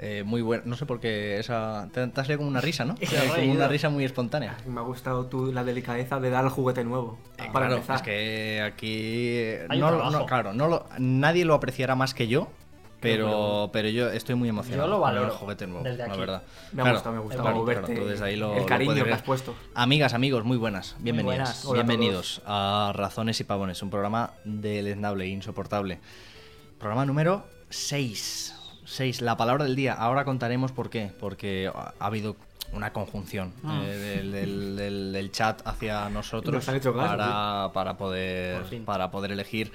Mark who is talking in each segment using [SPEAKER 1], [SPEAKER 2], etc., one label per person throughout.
[SPEAKER 1] Eh, muy buena, no sé por qué esa. Te, te ha salido como una risa, ¿no? O sea, como una risa muy espontánea.
[SPEAKER 2] Me ha gustado tú la delicadeza de dar el juguete nuevo.
[SPEAKER 1] Eh,
[SPEAKER 2] para
[SPEAKER 1] claro,
[SPEAKER 2] empezar.
[SPEAKER 1] es que aquí. eh,
[SPEAKER 3] Ah, Hay un
[SPEAKER 1] No, lo-
[SPEAKER 3] trabajo.
[SPEAKER 1] no, claro, no lo, nadie lo apreciará más que yo, pero,
[SPEAKER 3] bueno.
[SPEAKER 1] pero yo estoy muy emocionado.
[SPEAKER 3] Yo lo
[SPEAKER 1] con el
[SPEAKER 3] valoro
[SPEAKER 1] juguete nuevo,
[SPEAKER 3] desde
[SPEAKER 1] la
[SPEAKER 3] aquí.
[SPEAKER 1] verdad.
[SPEAKER 2] Me ha
[SPEAKER 1] Claro,
[SPEAKER 2] gustado, me ha gustado
[SPEAKER 1] claro,
[SPEAKER 2] verte
[SPEAKER 1] claro, tú desde ahí lo-
[SPEAKER 2] el
[SPEAKER 1] lo
[SPEAKER 2] cariño
[SPEAKER 1] puedes
[SPEAKER 2] que
[SPEAKER 1] ver.
[SPEAKER 2] has puesto.
[SPEAKER 1] Amigas, amigos, muy buenas. Bienvenidos.
[SPEAKER 3] buenas.
[SPEAKER 2] Hola a
[SPEAKER 1] Bienvenidos a Razones y Pavones, un programa deleznable e insoportable. Programa número 6. 6, la palabra del día. Ahora contaremos por qué. Porque ha ha habido una conjunción
[SPEAKER 3] Ah.
[SPEAKER 1] eh, del, del- del- del chat hacia nosotros
[SPEAKER 2] Nos han hecho caso,
[SPEAKER 1] para, para poder,
[SPEAKER 3] Por fin.
[SPEAKER 1] para poder elegir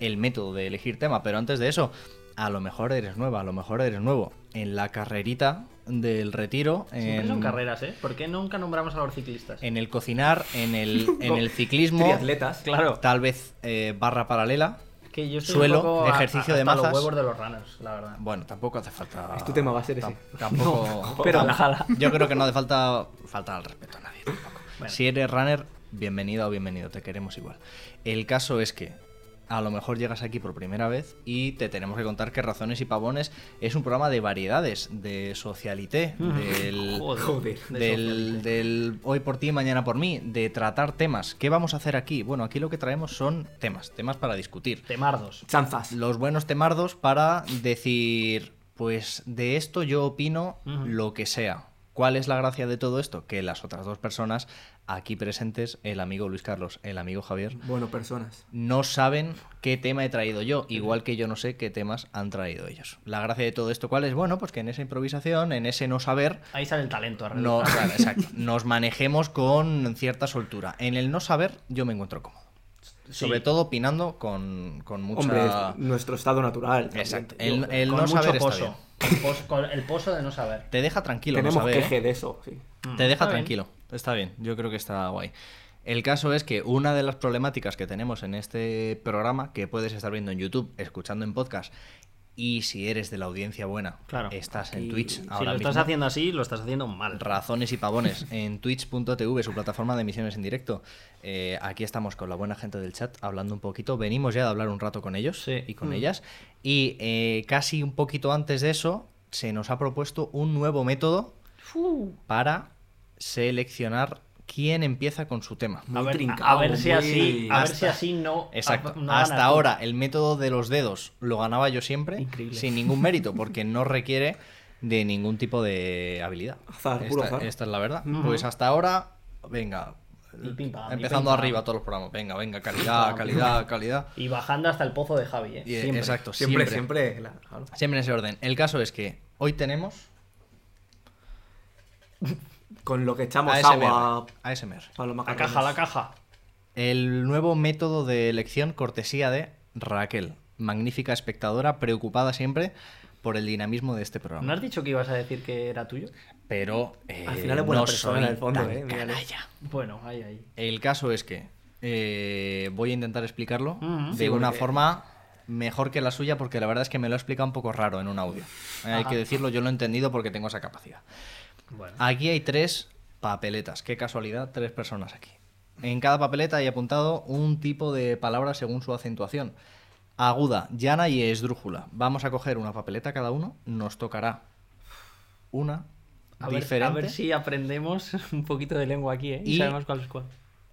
[SPEAKER 1] el método de elegir tema. Pero antes de eso, a lo mejor eres nueva, a lo mejor eres nuevo. En la carrerita del retiro,
[SPEAKER 3] Siempre
[SPEAKER 1] en,
[SPEAKER 3] son carreras, ¿eh? ¿Por qué nunca nombramos a los ciclistas?
[SPEAKER 1] en el cocinar, en el, en el ciclismo,
[SPEAKER 2] Triatletas.
[SPEAKER 3] Claro.
[SPEAKER 1] tal vez eh, barra paralela.
[SPEAKER 3] Que yo estoy
[SPEAKER 1] Suelo,
[SPEAKER 3] un poco a-
[SPEAKER 1] ejercicio
[SPEAKER 3] a-
[SPEAKER 1] de
[SPEAKER 3] hasta
[SPEAKER 1] mazas.
[SPEAKER 3] los huevos de los runners, la verdad.
[SPEAKER 1] Bueno, tampoco hace falta.
[SPEAKER 2] Es tu Este tema, va a ser ese.
[SPEAKER 1] Tam- Tampoco.
[SPEAKER 3] pero
[SPEAKER 1] tam-
[SPEAKER 3] ojalá.
[SPEAKER 1] Yo creo que no hace falta falta al respeto a nadie tampoco.
[SPEAKER 3] Bueno.
[SPEAKER 1] Si eres runner, bienvenido o bienvenido, te queremos igual. El caso es que a lo mejor llegas aquí por primera vez y te tenemos que contar que Razones y Pavones es un programa de variedades, de socialité, del,
[SPEAKER 2] Joder.
[SPEAKER 3] De
[SPEAKER 1] del, del hoy por ti, mañana por mí, de tratar temas. ¿Qué vamos a hacer aquí? Bueno, aquí lo que traemos son temas, temas para discutir.
[SPEAKER 3] Temardos.
[SPEAKER 2] Chanzas.
[SPEAKER 1] Los buenos temardos para decir, pues de esto yo opino
[SPEAKER 3] Ujú.
[SPEAKER 1] lo que sea. ¿Cuál es la gracia de todo esto? Que las otras dos personas aquí presentes, el amigo Luis Carlos, el amigo Javier,
[SPEAKER 2] Bueno, personas.
[SPEAKER 1] no saben qué tema he traído yo, igual que yo no sé qué temas han traído ellos. La gracia de todo esto, ¿cuál es? Bueno, pues que en esa improvisación, en ese no saber,
[SPEAKER 3] Ahí sale el talento, a
[SPEAKER 1] no,
[SPEAKER 3] relucir.
[SPEAKER 1] claro, exacto. Nos manejemos con cierta soltura. En el no saber, yo me encuentro cómodo. Sobre
[SPEAKER 3] Sí.
[SPEAKER 1] todo opinando con, con mucha.
[SPEAKER 2] Hombre, es nuestro estado natural. también.
[SPEAKER 1] Exacto.
[SPEAKER 2] Digo,
[SPEAKER 1] El, el
[SPEAKER 3] Con
[SPEAKER 1] no
[SPEAKER 3] mucho
[SPEAKER 1] saber está bien.
[SPEAKER 3] pozo. Con pos- con el pozo de no saber.
[SPEAKER 1] Te deja tranquilo,
[SPEAKER 2] Tenemos
[SPEAKER 1] no saber.
[SPEAKER 2] queje
[SPEAKER 1] ¿eh?
[SPEAKER 2] de eso, sí.
[SPEAKER 1] Te deja
[SPEAKER 3] Mm, Está bien.
[SPEAKER 1] tranquilo. Está bien, yo creo que está guay. El caso es que una de las problemáticas que tenemos en este programa, que puedes estar viendo en YouTube, escuchando en podcast, y si eres de la audiencia buena,
[SPEAKER 3] Claro.
[SPEAKER 1] estás
[SPEAKER 2] Y
[SPEAKER 1] en Twitch
[SPEAKER 3] Si
[SPEAKER 1] ahora
[SPEAKER 3] lo estás
[SPEAKER 1] mismo.
[SPEAKER 3] haciendo así, lo estás haciendo mal.
[SPEAKER 1] Razones y pavones en twitch.tv, su plataforma de emisiones en directo. Eh, aquí estamos con la buena gente del chat hablando un poquito. Venimos ya de hablar un rato con ellos
[SPEAKER 3] Sí. Mm.
[SPEAKER 1] y con ellas. Y eh, casi un poquito antes de eso, se nos ha propuesto un nuevo método para seleccionar quién empieza con su tema.
[SPEAKER 3] A
[SPEAKER 2] Muy
[SPEAKER 3] ver, a-
[SPEAKER 2] trincado,
[SPEAKER 3] a ver si
[SPEAKER 2] muy-
[SPEAKER 3] así, a ver
[SPEAKER 1] Hasta-
[SPEAKER 3] si así no.
[SPEAKER 1] Exacto.
[SPEAKER 3] no ganas
[SPEAKER 1] Hasta
[SPEAKER 3] tú.
[SPEAKER 1] ahora el método de los dedos lo ganaba yo siempre
[SPEAKER 3] Increíble.
[SPEAKER 1] sin ningún mérito porque no requiere de ningún tipo de habilidad.
[SPEAKER 2] Azar,
[SPEAKER 1] esta,
[SPEAKER 2] puro azar.
[SPEAKER 1] esta es la verdad. Pues hasta ahora, venga,
[SPEAKER 3] Y pim, pam, y
[SPEAKER 1] empezando
[SPEAKER 3] pim, pam.
[SPEAKER 1] arriba todos los programas. Venga, venga, calidad, calidad, calidad.
[SPEAKER 3] Y bajando hasta el pozo de Javi, ¿eh?
[SPEAKER 1] Y, eh,
[SPEAKER 3] Siempre.
[SPEAKER 1] Exacto,
[SPEAKER 2] Siempre,
[SPEAKER 1] siempre,
[SPEAKER 2] siempre. claro, claro.
[SPEAKER 1] Siempre en ese orden. El caso es que hoy tenemos
[SPEAKER 2] Con lo que echamos agua
[SPEAKER 1] ASMR. ASMR.
[SPEAKER 2] para los
[SPEAKER 3] La
[SPEAKER 2] macarrones.
[SPEAKER 3] caja, la caja.
[SPEAKER 1] El nuevo método de elección cortesía de Raquel, magnífica espectadora, preocupada siempre por el dinamismo de este programa.
[SPEAKER 3] ¿No has dicho que ibas a decir que era tuyo?
[SPEAKER 1] Pero eh,
[SPEAKER 2] Al final es buena
[SPEAKER 1] no
[SPEAKER 2] persona
[SPEAKER 1] soy
[SPEAKER 2] en el fondo,
[SPEAKER 1] tan
[SPEAKER 2] eh, mírale.
[SPEAKER 1] canalla.
[SPEAKER 3] Bueno, ahí, ahí.
[SPEAKER 1] El caso es que eh, voy a intentar explicarlo
[SPEAKER 3] Ujú.
[SPEAKER 1] de
[SPEAKER 2] Sí,
[SPEAKER 1] una
[SPEAKER 2] porque-
[SPEAKER 1] forma mejor que la suya, porque la verdad es que me lo ha explicado un poco raro en un audio. Eh, Hay que decirlo, yo lo he entendido porque tengo esa capacidad.
[SPEAKER 3] Bueno.
[SPEAKER 1] Aquí hay tres papeletas. Qué casualidad, tres personas aquí. En cada papeleta hay apuntado un tipo de palabra según su acentuación. Aguda, llana y esdrújula. Vamos a coger una papeleta cada uno. Nos tocará una
[SPEAKER 3] A ver,
[SPEAKER 1] diferente.
[SPEAKER 3] a ver si aprendemos un poquito de lengua aquí, ¿eh? Y,
[SPEAKER 1] Y-
[SPEAKER 3] sabemos cuál es cuál.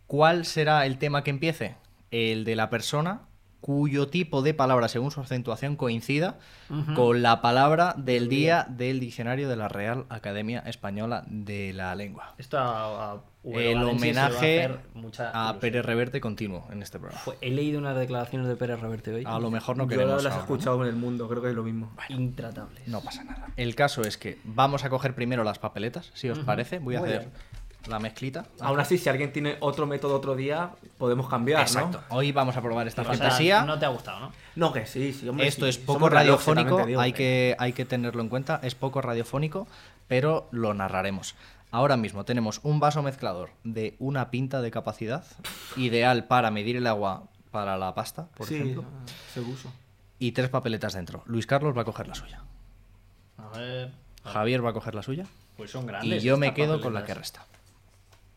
[SPEAKER 1] ¿Cuál será el tema que empiece? El de la persona cuyo tipo de palabra según su acentuación coincida con la palabra del día del diccionario de la Real Academia Española de la Lengua.
[SPEAKER 3] Esto a, a Hugo
[SPEAKER 1] el
[SPEAKER 3] Valenci se le va a
[SPEAKER 1] homenaje
[SPEAKER 3] hacer mucha
[SPEAKER 1] a,
[SPEAKER 3] ilusión.
[SPEAKER 1] Pérez Reverte continuo en este programa.
[SPEAKER 3] Fue- He leído unas declaraciones de Pérez Reverte hoy.
[SPEAKER 1] A lo mejor no
[SPEAKER 2] Yo
[SPEAKER 1] queremos.
[SPEAKER 2] las he
[SPEAKER 1] ahora, ¿no?
[SPEAKER 2] escuchado en el mundo, creo que es lo mismo.
[SPEAKER 3] Intratables.
[SPEAKER 1] No pasa nada. El caso es que vamos a coger primero las papeletas, si os parece. Voy a
[SPEAKER 3] Muy
[SPEAKER 1] hacer
[SPEAKER 3] bien.
[SPEAKER 1] la mezclita.
[SPEAKER 2] Aún así, si alguien tiene otro método otro día, podemos cambiar,
[SPEAKER 1] Exacto.
[SPEAKER 2] ¿no?
[SPEAKER 1] Hoy vamos a probar esta
[SPEAKER 3] Pues, O sea,
[SPEAKER 1] fantasía.
[SPEAKER 3] no te ha gustado, ¿no?
[SPEAKER 2] No, que sí, sí, hombre,
[SPEAKER 1] Esto
[SPEAKER 2] sí.
[SPEAKER 1] es poco
[SPEAKER 2] Somos relojes,
[SPEAKER 1] radiofónico,
[SPEAKER 2] también te digo.
[SPEAKER 1] hay, que, hay que tenerlo en cuenta, es poco radiofónico, pero lo narraremos. Ahora mismo tenemos un vaso mezclador de una pinta de capacidad, ideal para medir el agua para la pasta, por
[SPEAKER 2] sí,
[SPEAKER 1] ejemplo,
[SPEAKER 2] ah, se usa.
[SPEAKER 1] y tres papeletas dentro. Luis Carlos va a coger la suya,
[SPEAKER 3] A ver.
[SPEAKER 2] Ah.
[SPEAKER 1] Javier va a coger la suya
[SPEAKER 3] Pues son
[SPEAKER 1] y
[SPEAKER 3] grandes.
[SPEAKER 1] yo me
[SPEAKER 3] estas
[SPEAKER 1] quedo con la que
[SPEAKER 3] papeletas.
[SPEAKER 1] resta.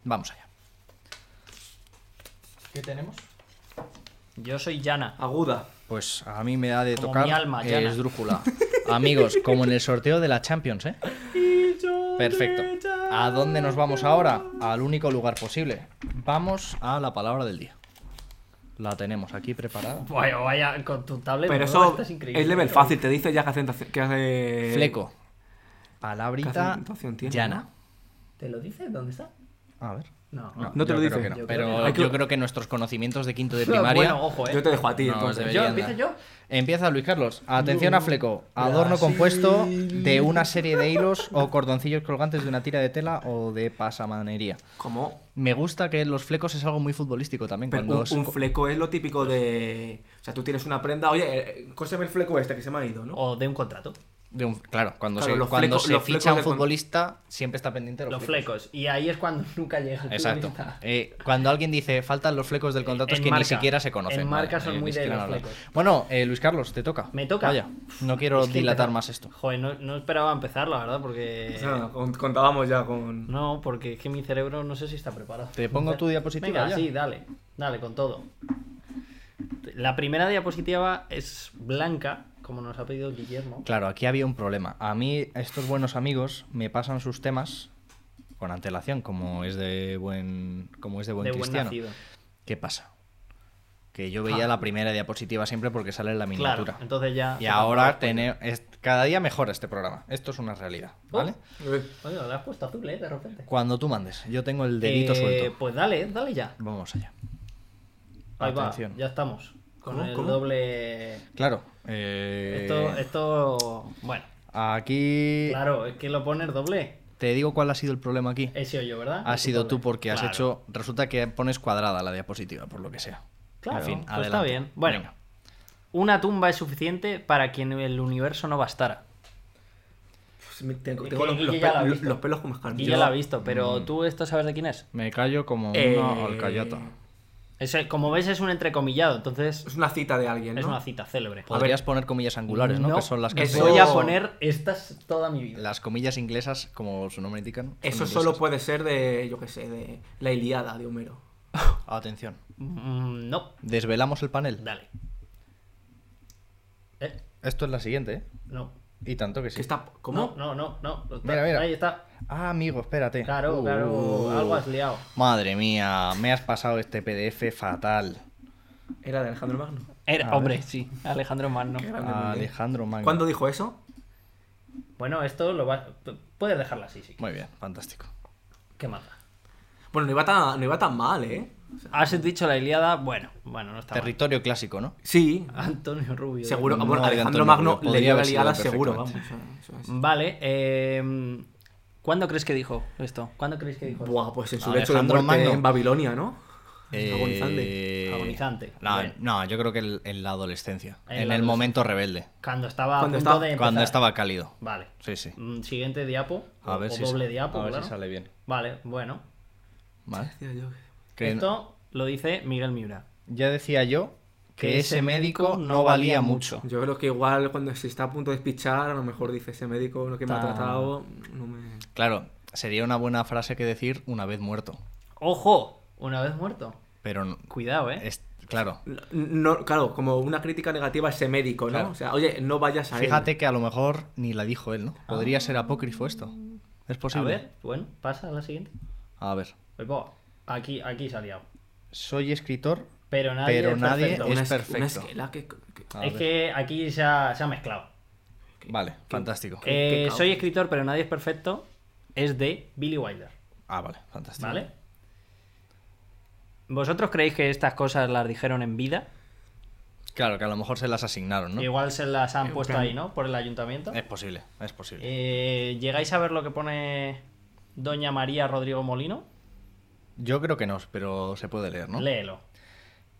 [SPEAKER 1] Vamos allá. ¿Qué tenemos?
[SPEAKER 3] Yo soy Llana.
[SPEAKER 2] Aguda.
[SPEAKER 1] Pues a mí me ha de
[SPEAKER 3] Como
[SPEAKER 1] tocar
[SPEAKER 3] mi alma,
[SPEAKER 1] eh,
[SPEAKER 3] Yana.
[SPEAKER 1] esdrújula. Amigos, como en el sorteo de la Champions, ¿eh? Perfecto. Ah. ¿A dónde nos vamos ahora? Al único lugar posible. Vamos a la palabra del día. La tenemos aquí preparada.
[SPEAKER 3] Vaya, vaya, con tu tablet.
[SPEAKER 2] Pero
[SPEAKER 3] nueva,
[SPEAKER 2] eso
[SPEAKER 3] estás increíble.
[SPEAKER 2] es level fácil, te dice ya que hace. Que hace...
[SPEAKER 1] Fleco.
[SPEAKER 2] Eh, ¿Qué
[SPEAKER 1] Palabrita
[SPEAKER 2] acentuación tiene,
[SPEAKER 1] llana.
[SPEAKER 3] ¿Te lo dice? ¿Dónde está?
[SPEAKER 1] A ver.
[SPEAKER 3] No.
[SPEAKER 2] No te
[SPEAKER 1] yo
[SPEAKER 2] lo
[SPEAKER 1] creo
[SPEAKER 2] dice.
[SPEAKER 1] que no,
[SPEAKER 3] Yo creo
[SPEAKER 1] pero
[SPEAKER 3] que
[SPEAKER 2] no. Hay que-
[SPEAKER 1] yo creo que nuestros conocimientos de quinto de primaria.
[SPEAKER 3] Bueno, ojo, eh.
[SPEAKER 2] Yo te dejo a ti,
[SPEAKER 1] no,
[SPEAKER 2] entonces.
[SPEAKER 1] deberían
[SPEAKER 3] Yo, ¿empiezo
[SPEAKER 1] dar.
[SPEAKER 3] yo?
[SPEAKER 1] Empieza Luis Carlos. Atención a fleco. Adorno compuesto de una serie de hilos o cordoncillos colgantes de una tira de tela o de pasamanería.
[SPEAKER 2] Como.
[SPEAKER 1] Me gusta que los flecos es algo muy futbolístico también.
[SPEAKER 2] Pero
[SPEAKER 1] cuando
[SPEAKER 2] un,
[SPEAKER 1] es-
[SPEAKER 2] un fleco es lo típico de. O sea, tú tienes una prenda, oye, eh, cóseme el fleco este que se me ha ido, ¿no?
[SPEAKER 3] O de un contrato.
[SPEAKER 1] de un- claro, cuando
[SPEAKER 2] Claro,
[SPEAKER 1] se,
[SPEAKER 2] los
[SPEAKER 1] cuando
[SPEAKER 2] flecos-
[SPEAKER 1] se
[SPEAKER 2] los flecos
[SPEAKER 1] ficha un
[SPEAKER 2] del con-
[SPEAKER 1] futbolista, siempre está pendiente de los,
[SPEAKER 3] Los flecos. Y ahí es cuando nunca llega el
[SPEAKER 1] Exacto.
[SPEAKER 3] futbolista.
[SPEAKER 1] Eh, cuando alguien dice faltan los flecos del contrato es
[SPEAKER 3] Eh, En
[SPEAKER 1] que
[SPEAKER 3] marca.
[SPEAKER 1] ni siquiera se conocen. eh,
[SPEAKER 3] En marca son
[SPEAKER 1] ni
[SPEAKER 3] muy de
[SPEAKER 1] siquiera
[SPEAKER 3] los
[SPEAKER 1] han hablado.
[SPEAKER 3] flecos.
[SPEAKER 1] Bueno, eh, Luis Carlos, te toca.
[SPEAKER 3] ¿Me toca?
[SPEAKER 1] Vaya, no quiero
[SPEAKER 3] Es que
[SPEAKER 1] dilatar
[SPEAKER 3] empezaba-
[SPEAKER 1] más esto.
[SPEAKER 3] Joder, no, no esperaba empezar, la verdad, porque.
[SPEAKER 2] O sea, con- contábamos ya con.
[SPEAKER 3] No, porque es que mi cerebro no sé si está preparado.
[SPEAKER 1] ¿Te pongo tu diapositiva
[SPEAKER 3] Venga,
[SPEAKER 1] ya?
[SPEAKER 3] sí, dale. Dale, con todo. La primera diapositiva es blanca, como nos ha pedido Guillermo.
[SPEAKER 1] Claro, aquí había un problema. A mí, estos buenos amigos me pasan sus temas con antelación, como es de buen, como es de buen
[SPEAKER 3] de buen
[SPEAKER 1] cristiano.
[SPEAKER 3] nacido. Ah.
[SPEAKER 1] ¿Qué pasa? Que yo veía la primera diapositiva siempre porque sale en la
[SPEAKER 3] Claro,
[SPEAKER 1] miniatura.
[SPEAKER 3] entonces ah, ya.
[SPEAKER 1] y ahora tener, es- cada día mejora este programa. Esto es una realidad,
[SPEAKER 3] Oh.
[SPEAKER 1] ¿vale?
[SPEAKER 2] Eh,
[SPEAKER 3] Oye, lo has puesto azul, ¿eh? De repente.
[SPEAKER 1] Cuando tú mandes, yo tengo el dedito
[SPEAKER 3] Eh,
[SPEAKER 1] suelto.
[SPEAKER 3] Pues dale, dale ya.
[SPEAKER 1] Vamos allá.
[SPEAKER 3] Ahí
[SPEAKER 1] Atención.
[SPEAKER 3] va, ya estamos. Con
[SPEAKER 2] ¿Cómo?
[SPEAKER 3] el
[SPEAKER 2] ¿Cómo?
[SPEAKER 3] doble.
[SPEAKER 1] Claro. eh,
[SPEAKER 3] Esto, esto. Bueno,
[SPEAKER 1] Aquí
[SPEAKER 3] claro, es que lo pones doble.
[SPEAKER 1] te digo cuál ha sido el problema aquí.
[SPEAKER 3] He sido yo, ¿verdad?
[SPEAKER 1] Ha sido tú porque has
[SPEAKER 3] Claro.
[SPEAKER 1] hecho. Resulta que pones cuadrada la diapositiva, por lo que sea.
[SPEAKER 3] Claro,
[SPEAKER 1] En fin,
[SPEAKER 3] pues
[SPEAKER 1] adelante.
[SPEAKER 3] está bien. Bueno,
[SPEAKER 1] Venga.
[SPEAKER 3] una tumba es suficiente para quien el universo no bastara.
[SPEAKER 2] pues me- tengo
[SPEAKER 3] Es
[SPEAKER 2] tengo
[SPEAKER 3] que
[SPEAKER 2] los, los
[SPEAKER 3] Guille ya la ha
[SPEAKER 2] pe-
[SPEAKER 3] visto.
[SPEAKER 2] los pelos como escarpias.
[SPEAKER 3] Y ya la he visto, pero
[SPEAKER 1] Mm.
[SPEAKER 3] ¿tú esto sabes de quién es?
[SPEAKER 1] Me callo como
[SPEAKER 2] Eh,
[SPEAKER 1] una alcayata.
[SPEAKER 3] Es el- como ves, es un entrecomillado, entonces
[SPEAKER 2] Es una cita de alguien, ¿no?
[SPEAKER 3] es una cita célebre.
[SPEAKER 1] Podrías poner comillas angulares, ¿no? Que son las que
[SPEAKER 2] eso-
[SPEAKER 1] ponen-
[SPEAKER 3] voy a poner estas toda mi vida.
[SPEAKER 1] Las comillas inglesas, como su nombre indican. son
[SPEAKER 2] Eso
[SPEAKER 1] inglesas.
[SPEAKER 2] solo puede ser de, yo qué sé, de la Iliada de Homero.
[SPEAKER 1] Atención.
[SPEAKER 3] Mm, no,
[SPEAKER 1] Desvelamos el panel.
[SPEAKER 3] dale. Eh,
[SPEAKER 1] Esto es la siguiente, ¿eh?
[SPEAKER 3] no.
[SPEAKER 1] Y tanto que sí.
[SPEAKER 2] Que está. ¿Cómo?
[SPEAKER 3] No, no, no, no.
[SPEAKER 1] Mira, mira.
[SPEAKER 3] Ahí está.
[SPEAKER 1] Ah, amigo, espérate.
[SPEAKER 3] Claro,
[SPEAKER 1] Uh.
[SPEAKER 3] claro. Algo has liado.
[SPEAKER 1] Madre mía, me has pasado este PDF fatal.
[SPEAKER 2] Era de Alejandro Magno.
[SPEAKER 3] Era,
[SPEAKER 1] A
[SPEAKER 3] hombre, sí. Alejandro Magno.
[SPEAKER 2] Qué grande, muy bien.
[SPEAKER 1] Alejandro Magno.
[SPEAKER 2] ¿Cuándo dijo eso?
[SPEAKER 3] Bueno, esto lo va... Puedes dejarla así, sí.
[SPEAKER 1] Muy bien, fantástico.
[SPEAKER 3] ¿Qué mata?
[SPEAKER 2] Bueno, no iba tan, no iba tan mal, ¿eh?
[SPEAKER 3] Has dicho la Iliada, bueno, bueno, no está mal.
[SPEAKER 1] Territorio clásico, ¿no?
[SPEAKER 2] Sí,
[SPEAKER 3] Antonio Rubio.
[SPEAKER 2] seguro.
[SPEAKER 1] No,
[SPEAKER 2] bueno,
[SPEAKER 1] de
[SPEAKER 2] Alejandro
[SPEAKER 1] Antonio
[SPEAKER 2] Magno
[SPEAKER 1] Rubio.
[SPEAKER 2] le
[SPEAKER 1] Podría
[SPEAKER 2] dio la
[SPEAKER 1] haber sido
[SPEAKER 2] Iliada
[SPEAKER 1] él
[SPEAKER 2] seguro, vamos.
[SPEAKER 1] perfectamente.
[SPEAKER 2] eso es.
[SPEAKER 3] Vale, eh, ¿cuándo crees que dijo esto? ¿Cuándo crees que dijo esto?
[SPEAKER 2] Buah, pues en su lecho de
[SPEAKER 1] Alejandro
[SPEAKER 2] muerte
[SPEAKER 1] Magno.
[SPEAKER 2] en Babilonia, ¿no?
[SPEAKER 1] Eh,
[SPEAKER 2] Agonizante.
[SPEAKER 3] Agonizante.
[SPEAKER 1] No,
[SPEAKER 3] Bien.
[SPEAKER 1] no, yo creo que el- en la adolescencia. En,
[SPEAKER 3] En la
[SPEAKER 1] el
[SPEAKER 3] adolescencia.
[SPEAKER 1] momento rebelde.
[SPEAKER 3] Cuando estaba a
[SPEAKER 2] Cuando
[SPEAKER 3] punto
[SPEAKER 2] estaba-
[SPEAKER 3] de
[SPEAKER 1] Cuando
[SPEAKER 3] empezar.
[SPEAKER 1] estaba cálido.
[SPEAKER 3] Vale.
[SPEAKER 1] Sí, sí.
[SPEAKER 3] Mm, Siguiente diapo.
[SPEAKER 1] A
[SPEAKER 3] o-
[SPEAKER 1] ver,
[SPEAKER 3] o
[SPEAKER 1] si,
[SPEAKER 3] doble
[SPEAKER 1] sa-
[SPEAKER 3] diapo,
[SPEAKER 1] a ver si
[SPEAKER 3] claro.
[SPEAKER 1] sale bien.
[SPEAKER 3] Vale, bueno.
[SPEAKER 1] Vale.
[SPEAKER 2] Tío, yo-
[SPEAKER 1] Que-
[SPEAKER 3] Esto lo dice Miguel Miura.
[SPEAKER 1] ya decía yo que,
[SPEAKER 3] que
[SPEAKER 1] ese
[SPEAKER 3] ese
[SPEAKER 1] médico
[SPEAKER 3] médico
[SPEAKER 1] no valía mucho.
[SPEAKER 2] Yo creo que igual cuando se está a punto de despichar, a lo mejor dice ese médico lo que me ha
[SPEAKER 3] Ta-
[SPEAKER 2] tratado. No me.
[SPEAKER 1] Claro, sería una buena frase que decir una vez muerto.
[SPEAKER 3] ¡Ojo! Una vez muerto.
[SPEAKER 1] Pero, no-
[SPEAKER 3] Cuidado, ¿eh?
[SPEAKER 1] es, claro,
[SPEAKER 2] No, claro, como una crítica negativa a ese médico, ¿no?
[SPEAKER 1] Claro.
[SPEAKER 2] O sea, oye, no vayas a él.
[SPEAKER 1] Fíjate que a lo mejor ni la dijo él, ¿no? Podría ser apócrifo esto. Es
[SPEAKER 3] Ah. a
[SPEAKER 1] posible.
[SPEAKER 3] ver, bueno, pasa a la siguiente.
[SPEAKER 1] A ver.
[SPEAKER 3] Pues, buah, aquí, aquí se ha liado.
[SPEAKER 1] Soy escritor.
[SPEAKER 3] Pero nadie
[SPEAKER 1] Pero
[SPEAKER 3] es
[SPEAKER 1] nadie
[SPEAKER 3] perfecto.
[SPEAKER 1] es
[SPEAKER 2] es
[SPEAKER 1] perfecto.
[SPEAKER 2] Una esquela que- que-
[SPEAKER 1] A
[SPEAKER 3] Es
[SPEAKER 1] ver.
[SPEAKER 3] que aquí se ha, se ha mezclado.
[SPEAKER 1] Vale, fantástico.
[SPEAKER 2] Qué-
[SPEAKER 3] Eh,
[SPEAKER 2] qué caos.
[SPEAKER 3] soy escritor, pero nadie es perfecto. Es de Billy Wilder.
[SPEAKER 1] Ah, vale, fantástico.
[SPEAKER 3] ¿Vale? ¿Vosotros creéis que estas cosas las dijeron en vida?
[SPEAKER 1] Claro, que a lo mejor se las asignaron, ¿no? Eh.
[SPEAKER 3] Igual se las han
[SPEAKER 2] En
[SPEAKER 3] puesto
[SPEAKER 2] plan-
[SPEAKER 3] ahí, ¿no? Por el ayuntamiento.
[SPEAKER 1] Es posible, es posible.
[SPEAKER 3] Eh, ¿Llegáis a ver lo que pone Doña María Rodrigo Molino?
[SPEAKER 1] Yo creo que no, pero se puede leer, ¿no?
[SPEAKER 3] Léelo.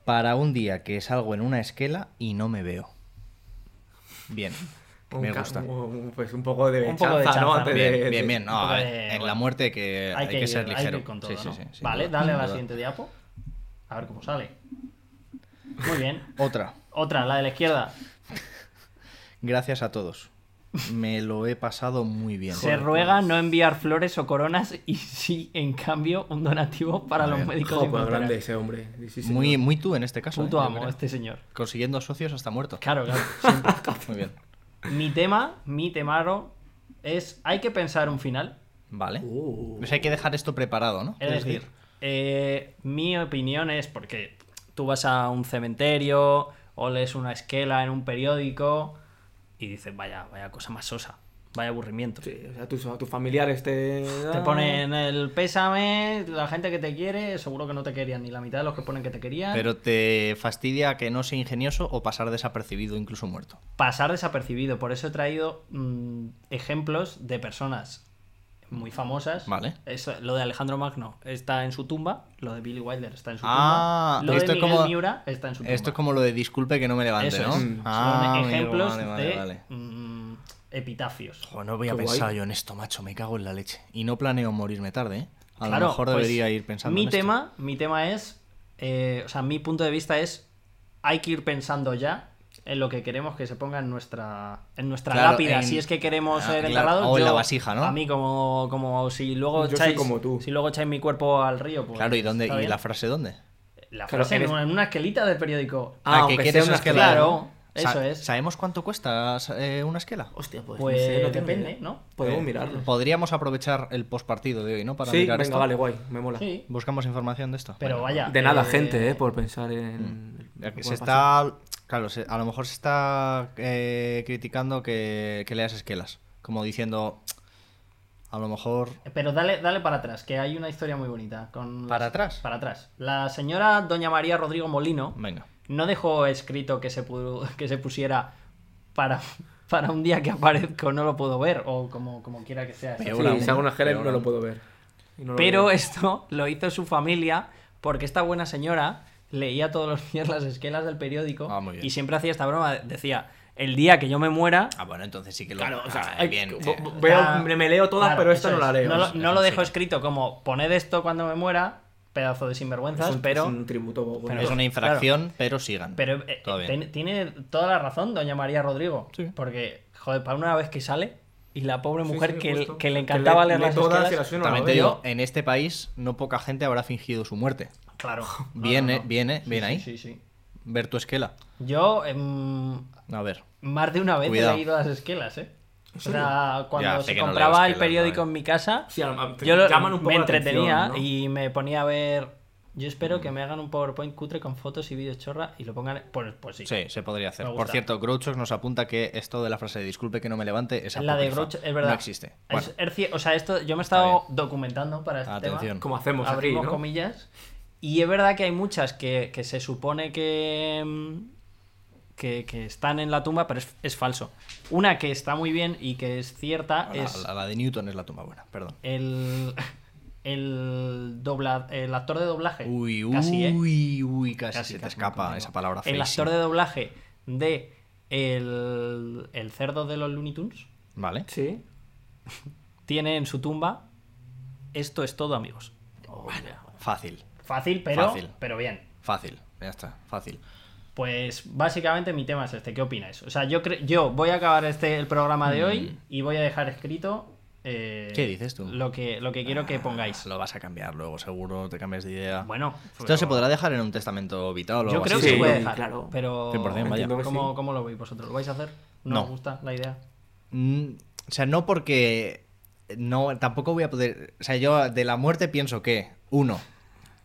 [SPEAKER 1] Para un día que salgo en una esquela y no me veo. Bien,
[SPEAKER 2] un
[SPEAKER 1] me
[SPEAKER 2] ca-
[SPEAKER 1] gusta.
[SPEAKER 2] un- pues un poco de
[SPEAKER 3] Un poco de
[SPEAKER 2] chanza, ¿no?
[SPEAKER 3] chanza,
[SPEAKER 2] Antes
[SPEAKER 3] ¿no?
[SPEAKER 2] de-
[SPEAKER 1] Bien,
[SPEAKER 2] de-
[SPEAKER 1] bien, bien. No,
[SPEAKER 3] un poco
[SPEAKER 1] a ver,
[SPEAKER 3] de-
[SPEAKER 1] en
[SPEAKER 3] bueno,
[SPEAKER 1] la muerte que Eh, hay, que, ser
[SPEAKER 3] ir- hay
[SPEAKER 1] ligero.
[SPEAKER 3] ir con todo,
[SPEAKER 1] Sí, sí,
[SPEAKER 3] ¿no?
[SPEAKER 1] sí, sin
[SPEAKER 3] vale,
[SPEAKER 1] duda,
[SPEAKER 3] dale a
[SPEAKER 1] sin
[SPEAKER 3] la
[SPEAKER 1] duda.
[SPEAKER 3] siguiente diapo. A ver cómo sale. Muy bien.
[SPEAKER 1] Otra.
[SPEAKER 3] Otra, la de la izquierda.
[SPEAKER 1] Gracias a todos. Me lo he pasado muy bien.
[SPEAKER 3] Se ruega
[SPEAKER 2] pues.
[SPEAKER 3] no enviar flores o coronas y sí, en cambio, un donativo para los
[SPEAKER 1] Bien.
[SPEAKER 3] médicos.
[SPEAKER 2] Jo,
[SPEAKER 3] sin
[SPEAKER 2] pues
[SPEAKER 3] fronteras.
[SPEAKER 2] grande ese hombre. Sí, sí, señor.
[SPEAKER 1] Muy, muy tú en este caso. ¿eh?
[SPEAKER 3] Puto
[SPEAKER 1] Yo
[SPEAKER 3] amo
[SPEAKER 1] creo.
[SPEAKER 3] este señor.
[SPEAKER 1] Consiguiendo socios hasta muerto.
[SPEAKER 3] Claro, claro. siempre.
[SPEAKER 1] Muy bien.
[SPEAKER 3] Mi tema, mi temaro, es hay que pensar un final.
[SPEAKER 1] Vale.
[SPEAKER 2] Uh.
[SPEAKER 1] Pues hay que dejar esto preparado, ¿no?
[SPEAKER 3] Es decir, eh, mi opinión es porque tú vas a un cementerio o lees una esquela en un periódico y dices, vaya, vaya cosa más sosa, vaya aburrimiento.
[SPEAKER 2] Sí, o sea, tus, tus familiares te. ah,
[SPEAKER 3] Te ponen el pésame, la gente que te quiere, seguro que no te querían ni la mitad de los que ponen que te querían.
[SPEAKER 1] Pero te fastidia que no sea ingenioso o pasar desapercibido, incluso muerto.
[SPEAKER 3] pasar desapercibido. Por eso he traído mm, ejemplos de personas muy famosas.
[SPEAKER 1] Vale.
[SPEAKER 3] Eso, lo de Alejandro Magno está en su tumba, lo de Billy Wilder está en su
[SPEAKER 1] Ah,
[SPEAKER 3] tumba, lo
[SPEAKER 1] esto
[SPEAKER 3] de
[SPEAKER 1] es
[SPEAKER 3] Miguel
[SPEAKER 1] como-
[SPEAKER 3] Miura está en su tumba.
[SPEAKER 1] Esto es como lo de disculpe que no me levante,
[SPEAKER 3] Eso
[SPEAKER 1] ¿no?
[SPEAKER 3] es.
[SPEAKER 1] Ah,
[SPEAKER 3] Son
[SPEAKER 1] amigo,
[SPEAKER 3] epitafios
[SPEAKER 1] vale, vale,
[SPEAKER 3] de
[SPEAKER 1] vale.
[SPEAKER 3] mm, epitafios.
[SPEAKER 1] Joder, no había
[SPEAKER 2] Qué guay.
[SPEAKER 1] pensado yo en esto, macho. Me cago en la leche. Y no planeo morirme tarde, ¿eh? A
[SPEAKER 3] Claro,
[SPEAKER 1] lo mejor
[SPEAKER 3] pues,
[SPEAKER 1] debería ir pensando
[SPEAKER 3] Mi
[SPEAKER 1] en esto.
[SPEAKER 3] tema, mi tema es, eh, o sea, mi punto de vista es, hay que ir pensando ya en lo que queremos que se ponga en nuestra en nuestra
[SPEAKER 1] Claro,
[SPEAKER 3] lápida,
[SPEAKER 1] en-
[SPEAKER 3] si es que queremos
[SPEAKER 1] ah,
[SPEAKER 3] ser
[SPEAKER 1] claro,
[SPEAKER 3] enterrados.
[SPEAKER 1] o en
[SPEAKER 3] yo-
[SPEAKER 1] la vasija, ¿no?
[SPEAKER 3] A mí como como si luego
[SPEAKER 2] Yo soy
[SPEAKER 3] echáis
[SPEAKER 2] como tú.
[SPEAKER 3] si luego echáis mi cuerpo al río, pues,
[SPEAKER 1] Claro, ¿y dónde?
[SPEAKER 3] está
[SPEAKER 1] ¿Y
[SPEAKER 3] bien. Ah,
[SPEAKER 1] la frase dónde? Ah,
[SPEAKER 3] La
[SPEAKER 2] Claro,
[SPEAKER 3] frase en
[SPEAKER 2] eres-
[SPEAKER 3] una- en una esquelita del periódico.
[SPEAKER 2] Ah,
[SPEAKER 1] que
[SPEAKER 2] aunque
[SPEAKER 1] quieres
[SPEAKER 2] sea una
[SPEAKER 1] esquela,
[SPEAKER 3] esquela,
[SPEAKER 1] ¿no?
[SPEAKER 3] claro,
[SPEAKER 1] Sa-
[SPEAKER 3] eso es.
[SPEAKER 1] ¿Sabemos cuánto cuesta eh, una esquela?
[SPEAKER 2] Hostia, pues.
[SPEAKER 3] Pues,
[SPEAKER 2] no tengo ni
[SPEAKER 3] depende,
[SPEAKER 2] idea.
[SPEAKER 3] ¿no?
[SPEAKER 2] Podemos
[SPEAKER 1] Eh,
[SPEAKER 2] mirarlo.
[SPEAKER 1] Podríamos aprovechar el postpartido de hoy, ¿no? Para
[SPEAKER 2] sí,
[SPEAKER 1] mirar
[SPEAKER 2] venga,
[SPEAKER 1] esto.
[SPEAKER 2] vale, guay, me mola.
[SPEAKER 3] Sí,
[SPEAKER 1] Buscamos información de esto.
[SPEAKER 3] pero
[SPEAKER 1] Venga.
[SPEAKER 3] vaya.
[SPEAKER 2] De nada,
[SPEAKER 3] eh, mm,
[SPEAKER 2] gente, eh, por pensar en.
[SPEAKER 1] Ya que
[SPEAKER 2] lo
[SPEAKER 1] se
[SPEAKER 2] pueda pasar.
[SPEAKER 1] está. Claro, se- a lo mejor se está eh, criticando que, que leas esquelas. Como diciendo. A lo mejor.
[SPEAKER 3] Pero dale, dale para atrás, que hay una historia muy bonita. Con
[SPEAKER 1] ¿Para atrás?
[SPEAKER 3] Para atrás. La señora Doña María Rodrigo Molino
[SPEAKER 1] Venga.
[SPEAKER 3] no dejó escrito que se, pu- que se pusiera para, para un día que aparezco, no lo puedo ver, o como, como quiera que sea.
[SPEAKER 1] Peor.
[SPEAKER 2] Sí,
[SPEAKER 1] Ahora
[SPEAKER 2] si hago
[SPEAKER 1] uno,
[SPEAKER 2] una gel
[SPEAKER 1] ahora
[SPEAKER 2] no lo
[SPEAKER 1] uno.
[SPEAKER 2] puedo ver. Y no lo
[SPEAKER 3] Pero
[SPEAKER 2] veo.
[SPEAKER 3] esto lo hizo su familia porque esta buena señora leía todos los días las esquelas del periódico
[SPEAKER 1] Ah, muy bien.
[SPEAKER 3] y siempre hacía esta broma. Decía, el día que yo me muera,
[SPEAKER 1] Ah, bueno, entonces sí que lo.
[SPEAKER 2] Claro, o sea,
[SPEAKER 1] ah,
[SPEAKER 2] hay-
[SPEAKER 1] bien.
[SPEAKER 2] bo-
[SPEAKER 1] sí.
[SPEAKER 2] bo- veo- me- me leo todas, pero esta
[SPEAKER 3] eso
[SPEAKER 2] no la
[SPEAKER 3] es.
[SPEAKER 2] leo.
[SPEAKER 3] No lo,
[SPEAKER 2] Es
[SPEAKER 3] no lo dejo escrito como poned esto cuando me muera, pedazo de sinvergüenzas,
[SPEAKER 2] Es un-
[SPEAKER 3] pero,
[SPEAKER 2] Es un tributo. bueno.
[SPEAKER 3] pero
[SPEAKER 1] es una infracción, pero sigan.
[SPEAKER 3] pero eh,
[SPEAKER 1] Todo bien.
[SPEAKER 3] ten- tiene toda la razón doña María Rodrigo.
[SPEAKER 1] Sí.
[SPEAKER 3] Porque, joder, para una vez que sale y la pobre
[SPEAKER 2] Sí,
[SPEAKER 3] mujer
[SPEAKER 2] sí,
[SPEAKER 3] que,
[SPEAKER 2] justo.
[SPEAKER 3] que le encantaba
[SPEAKER 2] lee-
[SPEAKER 3] leer
[SPEAKER 2] lee
[SPEAKER 3] las
[SPEAKER 2] todas
[SPEAKER 3] esquelas-
[SPEAKER 2] y las- yo no la
[SPEAKER 1] También
[SPEAKER 2] veo.
[SPEAKER 1] te digo, en este país no poca gente habrá fingido su muerte.
[SPEAKER 3] Claro. No,
[SPEAKER 1] Bien,
[SPEAKER 3] no,
[SPEAKER 1] eh,
[SPEAKER 3] no.
[SPEAKER 1] bien, eh, bien
[SPEAKER 3] Sí,
[SPEAKER 1] ahí.
[SPEAKER 3] sí, sí.
[SPEAKER 1] Ver tu esquela.
[SPEAKER 3] Yo em,
[SPEAKER 1] A ver.
[SPEAKER 3] Más de una vez
[SPEAKER 1] Cuidado.
[SPEAKER 3] he leído las esquelas, ¿eh? O
[SPEAKER 2] serio?
[SPEAKER 3] sea, cuando
[SPEAKER 1] Ya, sé
[SPEAKER 3] se
[SPEAKER 1] que no leo
[SPEAKER 3] compraba el
[SPEAKER 1] esquelas,
[SPEAKER 3] periódico
[SPEAKER 1] vale.
[SPEAKER 3] en mi casa,
[SPEAKER 2] Sí, a- a- te
[SPEAKER 3] yo lo-
[SPEAKER 2] llaman un poco
[SPEAKER 3] me
[SPEAKER 2] la atención,
[SPEAKER 3] entretenía
[SPEAKER 2] ¿no?
[SPEAKER 3] y me ponía a ver. Yo
[SPEAKER 1] Mm.
[SPEAKER 3] espero que me hagan un PowerPoint cutre con fotos y vídeos chorra y lo pongan. Pues, pues sí.
[SPEAKER 1] Sí, se podría hacer.
[SPEAKER 3] Me
[SPEAKER 1] Por
[SPEAKER 3] gusta.
[SPEAKER 1] cierto, Grouchox nos apunta que esto de la frase de disculpe que no me levante es
[SPEAKER 3] la de
[SPEAKER 1] apócrifa.
[SPEAKER 3] Groucho, es verdad.
[SPEAKER 1] No existe.
[SPEAKER 3] Es-
[SPEAKER 1] Bueno,
[SPEAKER 3] es cie- o sea, esto yo me he
[SPEAKER 1] Está
[SPEAKER 3] estado documentando para este
[SPEAKER 1] Atención.
[SPEAKER 3] tema.
[SPEAKER 2] Como hacemos aquí,
[SPEAKER 3] Abrimos
[SPEAKER 2] ¿no?
[SPEAKER 3] comillas. Y es verdad que hay muchas que, que se supone que, mm, que, que están en la tumba, pero es, es falso. Una que está muy bien y que es cierta
[SPEAKER 1] la-
[SPEAKER 3] es
[SPEAKER 1] la, la de Newton es la tumba buena, perdón.
[SPEAKER 3] el, el, dobla- el actor de doblaje.
[SPEAKER 1] Uy, uy,
[SPEAKER 3] casi, ¿eh?
[SPEAKER 1] uy, casi,
[SPEAKER 3] Casi,
[SPEAKER 1] se te
[SPEAKER 3] casi,
[SPEAKER 1] escapa
[SPEAKER 3] continúa.
[SPEAKER 1] esa palabra.
[SPEAKER 3] El
[SPEAKER 1] feísima.
[SPEAKER 3] actor de doblaje de el, el cerdo de los Looney Tunes
[SPEAKER 1] Vale.
[SPEAKER 2] Sí.
[SPEAKER 3] tiene en su tumba Esto es todo, amigos. Vale.
[SPEAKER 1] Fácil,
[SPEAKER 3] Fácil, pero,
[SPEAKER 1] Fácil.
[SPEAKER 3] pero bien.
[SPEAKER 1] fácil. Ya está, fácil.
[SPEAKER 3] Pues básicamente mi tema es este. ¿Qué opináis? O sea, yo, cre- yo voy a acabar este, el programa de hoy y voy a dejar escrito. eh,
[SPEAKER 1] ¿Qué dices tú?
[SPEAKER 3] Lo que, lo que quiero que pongáis.
[SPEAKER 1] Lo vas a cambiar luego, seguro, te cambias de idea.
[SPEAKER 3] Bueno,
[SPEAKER 1] Esto se
[SPEAKER 3] pero-
[SPEAKER 1] podrá dejar en un testamento vital o
[SPEAKER 3] Yo
[SPEAKER 1] algo
[SPEAKER 3] creo
[SPEAKER 1] así,
[SPEAKER 3] que se
[SPEAKER 1] seguro.
[SPEAKER 3] puede dejar,
[SPEAKER 2] claro.
[SPEAKER 3] pero
[SPEAKER 1] 100%, vaya.
[SPEAKER 2] Entiendo que
[SPEAKER 3] ¿cómo,
[SPEAKER 2] sí.
[SPEAKER 3] cómo lo veis vosotros? ¿Lo vais a hacer? ¿No,
[SPEAKER 1] No.
[SPEAKER 3] os gusta la idea?
[SPEAKER 1] Mm, o sea, no porque. No, tampoco voy a poder. O sea, yo de la muerte pienso que, uno,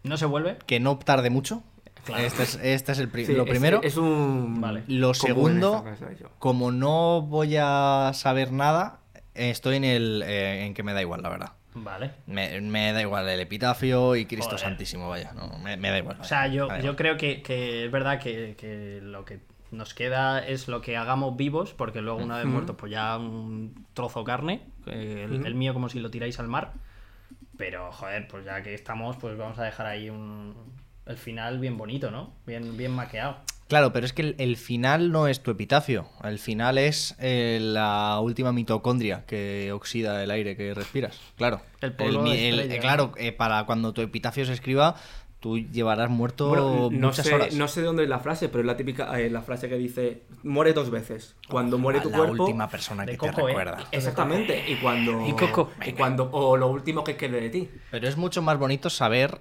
[SPEAKER 3] ¿No se vuelve?
[SPEAKER 1] que no tarde mucho.
[SPEAKER 3] Claro.
[SPEAKER 1] Este es, este es el pri-
[SPEAKER 2] Sí,
[SPEAKER 1] lo
[SPEAKER 2] es-
[SPEAKER 1] primero.
[SPEAKER 2] Es, un.
[SPEAKER 3] Vale.
[SPEAKER 1] Lo
[SPEAKER 2] común en
[SPEAKER 1] segundo,
[SPEAKER 2] esta casa, yo.
[SPEAKER 1] como no voy a saber nada, estoy en el eh, en que me da igual, la verdad.
[SPEAKER 3] Vale.
[SPEAKER 1] Me, me da igual el epitafio y Cristo
[SPEAKER 3] Joder.
[SPEAKER 1] Santísimo, vaya. no, me, me da igual.
[SPEAKER 3] O
[SPEAKER 1] vaya,
[SPEAKER 3] sea, yo,
[SPEAKER 1] me da
[SPEAKER 3] yo
[SPEAKER 1] igual.
[SPEAKER 3] creo que, que es verdad que, que lo que nos queda es lo que hagamos vivos, porque luego una vez muertos, pues ya un trozo carne, eh, el, el mío como si lo tiráis al mar. Pero, joder, pues ya que estamos, pues vamos a dejar ahí un, el final bien bonito, ¿no? Bien, bien maqueado.
[SPEAKER 1] Claro, pero es que el, el final no es tu epitafio. El final es eh, la última mitocondria que oxida el aire que respiras. Claro.
[SPEAKER 3] El polvo
[SPEAKER 1] mi- eh,
[SPEAKER 3] de estrella.
[SPEAKER 1] Claro, eh, para cuando tu epitafio se escriba, tú llevarás muerto
[SPEAKER 2] Bueno, no
[SPEAKER 1] muchas
[SPEAKER 2] sé,
[SPEAKER 1] horas.
[SPEAKER 2] no sé dónde es la frase, pero es la típica eh, la frase que dice: muere dos veces. Cuando muere
[SPEAKER 1] A
[SPEAKER 2] tu
[SPEAKER 1] la
[SPEAKER 2] cuerpo.
[SPEAKER 1] última persona
[SPEAKER 3] de
[SPEAKER 1] que te
[SPEAKER 3] coco, eh.
[SPEAKER 1] recuerda.
[SPEAKER 2] Exactamente. Y cuando.
[SPEAKER 3] Y Coco.
[SPEAKER 2] Y cuando. O lo último que quede de ti.
[SPEAKER 1] Pero es mucho más bonito saber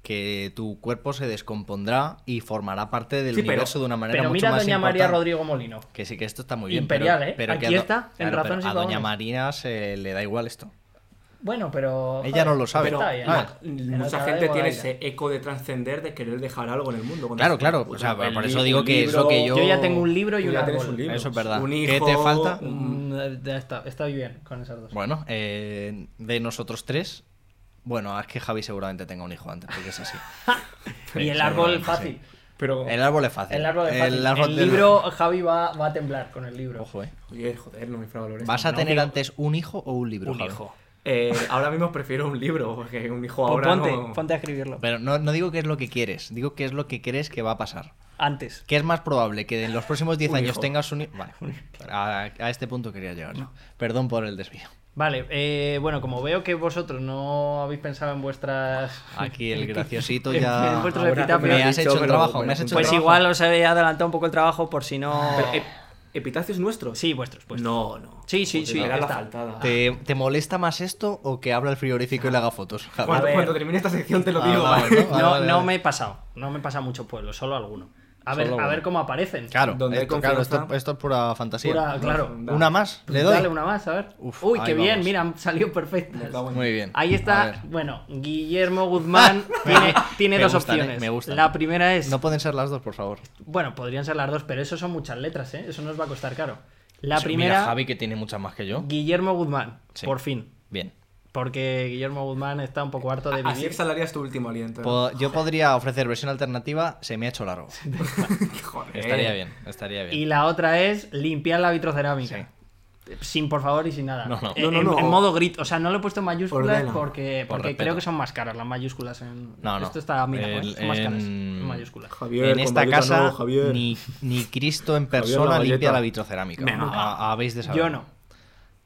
[SPEAKER 1] que tu cuerpo se descompondrá y formará parte del
[SPEAKER 2] Sí, pero-
[SPEAKER 1] universo de una manera
[SPEAKER 3] Pero
[SPEAKER 1] mucho
[SPEAKER 3] mira a
[SPEAKER 1] más
[SPEAKER 3] Doña María
[SPEAKER 1] importante.
[SPEAKER 3] Rodrigo Molino.
[SPEAKER 1] Que sí, que esto está muy bien.
[SPEAKER 3] Imperial,
[SPEAKER 1] pero,
[SPEAKER 3] ¿eh?
[SPEAKER 1] pero que
[SPEAKER 3] Aquí
[SPEAKER 1] a do-
[SPEAKER 3] está, en
[SPEAKER 1] pero
[SPEAKER 3] Razones y
[SPEAKER 1] A Doña
[SPEAKER 3] Pavones.
[SPEAKER 1] María se le da igual esto.
[SPEAKER 3] Bueno, pero.
[SPEAKER 1] Ella no lo sabe.
[SPEAKER 2] Pero
[SPEAKER 1] Está
[SPEAKER 3] bien. Ah,
[SPEAKER 2] ma-
[SPEAKER 3] En la
[SPEAKER 2] mucha
[SPEAKER 3] tabla
[SPEAKER 2] gente
[SPEAKER 3] de
[SPEAKER 2] tiene
[SPEAKER 3] Modaira.
[SPEAKER 2] ese eco de trascender, de querer dejar algo en el mundo. Cuando-
[SPEAKER 1] Claro, claro. O
[SPEAKER 2] Pues,
[SPEAKER 1] sea,
[SPEAKER 2] el
[SPEAKER 1] por
[SPEAKER 2] li-
[SPEAKER 1] eso
[SPEAKER 2] un
[SPEAKER 1] digo que es lo que yo.
[SPEAKER 3] Yo ya tengo un libro y
[SPEAKER 2] Tú
[SPEAKER 3] un
[SPEAKER 2] ya tienes
[SPEAKER 3] árbol.
[SPEAKER 2] un libro.
[SPEAKER 1] Eso es verdad.
[SPEAKER 2] Un
[SPEAKER 1] ¿Qué
[SPEAKER 2] hijo,
[SPEAKER 1] te falta?
[SPEAKER 2] un-
[SPEAKER 3] Mm, Ya está, está bien con esas dos.
[SPEAKER 1] Bueno, eh, de nosotros tres. Bueno, es que Javi seguramente tenga un hijo antes, porque es así.
[SPEAKER 3] y el
[SPEAKER 1] Sí,
[SPEAKER 3] árbol
[SPEAKER 1] seguramente,
[SPEAKER 3] fácil.
[SPEAKER 2] Pero.
[SPEAKER 1] El árbol es fácil.
[SPEAKER 3] El árbol es fácil. El,
[SPEAKER 1] árbol del-
[SPEAKER 3] libro, Javi va, va a temblar con el libro.
[SPEAKER 1] Ojo, eh.
[SPEAKER 2] Oye, joder, no me infravalores.
[SPEAKER 1] ¿Vas a
[SPEAKER 3] No,
[SPEAKER 1] tener
[SPEAKER 3] digo-
[SPEAKER 1] antes un hijo o un libro?
[SPEAKER 3] Un
[SPEAKER 1] Javi?
[SPEAKER 3] hijo.
[SPEAKER 2] Eh, ahora mismo prefiero un libro, porque un hijo
[SPEAKER 3] Pon-
[SPEAKER 2] ahora
[SPEAKER 3] ponte,
[SPEAKER 2] no.
[SPEAKER 3] ponte a escribirlo.
[SPEAKER 1] Pero no, no digo qué es lo que quieres, digo qué es lo que crees que va a pasar.
[SPEAKER 3] Antes.
[SPEAKER 1] ¿Qué es más probable? ¿Que en los próximos 10
[SPEAKER 2] Un
[SPEAKER 1] años
[SPEAKER 2] hijo.
[SPEAKER 1] tengas un hijo? Vale, a, a este punto quería llegar. yo. Perdón por el desvío.
[SPEAKER 3] Vale, eh, bueno, como veo que vosotros no habéis pensado en vuestras.
[SPEAKER 1] Aquí el graciosito
[SPEAKER 3] En-
[SPEAKER 1] ya.
[SPEAKER 3] en vuestros
[SPEAKER 1] Ahora
[SPEAKER 3] epitafios.
[SPEAKER 1] Me has
[SPEAKER 2] Dicho,
[SPEAKER 1] hecho el
[SPEAKER 2] pero
[SPEAKER 1] trabajo,
[SPEAKER 2] bueno,
[SPEAKER 1] me has hecho el
[SPEAKER 3] Pues
[SPEAKER 1] trabajo.
[SPEAKER 3] igual os he adelantado un poco el trabajo por si no.
[SPEAKER 2] Pero, eh, ¿Epitacios nuestros?
[SPEAKER 3] Sí, vuestros, pues.
[SPEAKER 2] No, no. Pues
[SPEAKER 3] Sí, sí,
[SPEAKER 2] Joder,
[SPEAKER 3] sí,
[SPEAKER 2] Era
[SPEAKER 3] ya
[SPEAKER 2] la
[SPEAKER 3] está.
[SPEAKER 2] faltada.
[SPEAKER 1] ¿Te, te molesta más esto o que abra el frigorífico y le haga fotos? Javi?
[SPEAKER 2] Cuando,
[SPEAKER 3] ver.
[SPEAKER 2] cuando termine esta sección te lo
[SPEAKER 1] Ah,
[SPEAKER 2] digo.
[SPEAKER 1] vale,
[SPEAKER 2] ¿vale?
[SPEAKER 1] ¿no? Vale,
[SPEAKER 3] no,
[SPEAKER 1] vale,
[SPEAKER 3] no
[SPEAKER 1] vale.
[SPEAKER 3] me he pasado. No me pasa a muchos pueblos, solo a alguno. A ver,
[SPEAKER 1] Solo
[SPEAKER 3] a
[SPEAKER 1] uno.
[SPEAKER 3] ver cómo aparecen.
[SPEAKER 1] Claro,
[SPEAKER 2] Donde hay
[SPEAKER 1] esto, claro, esto,
[SPEAKER 2] confianza.
[SPEAKER 1] esto es pura fantasía.
[SPEAKER 3] Pura- claro.
[SPEAKER 2] no,
[SPEAKER 1] Una más, le doy.
[SPEAKER 3] Dale una más, a ver.
[SPEAKER 1] Uf,
[SPEAKER 3] Uy,
[SPEAKER 1] ahí
[SPEAKER 3] qué bien,
[SPEAKER 1] vamos.
[SPEAKER 3] mira, han salido perfectas.
[SPEAKER 2] cago en-
[SPEAKER 1] Muy bien.
[SPEAKER 3] Ahí
[SPEAKER 1] A
[SPEAKER 3] está,
[SPEAKER 1] ver.
[SPEAKER 3] bueno, Guillermo Guzmán tiene, tiene
[SPEAKER 1] Me
[SPEAKER 3] dos
[SPEAKER 1] gustan, eh,
[SPEAKER 3] opciones.
[SPEAKER 1] me gustan.
[SPEAKER 3] La primera es,
[SPEAKER 1] No pueden ser las dos, por favor.
[SPEAKER 3] bueno, podrían ser las dos, pero eso son muchas letras, ¿eh? Eso nos va a costar caro. La
[SPEAKER 1] Mira,
[SPEAKER 3] primera,
[SPEAKER 1] Javi, que tiene muchas más que yo.
[SPEAKER 3] Guillermo Guzmán,
[SPEAKER 1] Sí.
[SPEAKER 3] por fin.
[SPEAKER 1] Bien.
[SPEAKER 3] Porque Guillermo Guzmán está un poco
[SPEAKER 1] Ah,
[SPEAKER 3] harto de
[SPEAKER 2] Así
[SPEAKER 3] vivir.
[SPEAKER 2] exhalarías tu último aliento.
[SPEAKER 1] Po- yo podría ofrecer versión alternativa, se me ha hecho largo.
[SPEAKER 2] Joder.
[SPEAKER 1] Estaría bien, estaría bien.
[SPEAKER 3] Eh. Y la otra es limpiar la vitrocerámica. Sin por favor y sin nada.
[SPEAKER 1] No, no.
[SPEAKER 3] Eh,
[SPEAKER 2] No, no,
[SPEAKER 3] en,
[SPEAKER 2] no.
[SPEAKER 3] en modo grito. O sea, no lo he puesto en mayúsculas
[SPEAKER 2] Ordena.
[SPEAKER 3] porque,
[SPEAKER 1] Por
[SPEAKER 3] porque
[SPEAKER 1] respeto.
[SPEAKER 3] creo que son más caras las mayúsculas. En...
[SPEAKER 1] No, no.
[SPEAKER 3] Esto está mira, ¿eh?
[SPEAKER 1] El-
[SPEAKER 3] Son más caras
[SPEAKER 1] en-
[SPEAKER 3] en mayúsculas.
[SPEAKER 2] Javier,
[SPEAKER 1] en
[SPEAKER 2] con
[SPEAKER 1] esta
[SPEAKER 2] galleta
[SPEAKER 1] casa,
[SPEAKER 2] no, Javier.
[SPEAKER 1] ni, ni Cristo en
[SPEAKER 2] la
[SPEAKER 1] persona
[SPEAKER 2] galleta.
[SPEAKER 1] limpia la vitrocerámica.
[SPEAKER 2] Venga.
[SPEAKER 1] A- habéis de saber.
[SPEAKER 3] Yo no.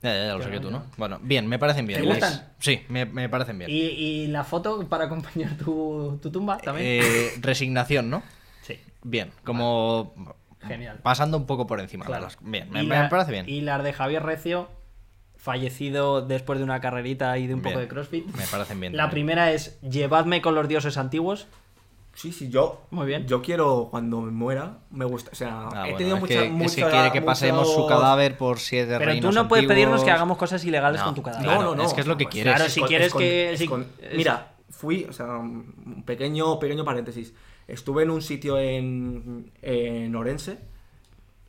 [SPEAKER 1] Ya, ya, ya, lo sé
[SPEAKER 3] Yo
[SPEAKER 1] que
[SPEAKER 3] no,
[SPEAKER 1] tú
[SPEAKER 3] yo
[SPEAKER 1] no. Bueno, bien, me parecen bien.
[SPEAKER 3] ¿Te
[SPEAKER 1] Las-
[SPEAKER 3] gustan?
[SPEAKER 1] Sí, me, me parecen bien.
[SPEAKER 3] Y, y la foto para acompañar tu, tu tumba también.
[SPEAKER 1] Eh, resignación, ¿no?
[SPEAKER 3] sí,
[SPEAKER 1] Bien, como
[SPEAKER 3] genial.
[SPEAKER 1] pasando un poco por encima. de
[SPEAKER 3] Claro.
[SPEAKER 1] las- Bien, me,
[SPEAKER 3] Y
[SPEAKER 1] me
[SPEAKER 3] la-
[SPEAKER 1] parece bien.
[SPEAKER 3] Y las de Javier Recio, fallecido después de una carrerita y de un
[SPEAKER 1] Bien.
[SPEAKER 3] poco de crossfit.
[SPEAKER 1] Me parecen bien.
[SPEAKER 3] La
[SPEAKER 1] también.
[SPEAKER 3] primera es llevadme con los dioses antiguos.
[SPEAKER 2] Sí, sí, yo.
[SPEAKER 3] Muy bien.
[SPEAKER 2] Yo quiero, cuando me muera, me gusta. O sea,
[SPEAKER 1] Ah,
[SPEAKER 2] he
[SPEAKER 1] bueno,
[SPEAKER 2] tenido
[SPEAKER 1] es
[SPEAKER 2] mucha,
[SPEAKER 1] que, es que
[SPEAKER 2] mucha-
[SPEAKER 1] quiere que pasemos su
[SPEAKER 2] muchos-
[SPEAKER 1] cadáver por siete
[SPEAKER 3] Pero tú
[SPEAKER 1] reinos
[SPEAKER 3] no puedes pedirnos que
[SPEAKER 1] antiguos.
[SPEAKER 3] hagamos cosas ilegales
[SPEAKER 1] No,
[SPEAKER 3] con tu cadáver.
[SPEAKER 1] claro, Es que es lo que
[SPEAKER 2] Pues
[SPEAKER 1] quieres.
[SPEAKER 3] Claro, sí. si
[SPEAKER 2] escon-
[SPEAKER 3] quieres
[SPEAKER 2] escon-
[SPEAKER 3] que- si-
[SPEAKER 2] escon-
[SPEAKER 3] es-
[SPEAKER 2] Mira, fui, o sea, un pequeño, pequeño paréntesis. Estuve en un sitio en, en Orense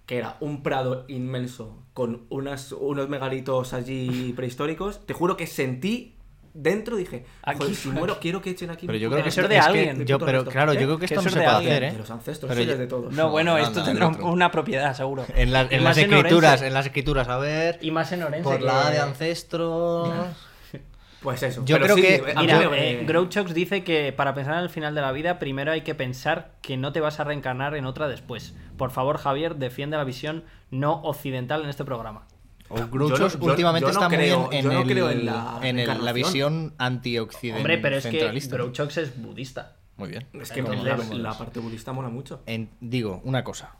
[SPEAKER 2] que era un prado inmenso con unas, unos megalitos allí prehistóricos. Te juro que sentí dentro, dije,
[SPEAKER 3] Aquí,
[SPEAKER 2] joder, si
[SPEAKER 3] aquí.
[SPEAKER 2] muero, quiero que echen aquí.
[SPEAKER 1] Pero
[SPEAKER 2] un
[SPEAKER 1] yo
[SPEAKER 2] puto
[SPEAKER 1] creo que
[SPEAKER 3] Eso
[SPEAKER 1] esto
[SPEAKER 3] es
[SPEAKER 2] resto-
[SPEAKER 3] de
[SPEAKER 1] es que-
[SPEAKER 3] alguien.
[SPEAKER 1] yo,
[SPEAKER 2] Puto
[SPEAKER 1] pero
[SPEAKER 2] resto.
[SPEAKER 1] claro,
[SPEAKER 2] ¿Eh?
[SPEAKER 1] yo creo que
[SPEAKER 3] Que
[SPEAKER 1] esto
[SPEAKER 3] eso
[SPEAKER 1] no
[SPEAKER 3] es
[SPEAKER 1] se
[SPEAKER 3] de
[SPEAKER 1] puede
[SPEAKER 3] alguien,
[SPEAKER 1] hacer, ¿eh?
[SPEAKER 2] de los ancestros,
[SPEAKER 1] Pero
[SPEAKER 2] sí,
[SPEAKER 1] yo-
[SPEAKER 2] es de todos.
[SPEAKER 3] No, bueno,
[SPEAKER 1] no,
[SPEAKER 3] esto
[SPEAKER 1] no,
[SPEAKER 3] tendrá
[SPEAKER 1] del otro.
[SPEAKER 3] una propiedad, seguro.
[SPEAKER 1] En, la-
[SPEAKER 3] Y
[SPEAKER 1] en las
[SPEAKER 3] más Orense.
[SPEAKER 1] escrituras, en las escrituras, a ver.
[SPEAKER 3] Y más en Orense.
[SPEAKER 1] Por la A de
[SPEAKER 3] que-
[SPEAKER 1] ancestros.
[SPEAKER 2] Pues eso.
[SPEAKER 1] Yo creo
[SPEAKER 2] Pero sí,
[SPEAKER 1] que-
[SPEAKER 2] a mí
[SPEAKER 3] Mira,
[SPEAKER 2] me-
[SPEAKER 3] eh, Grouchox dice que para pensar en el final de la vida, primero hay que pensar que no te vas a reencarnar en otra después. Por favor, Javier, defiende la visión no occidental en este programa.
[SPEAKER 1] O
[SPEAKER 2] Yo no-
[SPEAKER 1] Grouchos
[SPEAKER 2] yo-
[SPEAKER 1] últimamente
[SPEAKER 2] yo no
[SPEAKER 1] está
[SPEAKER 2] creo-
[SPEAKER 1] muy en,
[SPEAKER 2] yo
[SPEAKER 1] en
[SPEAKER 2] no
[SPEAKER 1] el-
[SPEAKER 2] creo en la
[SPEAKER 1] en el- la
[SPEAKER 2] reencarnación.
[SPEAKER 1] visión antioccidental.
[SPEAKER 3] Hombre, pero es que Grouchox es budista.
[SPEAKER 1] Muy bien.
[SPEAKER 2] Es que
[SPEAKER 1] Entonces,
[SPEAKER 2] mola, la, parte budista mola mucho.
[SPEAKER 1] en- digo, una cosa.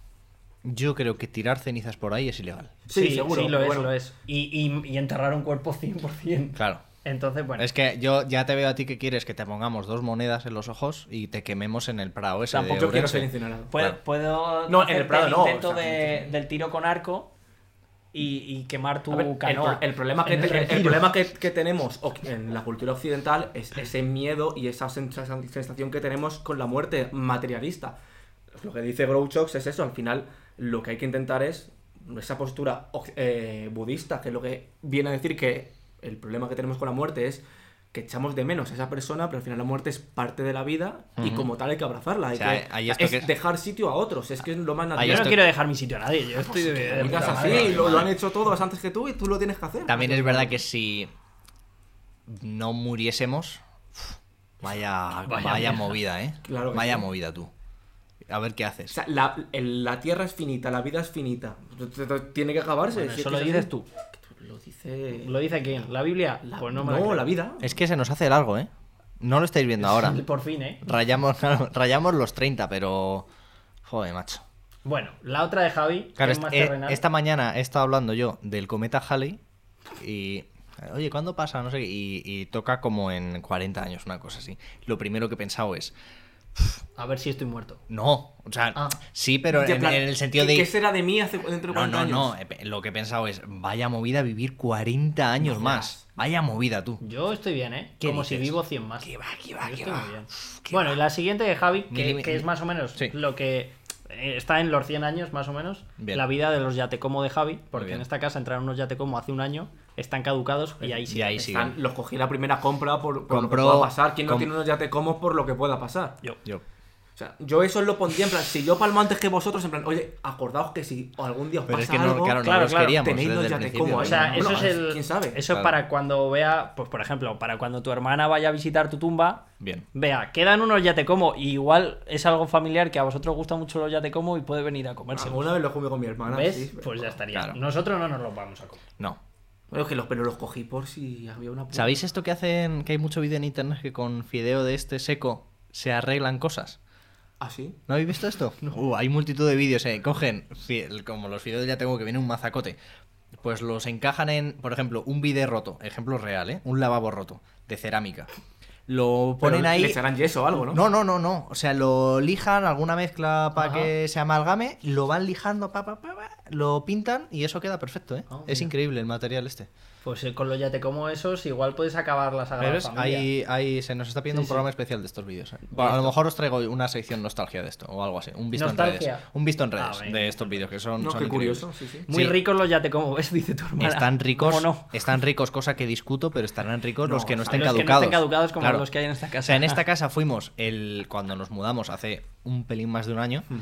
[SPEAKER 1] Yo creo que tirar cenizas por ahí es ilegal.
[SPEAKER 2] Sí, seguro,
[SPEAKER 3] Sí, lo es,
[SPEAKER 2] bueno.
[SPEAKER 3] lo es. Y, y- y enterrar un cuerpo 100%.
[SPEAKER 1] Claro.
[SPEAKER 3] Entonces, bueno,
[SPEAKER 1] Es que yo ya te veo a ti que quieres que te pongamos dos monedas en los ojos y te quememos en el prado ese. de
[SPEAKER 3] Tampoco
[SPEAKER 2] Yo quiero
[SPEAKER 1] Ourense.
[SPEAKER 2] ser incinerado.
[SPEAKER 3] puedo,
[SPEAKER 1] claro.
[SPEAKER 3] puedo
[SPEAKER 2] No, en el
[SPEAKER 3] hacerte
[SPEAKER 2] Prado no,
[SPEAKER 3] intento
[SPEAKER 2] o sea,
[SPEAKER 3] de-
[SPEAKER 2] no.
[SPEAKER 3] del tiro con arco y, y quemar tu
[SPEAKER 2] A ver, el,
[SPEAKER 3] canoa.
[SPEAKER 2] el problema, que,
[SPEAKER 3] en
[SPEAKER 2] te- el- el
[SPEAKER 3] retiro.
[SPEAKER 2] problema que, que tenemos o- en la cultura occidental es ese miedo y esa sensa- sensación que tenemos con la muerte materialista. Lo que dice Grouchox es eso, al final lo que hay que intentar es esa postura oc- eh, budista, que es lo que viene a decir que el problema que tenemos con la muerte es que echamos de menos a esa persona, pero al final la muerte es parte de la vida y
[SPEAKER 1] Ujú.
[SPEAKER 2] como tal hay que abrazarla, hay
[SPEAKER 1] O sea,
[SPEAKER 2] que,
[SPEAKER 1] hay esto
[SPEAKER 2] es
[SPEAKER 1] que-
[SPEAKER 2] dejar sitio a otros, es que es lo más
[SPEAKER 1] Ahí
[SPEAKER 3] Yo
[SPEAKER 2] natural.
[SPEAKER 3] no
[SPEAKER 1] estoy-
[SPEAKER 3] quiero dejar mi sitio a nadie. Yo estoy de, de
[SPEAKER 2] Y
[SPEAKER 3] puta
[SPEAKER 2] das
[SPEAKER 3] madre.
[SPEAKER 2] así, lo, lo han hecho todos antes que tú y tú lo tienes que hacer.
[SPEAKER 1] También es verdad que si no muriésemos, uf, vaya,
[SPEAKER 3] Vaya
[SPEAKER 1] vaya,
[SPEAKER 3] mierda.
[SPEAKER 1] movida, ¿eh?
[SPEAKER 2] Claro que
[SPEAKER 1] vaya
[SPEAKER 2] sí.
[SPEAKER 1] movida tú. A ver qué haces.
[SPEAKER 2] O sea, la, el- la tierra es finita, la vida es finita. T- t- t- Tiene que acabarse.
[SPEAKER 3] Bueno,
[SPEAKER 2] si
[SPEAKER 3] eso
[SPEAKER 2] es
[SPEAKER 3] lo
[SPEAKER 2] que es
[SPEAKER 3] dices
[SPEAKER 2] así.
[SPEAKER 3] tú.
[SPEAKER 2] Lo dice.
[SPEAKER 3] ¿Lo dice quién? ¿La Biblia?
[SPEAKER 2] la-
[SPEAKER 3] Pues no
[SPEAKER 2] no,
[SPEAKER 3] me la creo.
[SPEAKER 2] la vida.
[SPEAKER 1] Es que se nos hace largo, ¿eh? No lo estáis viendo ahora.
[SPEAKER 3] Por fin, ¿eh?
[SPEAKER 1] Rayamos, claro, rayamos los 30, pero... Joder, macho.
[SPEAKER 3] Bueno, la otra de Javi, que
[SPEAKER 1] Claro,
[SPEAKER 3] es más
[SPEAKER 1] est- eh,
[SPEAKER 3] terrenal.
[SPEAKER 1] esta mañana he estado hablando yo del cometa Halley y Oye, ¿cuándo pasa? No sé. qué, Y, y toca como en 40 años, una cosa así. Lo primero que he pensado es,
[SPEAKER 3] A ver si estoy muerto.
[SPEAKER 1] no. O sea,
[SPEAKER 3] Ah.
[SPEAKER 1] sí, pero
[SPEAKER 2] Ya,
[SPEAKER 1] en,
[SPEAKER 2] plan,
[SPEAKER 1] en el sentido
[SPEAKER 2] ¿qué-
[SPEAKER 1] de.
[SPEAKER 2] ¿Qué será de mí hace
[SPEAKER 1] No,
[SPEAKER 2] dentro de
[SPEAKER 1] no,
[SPEAKER 2] 40
[SPEAKER 1] no.
[SPEAKER 2] años?
[SPEAKER 1] eh, pe- Lo que he pensado es, vaya movida vivir 40 años más. Vaya movida tú.
[SPEAKER 3] Yo estoy bien, ¿eh?
[SPEAKER 1] ¿Qué
[SPEAKER 3] Como si
[SPEAKER 1] dices?
[SPEAKER 3] vivo 100 más.
[SPEAKER 1] Qué va, qué va,
[SPEAKER 3] Yo
[SPEAKER 1] qué
[SPEAKER 3] estoy
[SPEAKER 1] va.
[SPEAKER 3] muy bien.
[SPEAKER 1] Uf, qué
[SPEAKER 3] Bueno,
[SPEAKER 1] va.
[SPEAKER 3] y la siguiente de Javi,
[SPEAKER 1] Ni-
[SPEAKER 3] que,
[SPEAKER 1] ni-
[SPEAKER 3] que es más o menos
[SPEAKER 1] Sí.
[SPEAKER 3] lo que eh, está en los 100 años, más o menos.
[SPEAKER 1] Bien.
[SPEAKER 3] La vida de los yatecomo de Javi, porque
[SPEAKER 1] bien.
[SPEAKER 3] en esta casa entraron unos yatecomo hace un año, están caducados y ahí sí.
[SPEAKER 1] Y ahí sí.
[SPEAKER 2] Están- los cogí en la primera compra por, por
[SPEAKER 1] Compró-
[SPEAKER 2] lo que pueda pasar. ¿Quién no
[SPEAKER 1] com-
[SPEAKER 2] tiene unos ya te como por lo que pueda pasar?
[SPEAKER 3] Yo.
[SPEAKER 1] Yo.
[SPEAKER 2] O sea, yo eso lo pondría en plan, si yo palmo antes que vosotros, en plan, oye, acordaos que si algún día os
[SPEAKER 1] Pero es
[SPEAKER 2] pasa
[SPEAKER 1] que no,
[SPEAKER 2] algo,
[SPEAKER 1] claro, no
[SPEAKER 3] claro,
[SPEAKER 1] los
[SPEAKER 3] claro,
[SPEAKER 1] queríamos ¿eh?
[SPEAKER 2] tenéis
[SPEAKER 1] desde
[SPEAKER 2] los
[SPEAKER 1] el
[SPEAKER 2] ya te
[SPEAKER 1] principio.
[SPEAKER 2] como,
[SPEAKER 3] O sea,
[SPEAKER 2] No,
[SPEAKER 3] eso
[SPEAKER 2] no,
[SPEAKER 3] es
[SPEAKER 2] es-
[SPEAKER 3] el.
[SPEAKER 2] ¿quién sabe?
[SPEAKER 3] Eso es
[SPEAKER 1] Claro.
[SPEAKER 3] para cuando vea, pues por ejemplo, para cuando tu hermana vaya a visitar tu tumba,
[SPEAKER 1] Bien.
[SPEAKER 3] vea, quedan unos yatecomo. Y igual es algo familiar que a vosotros gusta mucho los yatecomo y puede venir a comerse.
[SPEAKER 2] Alguna vez lo comí con mi hermana.
[SPEAKER 3] ¿Ves?
[SPEAKER 2] sí, pero-
[SPEAKER 3] pues ya estaría.
[SPEAKER 1] Ah, Claro.
[SPEAKER 3] Nosotros no nos los vamos a comer.
[SPEAKER 1] No.
[SPEAKER 2] Bueno, que los, pero los cogí por si había una. puta.
[SPEAKER 1] ¿Sabéis esto que hacen? Que hay mucho vídeo en internet que con fideo de este seco se arreglan cosas.
[SPEAKER 2] ¿Ah, sí?
[SPEAKER 1] ¿No habéis visto esto? Uh, hay multitud de vídeos, eh. Cogen, fi- como los fideos ya tengo que viene un mazacote. Pues los encajan en, por ejemplo, un bidé roto. Ejemplo real, ¿eh? Un lavabo roto de cerámica. Lo
[SPEAKER 2] Pero
[SPEAKER 1] ponen ahí.
[SPEAKER 2] Le echarán yeso o algo, ¿no?
[SPEAKER 1] No, no, no, no. O sea, lo lijan, alguna mezcla para
[SPEAKER 3] Ajá.
[SPEAKER 1] que se amalgame, lo van lijando, pa, pa, pa, pa, lo pintan y eso queda perfecto, ¿eh?
[SPEAKER 3] Ah,
[SPEAKER 1] es
[SPEAKER 3] mira.
[SPEAKER 1] increíble el material este.
[SPEAKER 3] Pues eh, con los yatecomo esos, igual puedes acabar la sagrada
[SPEAKER 1] Pero es-
[SPEAKER 3] familia.
[SPEAKER 1] ahí, ahí se nos está pidiendo
[SPEAKER 3] Sí,
[SPEAKER 1] un
[SPEAKER 3] sí.
[SPEAKER 1] programa especial de estos vídeos. ¿eh? a lo mejor os traigo una sección nostalgia de esto o algo así. Un visto en
[SPEAKER 3] Nostalgia.
[SPEAKER 1] redes. Un visto en redes
[SPEAKER 3] Ah, venga.
[SPEAKER 1] de estos vídeos que son.
[SPEAKER 2] No,
[SPEAKER 1] son
[SPEAKER 2] qué
[SPEAKER 1] increíbles.
[SPEAKER 2] curioso. Sí, sí.
[SPEAKER 3] Muy
[SPEAKER 1] sí.
[SPEAKER 3] ricos los yatecomo, ¿ves? Dice tu hermana.
[SPEAKER 1] Están ricos,
[SPEAKER 3] ¿Cómo no?
[SPEAKER 1] están ricos, cosa que discuto, pero estarán ricos los
[SPEAKER 2] No,
[SPEAKER 1] que no
[SPEAKER 2] o sea,
[SPEAKER 1] estén
[SPEAKER 3] los que no
[SPEAKER 1] caducados.
[SPEAKER 3] estén caducados como los que hay en esta casa.
[SPEAKER 1] O sea, en esta casa fuimos el cuando nos mudamos hace un pelín más de un año,
[SPEAKER 3] Hmm.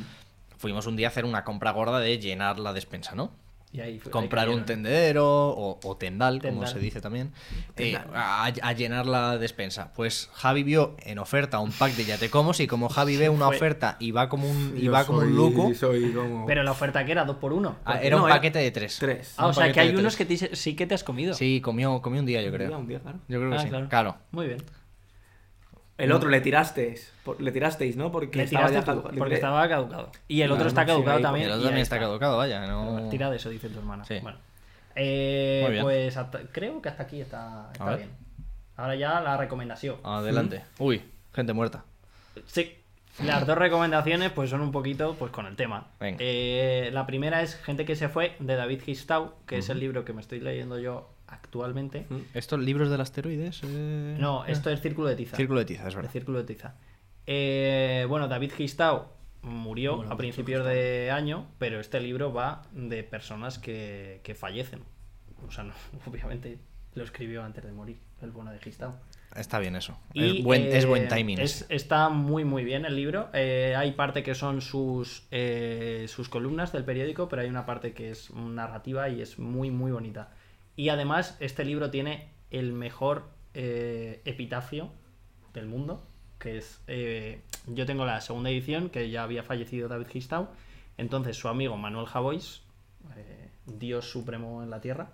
[SPEAKER 1] fuimos un día a hacer una compra gorda de llenar la despensa, ¿no?
[SPEAKER 3] Y ahí fue- ahí
[SPEAKER 1] comprar un
[SPEAKER 3] cayeron.
[SPEAKER 1] tendero o, o tendal, como
[SPEAKER 3] Tendal.
[SPEAKER 1] se dice también, eh, a, a llenar la despensa. Pues Javi vio en oferta un pack de yatecomos y como Javi ve una
[SPEAKER 3] Fue-
[SPEAKER 1] oferta y va como un, y va como un loco,
[SPEAKER 2] Mm, Soy como.
[SPEAKER 3] Pero la oferta que era, dos por uno.
[SPEAKER 1] ah, era
[SPEAKER 2] no,
[SPEAKER 1] un
[SPEAKER 2] era
[SPEAKER 1] paquete de tres.
[SPEAKER 2] tres.
[SPEAKER 3] Ah,
[SPEAKER 1] Un
[SPEAKER 3] o sea, que
[SPEAKER 1] paquete
[SPEAKER 3] hay
[SPEAKER 1] de
[SPEAKER 3] unos que
[SPEAKER 1] tres.
[SPEAKER 3] te- sí que te has comido.
[SPEAKER 1] Sí, comió, comió un día, yo
[SPEAKER 2] Un día,
[SPEAKER 1] creo.
[SPEAKER 2] un día, claro.
[SPEAKER 1] Yo creo que
[SPEAKER 3] Ah,
[SPEAKER 1] sí.
[SPEAKER 3] claro.
[SPEAKER 1] Claro.
[SPEAKER 3] Muy bien.
[SPEAKER 2] El otro le tirasteis. por- le tirasteis, ¿no? Porque
[SPEAKER 3] Le
[SPEAKER 2] estaba
[SPEAKER 3] tiraste
[SPEAKER 2] ya
[SPEAKER 3] tú,
[SPEAKER 2] caduca- le
[SPEAKER 3] porque
[SPEAKER 2] tiré-
[SPEAKER 3] estaba caducado. Y el
[SPEAKER 2] Claro,
[SPEAKER 3] otro está
[SPEAKER 2] no, sí,
[SPEAKER 3] caducado
[SPEAKER 2] ahí-
[SPEAKER 1] Y
[SPEAKER 3] también.
[SPEAKER 1] el
[SPEAKER 3] y
[SPEAKER 1] otro
[SPEAKER 3] ahí
[SPEAKER 1] también está caducado, vaya.
[SPEAKER 3] Pero
[SPEAKER 1] No...
[SPEAKER 3] Tira de eso, dice tu hermana.
[SPEAKER 1] Sí.
[SPEAKER 3] Bueno. Eh,
[SPEAKER 1] Muy bien.
[SPEAKER 3] pues hasta- creo que hasta aquí está, está
[SPEAKER 1] ver. Ah,
[SPEAKER 3] bien. Ahora ya la recomendación.
[SPEAKER 1] Adelante. Uy, gente muerta.
[SPEAKER 3] Sí. Las dos recomendaciones pues son un poquito pues con el tema.
[SPEAKER 1] Venga.
[SPEAKER 3] Eh, la primera es Gente que se fue de David Gistau, que es el libro que me estoy leyendo yo actualmente.
[SPEAKER 2] Ujú.
[SPEAKER 1] ¿Estos libros del asteroides? eh?
[SPEAKER 3] No, esto es Círculo de Tiza.
[SPEAKER 1] Círculo de tiza, es
[SPEAKER 3] El
[SPEAKER 1] verdad.
[SPEAKER 3] Círculo de Tiza. Eh, bueno, David Gistau murió a principios de año, pero este libro va de personas que, que fallecen. O sea, no, obviamente lo escribió antes de morir, el bueno de Gistau.
[SPEAKER 1] Está bien eso.
[SPEAKER 3] Y,
[SPEAKER 1] es, buen, es
[SPEAKER 3] eh,
[SPEAKER 1] buen timing.
[SPEAKER 3] es- está muy, muy bien el libro. Eh, hay parte que son sus, eh, sus columnas del periódico, pero hay una parte que es narrativa y es muy, muy bonita. Y además, este libro tiene el mejor eh, epitafio del mundo, que es... eh, yo tengo la segunda edición, que ya había fallecido David Gistau. Entonces, su amigo Manuel Javois, eh, Dios supremo en la Tierra,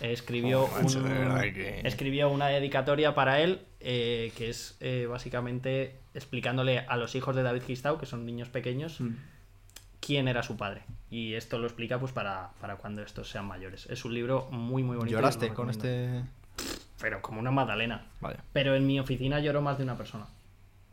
[SPEAKER 3] escribió,
[SPEAKER 1] Joder, Oh, macho,
[SPEAKER 3] un-
[SPEAKER 1] de verdad que-
[SPEAKER 3] escribió una dedicatoria para él eh, que es eh, básicamente explicándole a los hijos de David Gistau, que son niños pequeños,
[SPEAKER 2] Mm.
[SPEAKER 3] quién era su padre. Y esto lo explica pues para, para cuando estos sean mayores. Es un libro muy, muy bonito. y os lo
[SPEAKER 1] ¿Lloraste con
[SPEAKER 3] recomiendo.
[SPEAKER 1] este...?
[SPEAKER 3] Pero como una magdalena.
[SPEAKER 1] Vale.
[SPEAKER 3] Pero en mi oficina lloró más de una persona.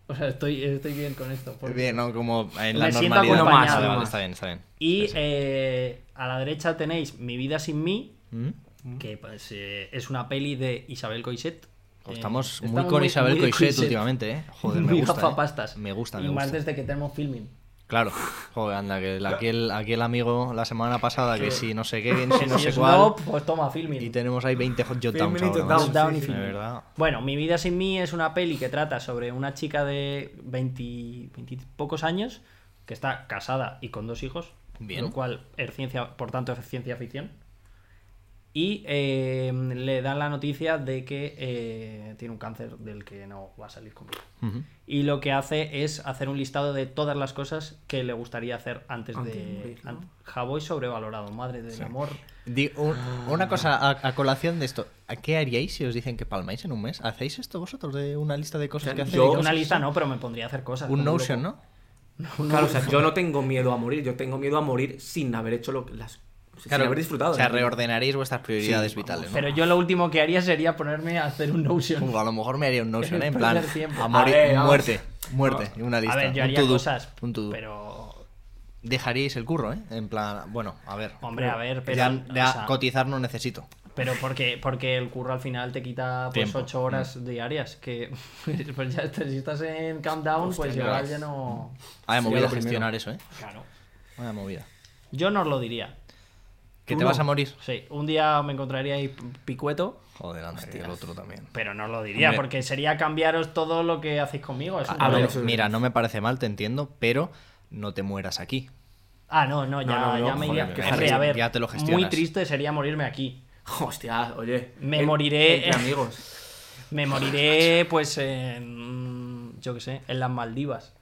[SPEAKER 3] O sea, estoy, estoy bien con esto. porque-
[SPEAKER 1] Bien, ¿no? Como en
[SPEAKER 3] Me
[SPEAKER 1] la
[SPEAKER 3] siento
[SPEAKER 1] normalidad.
[SPEAKER 3] acompañado.
[SPEAKER 1] Vale, vale,
[SPEAKER 2] Uno más.
[SPEAKER 1] está bien, está bien.
[SPEAKER 3] Y eh, a la derecha tenéis Mi vida sin mí,
[SPEAKER 1] ¿Mm?
[SPEAKER 3] que pues, eh, es eh, es una peli de Isabel Coixet. Eh,
[SPEAKER 1] Pues Estamos muy con Isabel
[SPEAKER 3] muy de
[SPEAKER 1] Coixet, últimamente, ¿eh? Joder, me
[SPEAKER 3] Muy
[SPEAKER 1] gusta. ¿eh?
[SPEAKER 3] gafapastas.
[SPEAKER 1] Me gusta,
[SPEAKER 3] y
[SPEAKER 1] me
[SPEAKER 3] más
[SPEAKER 1] gusta.
[SPEAKER 3] desde que tenemos filming.
[SPEAKER 1] Claro. Joder, anda, que el- aquel, aquel amigo la semana pasada que si no sé qué, que si
[SPEAKER 3] Que
[SPEAKER 1] no
[SPEAKER 3] si
[SPEAKER 1] sé
[SPEAKER 3] es
[SPEAKER 1] cuál...
[SPEAKER 3] no, pues toma filming.
[SPEAKER 1] Y tenemos ahí 20 hot jot
[SPEAKER 2] Filmin
[SPEAKER 1] downs
[SPEAKER 2] y
[SPEAKER 1] ahora,
[SPEAKER 2] Jot
[SPEAKER 1] macho.
[SPEAKER 2] Downs,
[SPEAKER 3] Down
[SPEAKER 2] sí,
[SPEAKER 3] y
[SPEAKER 2] sí.
[SPEAKER 3] Filmin.
[SPEAKER 1] De verdad.
[SPEAKER 3] Bueno, Mi vida sin mí es una peli que trata sobre una chica de 20, 20 y pocos años que está casada y con dos hijos,
[SPEAKER 1] Bien.
[SPEAKER 3] lo cual es ciencia, por tanto es ciencia ficción. Y eh, le dan la noticia de que eh, tiene un cáncer del que no va a salir con vida.
[SPEAKER 1] Ujú.
[SPEAKER 3] Y lo que hace es hacer un listado de todas las cosas que le gustaría hacer antes,
[SPEAKER 2] Antes de
[SPEAKER 3] de...
[SPEAKER 2] morir, ¿no?
[SPEAKER 3] an- Havoy sobrevalorado, madre del amor.
[SPEAKER 1] Di- un- una cosa a, a colación de esto. ¿A qué haríais si os dicen que palmáis en un mes? ¿Hacéis esto vosotros de una lista de cosas
[SPEAKER 2] O sea,
[SPEAKER 1] que hacéis?
[SPEAKER 2] yo-
[SPEAKER 1] y cosas
[SPEAKER 3] Una lista
[SPEAKER 1] así?
[SPEAKER 3] no, pero me pondría a hacer cosas.
[SPEAKER 1] Un
[SPEAKER 3] como un
[SPEAKER 1] Notion,
[SPEAKER 3] loco.
[SPEAKER 1] ¿no?
[SPEAKER 2] Claro, o sea, yo no tengo miedo a morir, yo tengo miedo a morir sin haber hecho lo, las Claro, sin haber disfrutado.
[SPEAKER 1] O sea,
[SPEAKER 2] ¿no?
[SPEAKER 1] reordenaréis vuestras prioridades vitales, ¿no?
[SPEAKER 3] Pero yo lo último que haría sería ponerme a hacer un Notion.
[SPEAKER 1] Uf, a lo mejor me haría un Notion, ¿eh? En plan,
[SPEAKER 3] Perder tiempo.
[SPEAKER 1] a morir-
[SPEAKER 2] A ver, vamos.
[SPEAKER 1] muerte, muerte, y una lista.
[SPEAKER 3] A ver, yo
[SPEAKER 1] un
[SPEAKER 3] haría
[SPEAKER 1] to-do,
[SPEAKER 3] cosas,
[SPEAKER 1] un to-do.
[SPEAKER 3] pero...
[SPEAKER 1] Dejaríais el curro, ¿eh? En plan, bueno, a ver.
[SPEAKER 3] Hombre, a ver, pero...
[SPEAKER 1] ya, ya
[SPEAKER 3] o sea,
[SPEAKER 1] cotizar no necesito.
[SPEAKER 3] Pero porque, porque el curro al final te quita pues
[SPEAKER 1] Tiempo. Mm.
[SPEAKER 3] 8 horas diarias. Que pues ya te- si estás en countdown,
[SPEAKER 1] Hostia,
[SPEAKER 3] pues
[SPEAKER 1] claro.
[SPEAKER 3] igual ya no.
[SPEAKER 1] Vaya
[SPEAKER 2] Sería
[SPEAKER 1] movida
[SPEAKER 2] lo primero.
[SPEAKER 1] gestionar eso, ¿eh?
[SPEAKER 3] Claro.
[SPEAKER 1] Vaya movida.
[SPEAKER 3] Yo no os lo diría.
[SPEAKER 1] Que
[SPEAKER 3] ¿Tú
[SPEAKER 1] te
[SPEAKER 3] no?
[SPEAKER 1] vas a morir.
[SPEAKER 3] Sí, un día me encontraría ahí picueto,
[SPEAKER 1] Joder, antes el otro también.
[SPEAKER 3] pero no os lo diría,
[SPEAKER 1] Hombre. Ah,
[SPEAKER 3] porque sería cambiaros todo lo que hacéis conmigo. eso
[SPEAKER 1] A
[SPEAKER 3] no-
[SPEAKER 2] ver,
[SPEAKER 1] ver,
[SPEAKER 2] eso es-
[SPEAKER 1] mira, no me parece mal, te entiendo, pero no te mueras aquí.
[SPEAKER 3] Ah, no, no, ya,
[SPEAKER 2] No, no, no,
[SPEAKER 3] ya me
[SPEAKER 2] joder,
[SPEAKER 3] iría.
[SPEAKER 2] me
[SPEAKER 3] Hombre,
[SPEAKER 1] parece-
[SPEAKER 3] a ver,
[SPEAKER 1] ya te lo gestionas.
[SPEAKER 3] muy triste sería morirme aquí.
[SPEAKER 2] Hostia, oye.
[SPEAKER 3] Me
[SPEAKER 2] en-
[SPEAKER 3] moriré.
[SPEAKER 2] Entre amigos.
[SPEAKER 3] Me moriré, pues, en. Yo qué sé, en las Maldivas.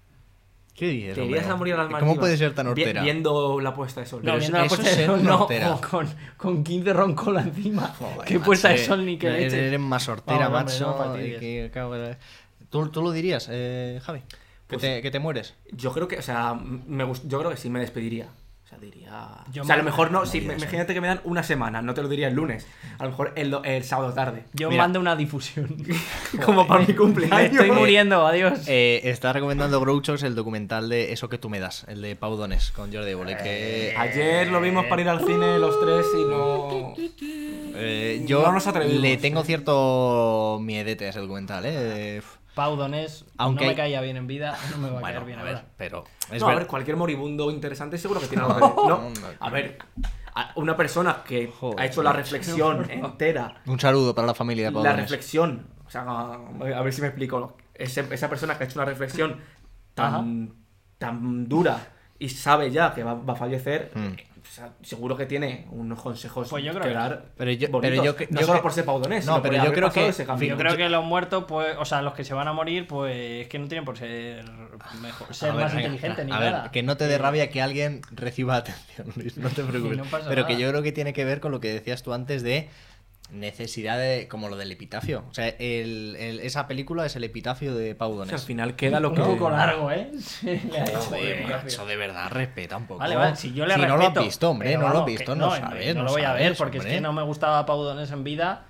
[SPEAKER 1] ¿Qué dices?
[SPEAKER 2] ¿Te irías
[SPEAKER 1] hombre?
[SPEAKER 2] a morir a las
[SPEAKER 1] ¿Cómo
[SPEAKER 2] Maldivas?
[SPEAKER 1] puede ser tan
[SPEAKER 2] Vi-
[SPEAKER 1] hortera?
[SPEAKER 2] Viendo la puesta de sol.
[SPEAKER 3] No,
[SPEAKER 1] Pero
[SPEAKER 3] viendo
[SPEAKER 1] es-
[SPEAKER 3] la
[SPEAKER 1] eso
[SPEAKER 3] puesta de
[SPEAKER 1] es
[SPEAKER 3] sol,
[SPEAKER 1] ser
[SPEAKER 3] no,
[SPEAKER 1] hortera.
[SPEAKER 3] o con, con 15 roncola encima.
[SPEAKER 1] Joder,
[SPEAKER 3] Qué puesta de
[SPEAKER 1] macho,
[SPEAKER 3] sol ni que
[SPEAKER 1] eh,
[SPEAKER 3] leches.
[SPEAKER 1] Eres más sortera,
[SPEAKER 3] Vamos, hombre,
[SPEAKER 1] macho.
[SPEAKER 3] no fastidies.
[SPEAKER 1] y que acabo de- ¿Tú, tú lo dirías, eh, Javi? ¿Que,
[SPEAKER 2] Pues-
[SPEAKER 1] te, que te mueres.
[SPEAKER 2] Yo creo que, o sea, me gust- yo creo que sí me despediría. O sea, diría.
[SPEAKER 3] Yo
[SPEAKER 2] o sea, a
[SPEAKER 3] me-
[SPEAKER 2] lo mejor no. Sí,
[SPEAKER 1] Movidas,
[SPEAKER 2] me- imagínate que me dan una semana, no te lo diría el lunes. A lo mejor el, do- el sábado tarde.
[SPEAKER 3] Yo
[SPEAKER 1] Mira.
[SPEAKER 3] mando una difusión.
[SPEAKER 2] Como para mi
[SPEAKER 3] Me
[SPEAKER 2] cumpleaños.
[SPEAKER 3] estoy muriendo, adiós.
[SPEAKER 1] Eh, está recomendando Grouchos el documental de Eso que tú me das, el de Pau Donés con Jordi Évole, que
[SPEAKER 2] Eh, Ayer lo vimos para ir al cine los tres y no.
[SPEAKER 1] eh, yo
[SPEAKER 2] no nos atrevimos.
[SPEAKER 1] le tengo cierto miedete a ese documental,
[SPEAKER 2] Ah,
[SPEAKER 1] ¿eh? Uf.
[SPEAKER 3] Pau Donés,
[SPEAKER 1] Aunque-
[SPEAKER 3] no me caía bien en vida, no me va a
[SPEAKER 1] Bueno,
[SPEAKER 3] caer bien
[SPEAKER 1] a ver,
[SPEAKER 3] ahora.
[SPEAKER 1] pero...
[SPEAKER 2] no, a
[SPEAKER 1] ver-
[SPEAKER 2] ver, cualquier moribundo interesante seguro que tiene algo que ver.
[SPEAKER 1] No,
[SPEAKER 2] No,
[SPEAKER 1] no,
[SPEAKER 2] a ver, a- una persona que
[SPEAKER 1] Joder.
[SPEAKER 2] ha hecho la reflexión entera,
[SPEAKER 1] Un saludo para la familia de Pau
[SPEAKER 2] la
[SPEAKER 1] Donés.
[SPEAKER 2] reflexión, o sea, a a ver si me explico, Ese- esa persona que ha hecho una reflexión tan, tan dura y sabe ya que va, va a fallecer,
[SPEAKER 1] Hmm.
[SPEAKER 2] o sea, seguro que tiene unos consejos
[SPEAKER 3] Pues yo creo que-
[SPEAKER 2] dar
[SPEAKER 1] pero yo-
[SPEAKER 2] bonitos.
[SPEAKER 1] pero yo que-
[SPEAKER 2] no
[SPEAKER 1] yo
[SPEAKER 2] solo
[SPEAKER 1] que-
[SPEAKER 2] por ser paudonés,
[SPEAKER 1] No,
[SPEAKER 2] sino por
[SPEAKER 1] pero yo
[SPEAKER 2] haber
[SPEAKER 1] creo
[SPEAKER 2] pasado
[SPEAKER 1] que-
[SPEAKER 2] ese camino.
[SPEAKER 3] Yo creo que los muertos, pues, o sea, los que se van a morir, pues, es que no tienen por ser mejor, ser
[SPEAKER 1] A ver,
[SPEAKER 3] más
[SPEAKER 1] venga,
[SPEAKER 3] inteligente ni
[SPEAKER 1] a
[SPEAKER 3] nada.
[SPEAKER 1] ver, que no te dé rabia que alguien reciba atención, Luis, no te preocupes.
[SPEAKER 3] No pasa
[SPEAKER 1] Pero que
[SPEAKER 3] nada.
[SPEAKER 1] yo creo que tiene que ver con lo que decías tú antes de necesidad de, como lo del epitafio. O sea, el- el- esa película es el epitafio de Pau
[SPEAKER 2] O sea,
[SPEAKER 1] Donés.
[SPEAKER 2] al final queda lo
[SPEAKER 3] Un
[SPEAKER 2] que...
[SPEAKER 3] poco largo, ¿eh? Sí, le ha hecho
[SPEAKER 1] Joder,
[SPEAKER 3] bien,
[SPEAKER 1] macho, de verdad, respeta un poco.
[SPEAKER 3] Vale, vale, si yo le
[SPEAKER 1] no lo has
[SPEAKER 3] respeto,
[SPEAKER 1] visto, hombre,
[SPEAKER 3] pero
[SPEAKER 1] no lo has
[SPEAKER 3] vamos,
[SPEAKER 1] visto,
[SPEAKER 3] que-
[SPEAKER 1] no,
[SPEAKER 3] hombre,
[SPEAKER 1] sabes.
[SPEAKER 3] No lo voy a ver
[SPEAKER 1] sabes,
[SPEAKER 3] porque es
[SPEAKER 1] hombre.
[SPEAKER 3] que no me gustaba Pau Donés en vida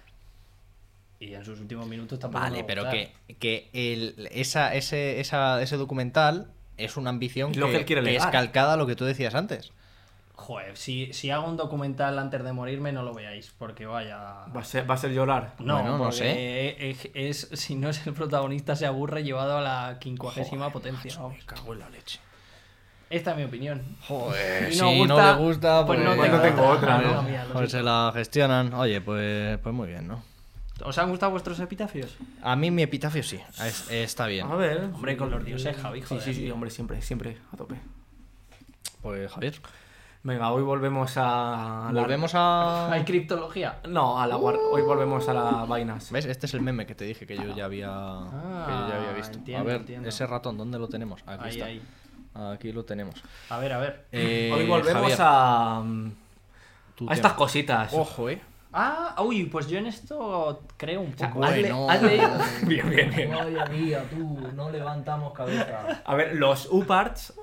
[SPEAKER 3] y en sus últimos minutos tampoco. me
[SPEAKER 1] Vale,
[SPEAKER 3] va a
[SPEAKER 1] pero
[SPEAKER 3] gustar.
[SPEAKER 1] que, que el, esa, ese, esa- ese documental es una ambición
[SPEAKER 2] Lo que él quiere
[SPEAKER 1] que es
[SPEAKER 2] legar.
[SPEAKER 1] calcada a lo que tú decías antes.
[SPEAKER 3] Joder, si, si hago un documental antes de morirme no lo veáis porque vaya.
[SPEAKER 2] Va a ser, va a ser llorar.
[SPEAKER 3] No,
[SPEAKER 1] Bueno, no
[SPEAKER 3] porque
[SPEAKER 1] sé.
[SPEAKER 3] Es, es- si no es el protagonista se aburre llevado a la quincuagésima potencia. vamos.
[SPEAKER 1] cago en la leche.
[SPEAKER 3] Esta es mi opinión.
[SPEAKER 1] Joder,
[SPEAKER 3] Si
[SPEAKER 1] Eh, si
[SPEAKER 3] no
[SPEAKER 1] no
[SPEAKER 3] gusta,
[SPEAKER 1] le gusta, pues,
[SPEAKER 3] pues no
[SPEAKER 2] Pues no tengo tengo otra, otra, ¿no?
[SPEAKER 3] mía, lo
[SPEAKER 1] Pues se la gestionan. Oye, pues, pues muy bien, ¿no?
[SPEAKER 3] ¿Os han gustado vuestros epitafios?
[SPEAKER 1] A mí mi epitafio sí, es- está bien.
[SPEAKER 2] A ver.
[SPEAKER 3] Hombre, con los dioses, Javi,
[SPEAKER 2] Sí,
[SPEAKER 3] joder.
[SPEAKER 2] sí, sí, hombre, siempre, siempre a tope.
[SPEAKER 1] Pues Javier,
[SPEAKER 2] Venga, hoy volvemos a. la-
[SPEAKER 1] volvemos a...
[SPEAKER 3] Hay criptología.
[SPEAKER 2] No, a la guar- Hoy volvemos a la vainas.
[SPEAKER 1] ¿Ves? Este es el meme que te dije que yo ya había,
[SPEAKER 2] Ah,
[SPEAKER 1] que yo ya había visto. a
[SPEAKER 3] entiendo,
[SPEAKER 1] ver,
[SPEAKER 3] entiendo.
[SPEAKER 1] ese ratón, ¿dónde lo tenemos? Aquí
[SPEAKER 3] Ahí,
[SPEAKER 1] está.
[SPEAKER 3] ahí.
[SPEAKER 1] Aquí lo tenemos.
[SPEAKER 3] A ver, a ver.
[SPEAKER 1] Eh,
[SPEAKER 2] hoy volvemos
[SPEAKER 1] Javier,
[SPEAKER 2] a.
[SPEAKER 1] tu
[SPEAKER 2] a estas
[SPEAKER 1] tema.
[SPEAKER 2] cositas.
[SPEAKER 1] Ojo, eh.
[SPEAKER 3] Ah, uy, pues yo en esto creo un
[SPEAKER 2] sea,
[SPEAKER 3] poco.
[SPEAKER 1] hazle- Bueno. hazle-
[SPEAKER 2] Bien, bien, bien.
[SPEAKER 1] día, tú, no levantamos cabeza.
[SPEAKER 2] A ver, los UParts.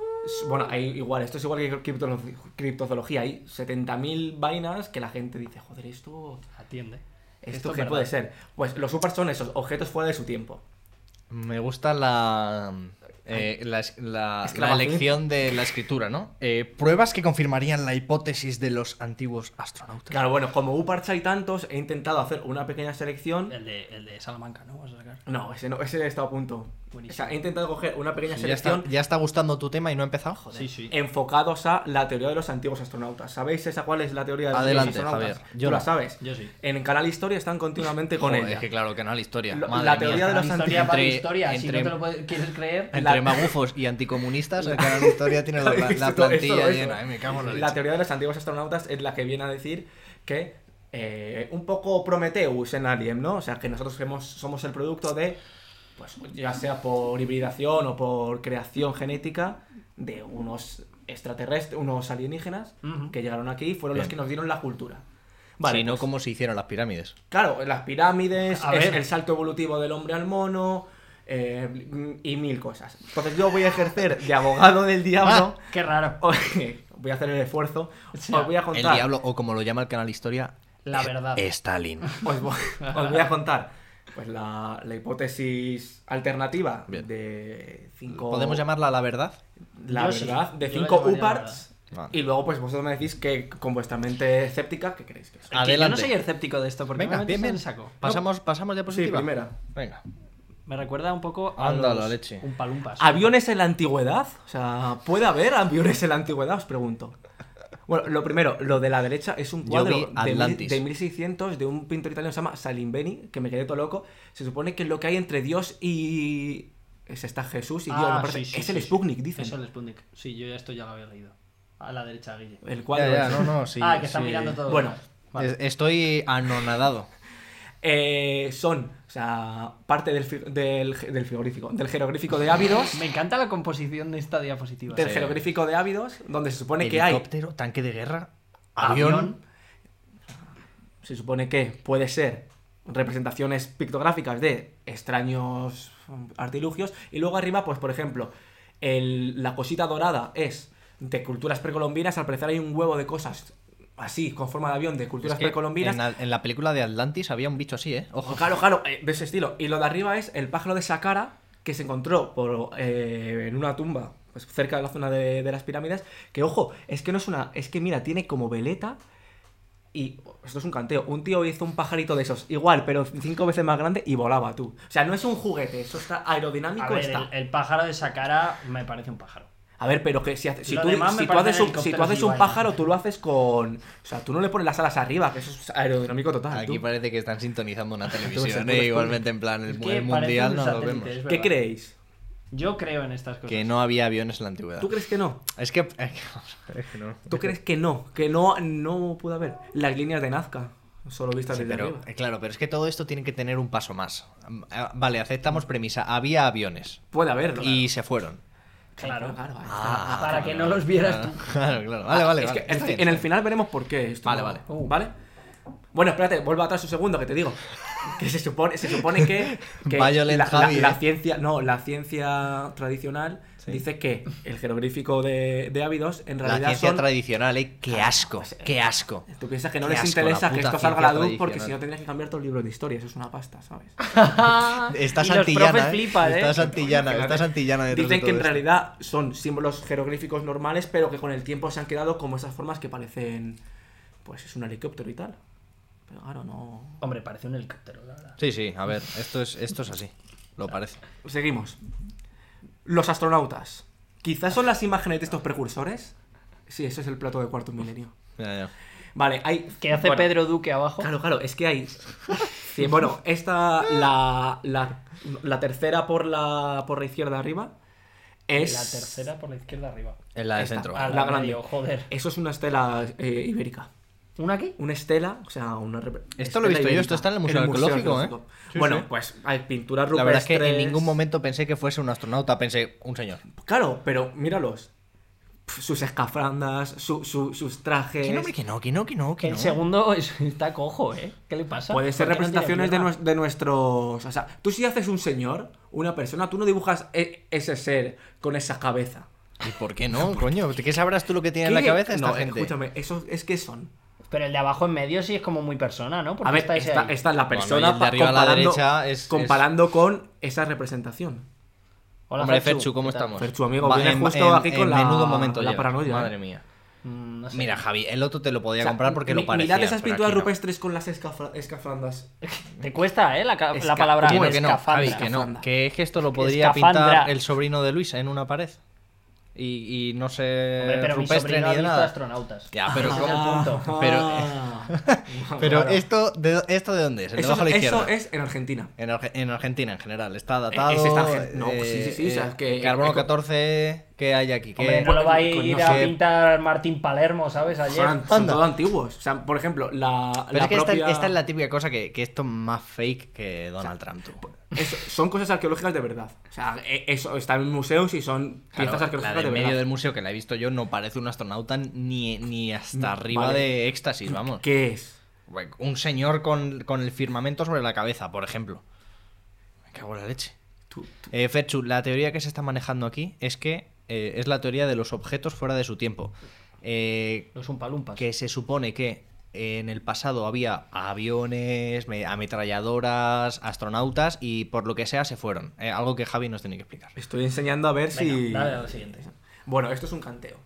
[SPEAKER 2] Bueno, hay igual, esto es igual que criptolo- criptozoología. Hay 70.000 vainas que la gente dice, joder, esto.
[SPEAKER 3] Atiende.
[SPEAKER 2] ¿Esto
[SPEAKER 3] es
[SPEAKER 2] qué
[SPEAKER 3] verdad.
[SPEAKER 2] puede ser? Pues los UParts son esos, objetos fuera de su tiempo.
[SPEAKER 1] Me gusta la, eh, la, es- la-
[SPEAKER 2] Es que
[SPEAKER 1] la
[SPEAKER 2] la
[SPEAKER 1] elección de la escritura, ¿no? Eh, pruebas que confirmarían la hipótesis de los antiguos astronautas.
[SPEAKER 2] Claro, bueno, como UParts hay tantos, he intentado hacer una pequeña selección.
[SPEAKER 3] El de, el de Salamanca, ¿no? Vas a sacar.
[SPEAKER 2] No, ese no, ese he estado a punto.
[SPEAKER 3] Buenísimo.
[SPEAKER 2] O sea, he intentado coger una pequeña
[SPEAKER 1] Sí, ya, está,
[SPEAKER 2] selección
[SPEAKER 1] ya está gustando tu tema y no ha empezado.
[SPEAKER 3] Sí, sí.
[SPEAKER 2] enfocados a la teoría de los antiguos astronautas. ¿Sabéis esa cuál es la teoría de
[SPEAKER 1] Adelante,
[SPEAKER 2] los antiguos astronautas?
[SPEAKER 1] Javier. Yo no.
[SPEAKER 2] Tú la sabes.
[SPEAKER 3] Yo sí.
[SPEAKER 2] En Canal Historia están continuamente con
[SPEAKER 1] Joder,
[SPEAKER 2] ella.
[SPEAKER 1] Es que claro, que no la historia.
[SPEAKER 2] Lo-
[SPEAKER 1] Madre
[SPEAKER 2] la
[SPEAKER 1] mía.
[SPEAKER 2] teoría de los
[SPEAKER 1] Entre-
[SPEAKER 3] Historia para historia, si
[SPEAKER 1] entre-
[SPEAKER 3] no te lo puedes- quieres creer.
[SPEAKER 1] Entre
[SPEAKER 2] la-
[SPEAKER 1] magufos y anticomunistas, el canal de historia tiene la, la- la
[SPEAKER 2] Esto-
[SPEAKER 1] plantilla
[SPEAKER 2] esto- esto.
[SPEAKER 1] llena. eh, me cago en la,
[SPEAKER 2] La
[SPEAKER 1] leche.
[SPEAKER 2] teoría de los antiguos astronautas es la que viene a decir que eh, un poco Prometheus en Alien, ¿no? O sea, que nosotros hemos- somos el producto de, pues ya sea por hibridación o por creación genética de unos extraterrestres, unos alienígenas
[SPEAKER 3] Ujú.
[SPEAKER 2] que llegaron aquí y fueron los
[SPEAKER 1] Bien.
[SPEAKER 2] que nos dieron la cultura.
[SPEAKER 1] si no,
[SPEAKER 2] pues,
[SPEAKER 1] cómo se hicieron las pirámides.
[SPEAKER 2] Claro, las pirámides,
[SPEAKER 3] A
[SPEAKER 2] es
[SPEAKER 3] ver.
[SPEAKER 2] el salto evolutivo del hombre al mono
[SPEAKER 1] Ah.
[SPEAKER 2] eh, y mil cosas. Entonces yo voy a ejercer de abogado del diablo.
[SPEAKER 3] Qué raro.
[SPEAKER 2] Oye, voy a hacer el esfuerzo.
[SPEAKER 3] sea,
[SPEAKER 2] os voy a
[SPEAKER 1] El
[SPEAKER 2] contar.
[SPEAKER 1] diablo, o como lo llama el canal Historia,
[SPEAKER 3] La
[SPEAKER 1] eh,
[SPEAKER 3] verdad. Pues
[SPEAKER 1] Stalin.
[SPEAKER 2] Os voy, os voy a contar pues la, la hipótesis alternativa
[SPEAKER 1] Bien.
[SPEAKER 2] de cinco.
[SPEAKER 1] ¿Podemos llamarla la verdad?
[SPEAKER 2] La
[SPEAKER 3] Yo sí,
[SPEAKER 2] verdad, de
[SPEAKER 3] yo la
[SPEAKER 2] 5
[SPEAKER 3] llamaría
[SPEAKER 2] UPARTs.
[SPEAKER 1] verdad. Vale.
[SPEAKER 2] Y luego, pues vosotros me decís que con vuestra mente escéptica, ¿qué creéis que es?
[SPEAKER 3] Que yo no
[SPEAKER 1] Adelante.
[SPEAKER 3] soy escéptico de esto, porque
[SPEAKER 1] Venga,
[SPEAKER 3] me
[SPEAKER 1] bien,
[SPEAKER 3] metes en
[SPEAKER 1] bien.
[SPEAKER 3] el saco.
[SPEAKER 1] Pasamos, pasamos
[SPEAKER 2] Sí,
[SPEAKER 1] diapositiva.
[SPEAKER 2] primera.
[SPEAKER 1] Venga.
[SPEAKER 3] Me recuerda un poco a
[SPEAKER 1] Anda,
[SPEAKER 3] los
[SPEAKER 1] la leche.
[SPEAKER 3] Umpalumpas.
[SPEAKER 2] ¿Aviones en la antigüedad? O sea, ¿puede haber aviones en la antigüedad? Os pregunto. Bueno, lo primero, lo de la derecha es un
[SPEAKER 1] Yo
[SPEAKER 2] cuadro
[SPEAKER 1] vi
[SPEAKER 2] de, mil-
[SPEAKER 1] Atlantis.
[SPEAKER 2] de 1600 de un pintor italiano que se llama Salimbeni, que me quedé todo loco. Se supone que lo que hay entre Dios y. Es está Jesús y Dios.
[SPEAKER 3] Ah,
[SPEAKER 2] me
[SPEAKER 3] sí,
[SPEAKER 2] parece.
[SPEAKER 3] sí,
[SPEAKER 2] es
[SPEAKER 3] sí,
[SPEAKER 2] el
[SPEAKER 3] sí.
[SPEAKER 2] Sputnik, dicen.
[SPEAKER 3] Es el Sputnik. Sí, yo ya esto ya lo había leído. A la derecha, Guille.
[SPEAKER 2] El cuadro.
[SPEAKER 1] Ya, ya,
[SPEAKER 2] ese.
[SPEAKER 1] no, no, sí,
[SPEAKER 3] ah, que están
[SPEAKER 1] sí.
[SPEAKER 3] mirando todo.
[SPEAKER 2] Bueno,
[SPEAKER 3] Vale.
[SPEAKER 1] Es- Estoy anonadado.
[SPEAKER 2] Eh, son, o sea, parte del, fi- del, ge- del frigorífico, del jeroglífico de Ávidos.
[SPEAKER 3] Me encanta la composición de esta diapositiva.
[SPEAKER 2] Del
[SPEAKER 1] Sí.
[SPEAKER 2] jeroglífico de Ávidos, donde se supone que hay.
[SPEAKER 1] Helicóptero, tanque de guerra,
[SPEAKER 3] Avión.
[SPEAKER 1] avión.
[SPEAKER 2] Se supone que puede ser representaciones pictográficas de extraños mm, artilugios. Y luego arriba, pues por ejemplo, el- la cosita dorada es de culturas precolombinas. Al parecer hay un huevo de cosas así, con forma de avión, de
[SPEAKER 1] Es
[SPEAKER 2] culturas
[SPEAKER 1] que
[SPEAKER 2] precolombinas.
[SPEAKER 1] en, al- en la película de Atlantis había un bicho así, ¿eh? Ojo.
[SPEAKER 2] Claro, claro, eh, de ese estilo. Y lo de arriba es el pájaro de Saqqara que se encontró por, eh, en una tumba pues, cerca de la zona de, de las pirámides. Que ojo, es que no es una. Es que mira, tiene como veleta. Y esto es un canteo. Un tío hizo un pajarito de esos, igual, pero cinco veces más grande y volaba tú. O sea, no es un juguete, eso está
[SPEAKER 3] A
[SPEAKER 2] aerodinámico.
[SPEAKER 3] ver,
[SPEAKER 2] está.
[SPEAKER 3] el, el pájaro de Sakara me parece un pájaro.
[SPEAKER 2] A ver, pero que si, hace- si
[SPEAKER 3] Lo
[SPEAKER 2] tú,
[SPEAKER 3] demás
[SPEAKER 2] si
[SPEAKER 3] me
[SPEAKER 2] tú
[SPEAKER 3] parecen
[SPEAKER 2] haces un, si tú
[SPEAKER 3] helicópteros
[SPEAKER 2] haces
[SPEAKER 3] y
[SPEAKER 2] un
[SPEAKER 3] vainas.
[SPEAKER 2] pájaro, tú lo haces con. O sea, tú no le pones las alas arriba, que eso es aerodinámico total.
[SPEAKER 1] Aquí
[SPEAKER 2] Ah, tú.
[SPEAKER 1] parece que están sintonizando una
[SPEAKER 2] Tú
[SPEAKER 1] televisión,
[SPEAKER 2] ves el
[SPEAKER 1] ¿eh? Igualmente, en plan, el,
[SPEAKER 3] Es que
[SPEAKER 1] el
[SPEAKER 3] parece un
[SPEAKER 1] mundial no lo
[SPEAKER 3] satélite,
[SPEAKER 1] vemos.
[SPEAKER 3] es verdad.
[SPEAKER 2] ¿Qué creéis?
[SPEAKER 3] Yo creo en estas cosas.
[SPEAKER 1] Que no había aviones en la antigüedad.
[SPEAKER 2] ¿Tú crees que no?
[SPEAKER 1] Es que. Es que no.
[SPEAKER 2] ¿Tú crees que no? Que no, no pudo haber. Las líneas de Nazca, solo vistas
[SPEAKER 1] Sí,
[SPEAKER 2] desde
[SPEAKER 1] pero,
[SPEAKER 2] arriba.
[SPEAKER 1] eh, claro, pero es que todo esto tiene que tener un paso más. Mm, ah, Vale, aceptamos premisa. Había aviones
[SPEAKER 2] Puede haberlo.
[SPEAKER 1] y se fueron.
[SPEAKER 3] Claro.
[SPEAKER 2] ahí está.
[SPEAKER 1] Ah,
[SPEAKER 3] Para que no los vieras tú.
[SPEAKER 1] Claro, claro. Vale, vale.
[SPEAKER 2] Es
[SPEAKER 1] vale.
[SPEAKER 2] que en- en el final veremos por qué esto.
[SPEAKER 1] Vale,
[SPEAKER 2] no-
[SPEAKER 1] vale.
[SPEAKER 2] ¿Vale? Bueno, espérate, vuelvo atrás un segundo que te digo. Que se supone, se supone que, que
[SPEAKER 1] Violent
[SPEAKER 2] la, la-
[SPEAKER 1] Javi, eh.
[SPEAKER 2] la ciencia, no, la ciencia tradicional dice que el jeroglífico de, de Ávidos en
[SPEAKER 1] La
[SPEAKER 2] realidad
[SPEAKER 1] ciencia
[SPEAKER 2] son
[SPEAKER 1] tradicional, ¿eh? Qué asco, qué asco.
[SPEAKER 2] Tú piensas que no
[SPEAKER 1] Qué
[SPEAKER 2] les
[SPEAKER 1] asco,
[SPEAKER 2] interesa
[SPEAKER 1] la
[SPEAKER 2] que
[SPEAKER 1] puta
[SPEAKER 2] esto salga a la
[SPEAKER 1] ciencia
[SPEAKER 2] luz porque
[SPEAKER 1] tradicional.
[SPEAKER 2] si no tendrías que cambiar todo el libro de historia, eso es una pasta, ¿sabes?
[SPEAKER 1] Está
[SPEAKER 3] Y los profes
[SPEAKER 1] Santillana, ¿eh?
[SPEAKER 3] flipan, ¿eh?
[SPEAKER 1] Está Santillana,
[SPEAKER 2] Imagínate.
[SPEAKER 1] está Santillana detrás de
[SPEAKER 2] Dicen
[SPEAKER 1] todo
[SPEAKER 2] que en
[SPEAKER 1] esto.
[SPEAKER 2] realidad son símbolos jeroglíficos normales, pero que con el tiempo se han quedado como esas formas que parecen. Pues es un helicóptero y tal. Pero claro, no.
[SPEAKER 3] Hombre, parece un helicóptero, la verdad.
[SPEAKER 1] Sí, sí, a ver, esto es, esto es así. Lo parece.
[SPEAKER 2] Seguimos. Los astronautas. Quizás son las imágenes de estos precursores. Sí, eso es el plato de cuarto milenio.
[SPEAKER 1] Ya, ya.
[SPEAKER 2] Vale, hay.
[SPEAKER 3] ¿Qué hace
[SPEAKER 2] bueno,
[SPEAKER 3] Pedro Duque abajo?
[SPEAKER 2] Claro, claro, es que hay. Sí, bueno, esta. La, la, la tercera por la, por la izquierda arriba. Es.
[SPEAKER 3] La tercera por la izquierda arriba.
[SPEAKER 1] En la de
[SPEAKER 2] Esta.
[SPEAKER 1] centro.
[SPEAKER 3] Ah,
[SPEAKER 2] la grande.
[SPEAKER 3] medio, joder.
[SPEAKER 2] Eso es una estela eh, ibérica.
[SPEAKER 3] ¿Una aquí?
[SPEAKER 2] Una estela, o sea, una. rep-
[SPEAKER 1] Esto lo he
[SPEAKER 2] estela
[SPEAKER 1] visto yo, esto está en el Museo Arqueológico, ¿eh? Sí,
[SPEAKER 2] bueno,
[SPEAKER 1] sí.
[SPEAKER 2] pues hay pinturas
[SPEAKER 1] La
[SPEAKER 2] rupestres.
[SPEAKER 1] verdad es que en ningún momento pensé que fuese un astronauta, pensé un señor.
[SPEAKER 2] Claro, pero míralos. Pf, Sus escafrandas, su- su- sus trajes.
[SPEAKER 1] Que no, hombre, que no, que no, que no. que
[SPEAKER 3] El
[SPEAKER 1] no.
[SPEAKER 3] segundo es- está cojo, ¿eh? ¿Qué le pasa?
[SPEAKER 2] Pueden ser
[SPEAKER 3] ¿Por qué no tiene
[SPEAKER 2] representaciones de,
[SPEAKER 3] pierna?
[SPEAKER 2] nues- de nuestros. O sea, tú si haces un señor, una persona, tú no dibujas e- ese ser con esa cabeza.
[SPEAKER 1] ¿Y por qué no, coño? ¿Qué sabrás tú lo que tiene en
[SPEAKER 2] ¿Qué?
[SPEAKER 1] la cabeza esta
[SPEAKER 2] no,
[SPEAKER 1] gente?
[SPEAKER 2] escúchame, eso es que son.
[SPEAKER 3] Pero el de abajo en medio sí es como muy persona, ¿no? Porque
[SPEAKER 2] a ver,
[SPEAKER 3] está
[SPEAKER 2] está,
[SPEAKER 3] ese ahí.
[SPEAKER 2] está la
[SPEAKER 1] Bueno, y el
[SPEAKER 2] persona
[SPEAKER 1] de
[SPEAKER 2] pa-
[SPEAKER 1] arriba a la
[SPEAKER 2] comparando,
[SPEAKER 1] derecha es- es-
[SPEAKER 2] comparando con esa representación.
[SPEAKER 3] Hola,
[SPEAKER 1] Hombre,
[SPEAKER 3] Ferchu,
[SPEAKER 1] Ferchu, ¿cómo
[SPEAKER 3] ¿qué tal?
[SPEAKER 1] estamos?
[SPEAKER 2] Ferchu, amigo,
[SPEAKER 1] Va,
[SPEAKER 2] vienes
[SPEAKER 1] en-
[SPEAKER 2] justo
[SPEAKER 1] en-
[SPEAKER 2] aquí con
[SPEAKER 1] en
[SPEAKER 2] la-
[SPEAKER 1] menudo momento
[SPEAKER 2] la
[SPEAKER 1] lleva.
[SPEAKER 2] paranoia,
[SPEAKER 1] Madre
[SPEAKER 2] eh.
[SPEAKER 1] mía.
[SPEAKER 3] Mm, no sé.
[SPEAKER 1] Mira, Javi, el otro te lo podía
[SPEAKER 2] O sea,
[SPEAKER 1] comprar porque
[SPEAKER 2] mi-
[SPEAKER 1] lo parecía.
[SPEAKER 2] Mirad esas
[SPEAKER 1] pero
[SPEAKER 2] pinturas
[SPEAKER 1] aquí no.
[SPEAKER 2] rupestres con las escafra- escafrandas.
[SPEAKER 3] Te cuesta, ¿eh? La, ca- la
[SPEAKER 2] Esca-
[SPEAKER 3] palabra
[SPEAKER 1] Que no, que no,
[SPEAKER 3] escafandra.
[SPEAKER 1] Javi, que no.
[SPEAKER 2] Escafandra.
[SPEAKER 1] Que es que esto lo podría pintar
[SPEAKER 3] Escafandra.
[SPEAKER 1] el sobrino de Luis en una pared. Y, y no sé
[SPEAKER 3] Hombre, pero mi
[SPEAKER 1] Eh, rupestre
[SPEAKER 3] sobrino ha
[SPEAKER 1] ni de
[SPEAKER 3] visto
[SPEAKER 1] nada.
[SPEAKER 3] astronautas.
[SPEAKER 1] Ya, pero
[SPEAKER 3] Ese es
[SPEAKER 1] ¿cómo?
[SPEAKER 3] el punto.
[SPEAKER 1] Pero- eh,
[SPEAKER 2] Ah.
[SPEAKER 1] Pero
[SPEAKER 3] Claro.
[SPEAKER 1] esto, de, ¿esto de dónde es? El de
[SPEAKER 2] eso,
[SPEAKER 1] abajo a la
[SPEAKER 2] eso
[SPEAKER 1] izquierda.
[SPEAKER 2] es en Argentina.
[SPEAKER 1] En, Arge- en Argentina en general. Está datado.
[SPEAKER 2] Eh, ese está argen- no, pues sí, sí, sí, o sea, que-
[SPEAKER 1] carbono
[SPEAKER 2] eh,
[SPEAKER 1] 14, ¿qué hay aquí? ¿Qué-
[SPEAKER 3] Hombre, no lo va a
[SPEAKER 2] Coño,
[SPEAKER 3] ir
[SPEAKER 2] no
[SPEAKER 3] a
[SPEAKER 1] sé.
[SPEAKER 3] pintar Martín Palermo, ¿sabes? Ayer.
[SPEAKER 2] Son, son
[SPEAKER 1] Anda.
[SPEAKER 2] todo antiguos. O sea, por ejemplo, la,
[SPEAKER 1] Pero
[SPEAKER 2] la
[SPEAKER 1] es que esta-
[SPEAKER 2] propia...
[SPEAKER 1] esta, es la típica cosa que, que esto es más fake que Donald Trump. tú.
[SPEAKER 2] Eso- son cosas arqueológicas de verdad. O sea, e- eso está en museos y son
[SPEAKER 1] Claro,
[SPEAKER 2] piezas
[SPEAKER 1] la
[SPEAKER 2] arqueológicas
[SPEAKER 1] del
[SPEAKER 2] de
[SPEAKER 1] medio
[SPEAKER 2] verdad.
[SPEAKER 1] del museo que la he visto yo no parece un astronauta ni, ni hasta arriba
[SPEAKER 2] Mm, vale.
[SPEAKER 1] de éxtasis, vamos.
[SPEAKER 2] ¿Qué es?
[SPEAKER 1] Un señor con, con el firmamento sobre la cabeza, por ejemplo. Me cago en la leche.
[SPEAKER 2] Tú-
[SPEAKER 1] Eh, Ferchu, la teoría que se está manejando aquí es que eh, es la teoría de los objetos fuera de su tiempo. eh,
[SPEAKER 3] Los umpalumpas.
[SPEAKER 1] que se supone que en el pasado había aviones, me- ametralladoras, astronautas y por lo que sea se fueron. Eh, algo que Javi nos tiene que explicar.
[SPEAKER 2] Estoy enseñando a ver
[SPEAKER 3] Venga,
[SPEAKER 2] si.
[SPEAKER 3] dale a lo siguiente.
[SPEAKER 2] Bueno, esto es un canteo.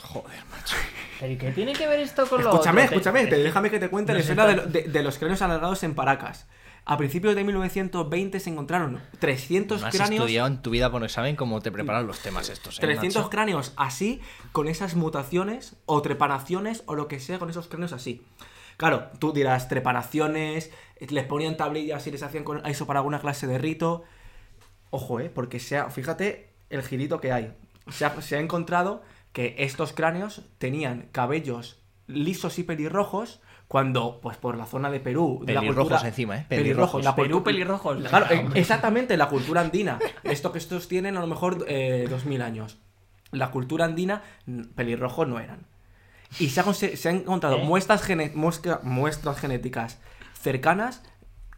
[SPEAKER 1] Joder, macho.
[SPEAKER 3] Pero ¿y qué tiene que ver esto con lo
[SPEAKER 2] Escúchame,
[SPEAKER 3] otro?
[SPEAKER 2] escúchame, te-
[SPEAKER 3] Es que-
[SPEAKER 2] déjame que te cuente la
[SPEAKER 3] no sé
[SPEAKER 2] escena de,
[SPEAKER 3] tanto.
[SPEAKER 2] lo- de- de los cráneos alargados en Paracas. A principios de 1920 se encontraron 300
[SPEAKER 1] No has
[SPEAKER 2] cráneos
[SPEAKER 1] estudiado en tu vida por un examen cómo te preparan los temas estos. eh,
[SPEAKER 2] 300
[SPEAKER 1] Nacho?
[SPEAKER 2] cráneos así, con esas mutaciones o trepanaciones o lo que sea con esos cráneos así. Claro, tú dirás trepanaciones, eh, les ponían tablillas y les hacían con eso para alguna clase de rito. Ojo, eh, porque sea, fíjate el girito que hay. Se ha, se ha encontrado que estos cráneos tenían cabellos lisos y pelirrojos cuando, pues por la zona de Perú, de la
[SPEAKER 1] Pelirrojos
[SPEAKER 2] cultura-
[SPEAKER 1] encima, eh,
[SPEAKER 2] Pelirrojos, la
[SPEAKER 3] Perú
[SPEAKER 2] cultu-
[SPEAKER 3] pelirrojos.
[SPEAKER 2] Claro, eh,
[SPEAKER 3] Venga, hombre.
[SPEAKER 2] exactamente, la cultura andina. Esto que estos tienen a lo mejor eh, 2000 años. La cultura andina, n- pelirrojos no eran. Y se, ha conse- se han encontrado
[SPEAKER 3] ¿Eh?
[SPEAKER 2] muestras, gene- muestra- muestras genéticas cercanas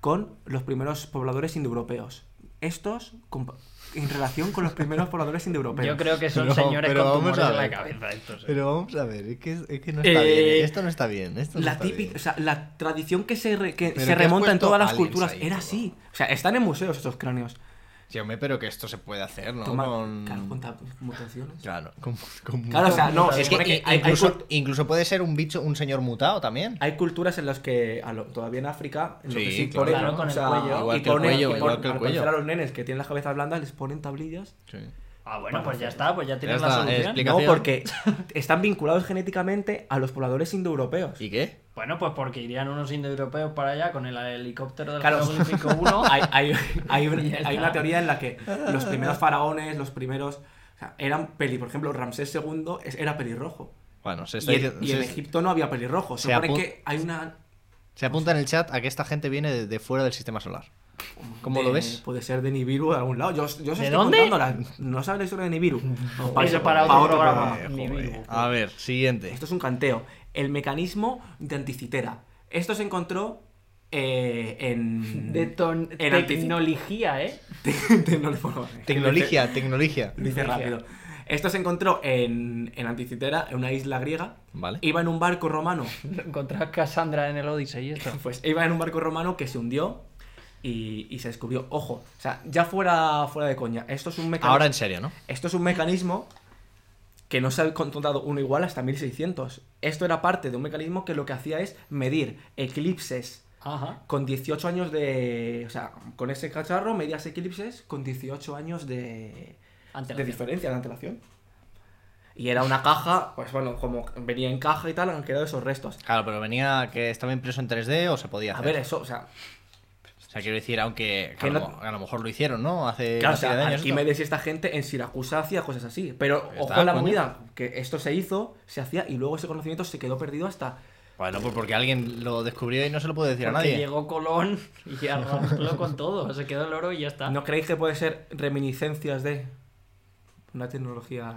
[SPEAKER 2] con los primeros pobladores indoeuropeos. Estos compa- en relación con los primeros pobladores indoeuropeos.
[SPEAKER 3] Yo creo que son
[SPEAKER 1] Pero-
[SPEAKER 3] señores
[SPEAKER 1] pero
[SPEAKER 3] con
[SPEAKER 1] vamos
[SPEAKER 3] tumores
[SPEAKER 1] a
[SPEAKER 3] en la
[SPEAKER 1] ver.
[SPEAKER 3] cabeza estos. eh.
[SPEAKER 1] Pero vamos a ver, es que, es que no
[SPEAKER 2] Eh,
[SPEAKER 1] está bien. Esto no está bien. Esto no
[SPEAKER 2] la
[SPEAKER 1] está
[SPEAKER 2] típica, o
[SPEAKER 1] bien.
[SPEAKER 2] sea, la tradición que se, re- que
[SPEAKER 1] Pero
[SPEAKER 2] se
[SPEAKER 1] que has
[SPEAKER 2] remonta en
[SPEAKER 1] puesto
[SPEAKER 2] todas las
[SPEAKER 1] aliens
[SPEAKER 2] culturas
[SPEAKER 1] ahí,
[SPEAKER 2] era
[SPEAKER 1] todo.
[SPEAKER 2] así. O sea, están en museos estos cráneos.
[SPEAKER 1] Sí, hombre, pero que esto se puede hacer, ¿no?
[SPEAKER 2] Toma,
[SPEAKER 1] Con-
[SPEAKER 2] claro, con ta- mutaciones.
[SPEAKER 1] Claro, con- con-
[SPEAKER 2] Claro, o sea, no,
[SPEAKER 1] Es que,
[SPEAKER 2] supone
[SPEAKER 1] i-
[SPEAKER 2] eh, hay- hay
[SPEAKER 1] incluso,
[SPEAKER 2] cult-
[SPEAKER 1] incluso puede ser un bicho, un señor mutado también.
[SPEAKER 2] hay culturas en las que a lo- todavía en África en lo
[SPEAKER 1] Sí,
[SPEAKER 2] que sí
[SPEAKER 1] claro.
[SPEAKER 2] ponen,
[SPEAKER 3] Claro, con el cuello.
[SPEAKER 1] Igual
[SPEAKER 2] y
[SPEAKER 1] que el
[SPEAKER 2] ponen-
[SPEAKER 1] cuello,
[SPEAKER 2] y
[SPEAKER 1] igual
[SPEAKER 2] ponen-
[SPEAKER 1] que el
[SPEAKER 2] al
[SPEAKER 1] cuello.
[SPEAKER 2] parecer a los nenes que tienen las cabezas blandas les ponen tablillas
[SPEAKER 1] Sí.
[SPEAKER 3] Ah, bueno, pues ya está, pues ya tienes
[SPEAKER 1] Ya
[SPEAKER 3] la
[SPEAKER 1] está,
[SPEAKER 3] solución.
[SPEAKER 1] explica-
[SPEAKER 2] no
[SPEAKER 1] Explicación.
[SPEAKER 2] porque están vinculados genéticamente a los pobladores indoeuropeos
[SPEAKER 1] ¿Y qué?
[SPEAKER 3] Bueno, pues porque irían unos indoeuropeos para allá con el helicóptero del
[SPEAKER 2] Claro.
[SPEAKER 3] claro. 1.
[SPEAKER 2] hay, hay- hay un-
[SPEAKER 3] Y ya está.
[SPEAKER 2] hay una teoría en la que los primeros faraones los primeros o sea, eran peli por ejemplo Ramsés II es- era pelirrojo
[SPEAKER 1] Bueno, se, está
[SPEAKER 2] y, en-
[SPEAKER 1] diciendo-
[SPEAKER 2] y en
[SPEAKER 1] se-
[SPEAKER 2] Egipto no había pelirrojo se
[SPEAKER 1] se
[SPEAKER 2] supone
[SPEAKER 1] apu-
[SPEAKER 2] que hay una
[SPEAKER 1] se apunta en el chat a que esta gente viene de, de fuera del sistema solar. ¿Cómo
[SPEAKER 2] de-
[SPEAKER 1] lo ves?
[SPEAKER 2] Puede ser de Nibiru de algún lado. Yo, os- yo os
[SPEAKER 3] ¿De
[SPEAKER 2] estoy
[SPEAKER 3] dónde?
[SPEAKER 2] contando la- no sabes la historia de Nibiru. No,
[SPEAKER 3] Eso para otro programa.
[SPEAKER 1] Eh,
[SPEAKER 3] Ni
[SPEAKER 1] joder.
[SPEAKER 3] vivo.
[SPEAKER 1] A ver, siguiente.
[SPEAKER 2] Esto es un canteo. El mecanismo de anticitera. Esto se encontró eh, en.
[SPEAKER 3] De ton-
[SPEAKER 2] en antici-
[SPEAKER 3] tecnología, ¿eh?
[SPEAKER 2] Te- no le pongo-
[SPEAKER 1] Tecnología, tecnología.
[SPEAKER 2] Lo hice rápido. Esto se encontró en, en Anticitera, en una isla griega.
[SPEAKER 1] Vale.
[SPEAKER 2] Iba en un barco romano.
[SPEAKER 3] Encontrás Cassandra en el Odyssey y esto.
[SPEAKER 2] Pues iba en un barco romano que se hundió y, y se descubrió. Ojo, o sea, ya fuera, fuera de coña. Esto es un mecanismo.
[SPEAKER 1] Ahora en serio, ¿no?
[SPEAKER 2] Esto es un mecanismo que no se ha encontrado uno igual hasta 1600. Esto era parte de un mecanismo que lo que hacía es medir eclipses
[SPEAKER 3] Ajá.
[SPEAKER 2] con 18 años de... O sea, con ese cacharro medías eclipses con 18 años de... De
[SPEAKER 3] Antelación.
[SPEAKER 2] diferencia, de antelación. Y era una caja, pues bueno, como venía en caja y tal, han quedado esos restos.
[SPEAKER 1] Claro, pero venía que estaba impreso en 3D o se podía
[SPEAKER 2] A
[SPEAKER 1] hacer.
[SPEAKER 2] ver, eso, o sea,
[SPEAKER 1] o sea, quiero decir, aunque
[SPEAKER 2] Que
[SPEAKER 1] a, lo,
[SPEAKER 2] no-
[SPEAKER 1] a lo mejor lo hicieron, ¿no? Hace
[SPEAKER 2] Claro,
[SPEAKER 1] una
[SPEAKER 2] o
[SPEAKER 1] serie de
[SPEAKER 2] sea,
[SPEAKER 1] años esto.
[SPEAKER 2] Arquímedes y esta gente en Siracusa hacía cosas así. Pero
[SPEAKER 1] Ahí
[SPEAKER 2] ojo
[SPEAKER 1] está,
[SPEAKER 2] a la
[SPEAKER 1] coño.
[SPEAKER 2] movida, que esto se hizo, se hacía y luego ese conocimiento se quedó perdido hasta
[SPEAKER 1] Bueno, pues porque alguien lo descubrió y no se lo puede decir a
[SPEAKER 3] Porque
[SPEAKER 1] nadie.
[SPEAKER 3] llegó Colón y arrasó con todo. Se quedó el oro y ya está.
[SPEAKER 2] ¿No creéis que puede ser reminiscencias de una tecnología?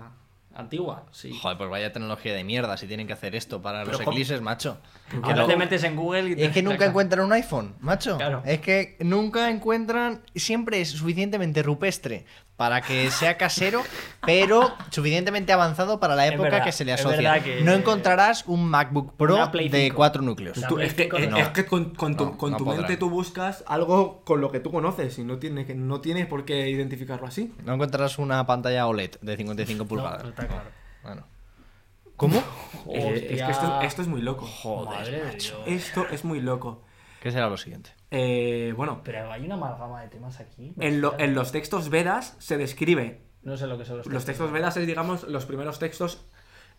[SPEAKER 3] Antigua, sí.
[SPEAKER 1] Joder, pues vaya tecnología de mierda si tienen que hacer esto para
[SPEAKER 2] Pero
[SPEAKER 1] los
[SPEAKER 2] ¿cómo?
[SPEAKER 1] eclipses, macho. Que
[SPEAKER 3] Ahora
[SPEAKER 1] no-
[SPEAKER 3] te metes en Google y te
[SPEAKER 1] Es que nunca
[SPEAKER 3] saca.
[SPEAKER 1] encuentran un iPhone, macho.
[SPEAKER 3] Claro.
[SPEAKER 1] Es que nunca encuentran, siempre es suficientemente rupestre para que sea casero, pero suficientemente avanzado para la
[SPEAKER 3] Es
[SPEAKER 1] época
[SPEAKER 3] verdad,
[SPEAKER 1] que se le
[SPEAKER 3] es
[SPEAKER 1] asocia.
[SPEAKER 3] verdad que-
[SPEAKER 1] No encontrarás un MacBook Pro
[SPEAKER 3] Una Play
[SPEAKER 1] de
[SPEAKER 3] 5.
[SPEAKER 1] cuatro núcleos.
[SPEAKER 3] La
[SPEAKER 2] Tú-
[SPEAKER 3] Play
[SPEAKER 2] es, que,
[SPEAKER 3] 5
[SPEAKER 2] es-
[SPEAKER 1] no.
[SPEAKER 2] es que con, con tu,
[SPEAKER 1] No,
[SPEAKER 2] con
[SPEAKER 1] no
[SPEAKER 2] tu
[SPEAKER 1] podrán.
[SPEAKER 2] mente tú buscas algo con lo que tú conoces y no, tiene, que- no tienes por qué identificarlo así.
[SPEAKER 1] No encontrarás una pantalla OLED de 55
[SPEAKER 3] No,
[SPEAKER 1] pulgadas.
[SPEAKER 3] está claro.
[SPEAKER 1] Bueno. ¿Cómo?
[SPEAKER 2] Eh, es que esto, esto es muy loco.
[SPEAKER 3] Madre de Dios.
[SPEAKER 2] Esto es muy loco.
[SPEAKER 1] ¿Qué será lo siguiente?
[SPEAKER 2] Eh, bueno,
[SPEAKER 3] Pero hay una amalgama de temas aquí.
[SPEAKER 2] en, lo- en los textos Vedas se describe.
[SPEAKER 3] No sé lo que son los,
[SPEAKER 2] Los textos Vedas es, digamos, los primeros textos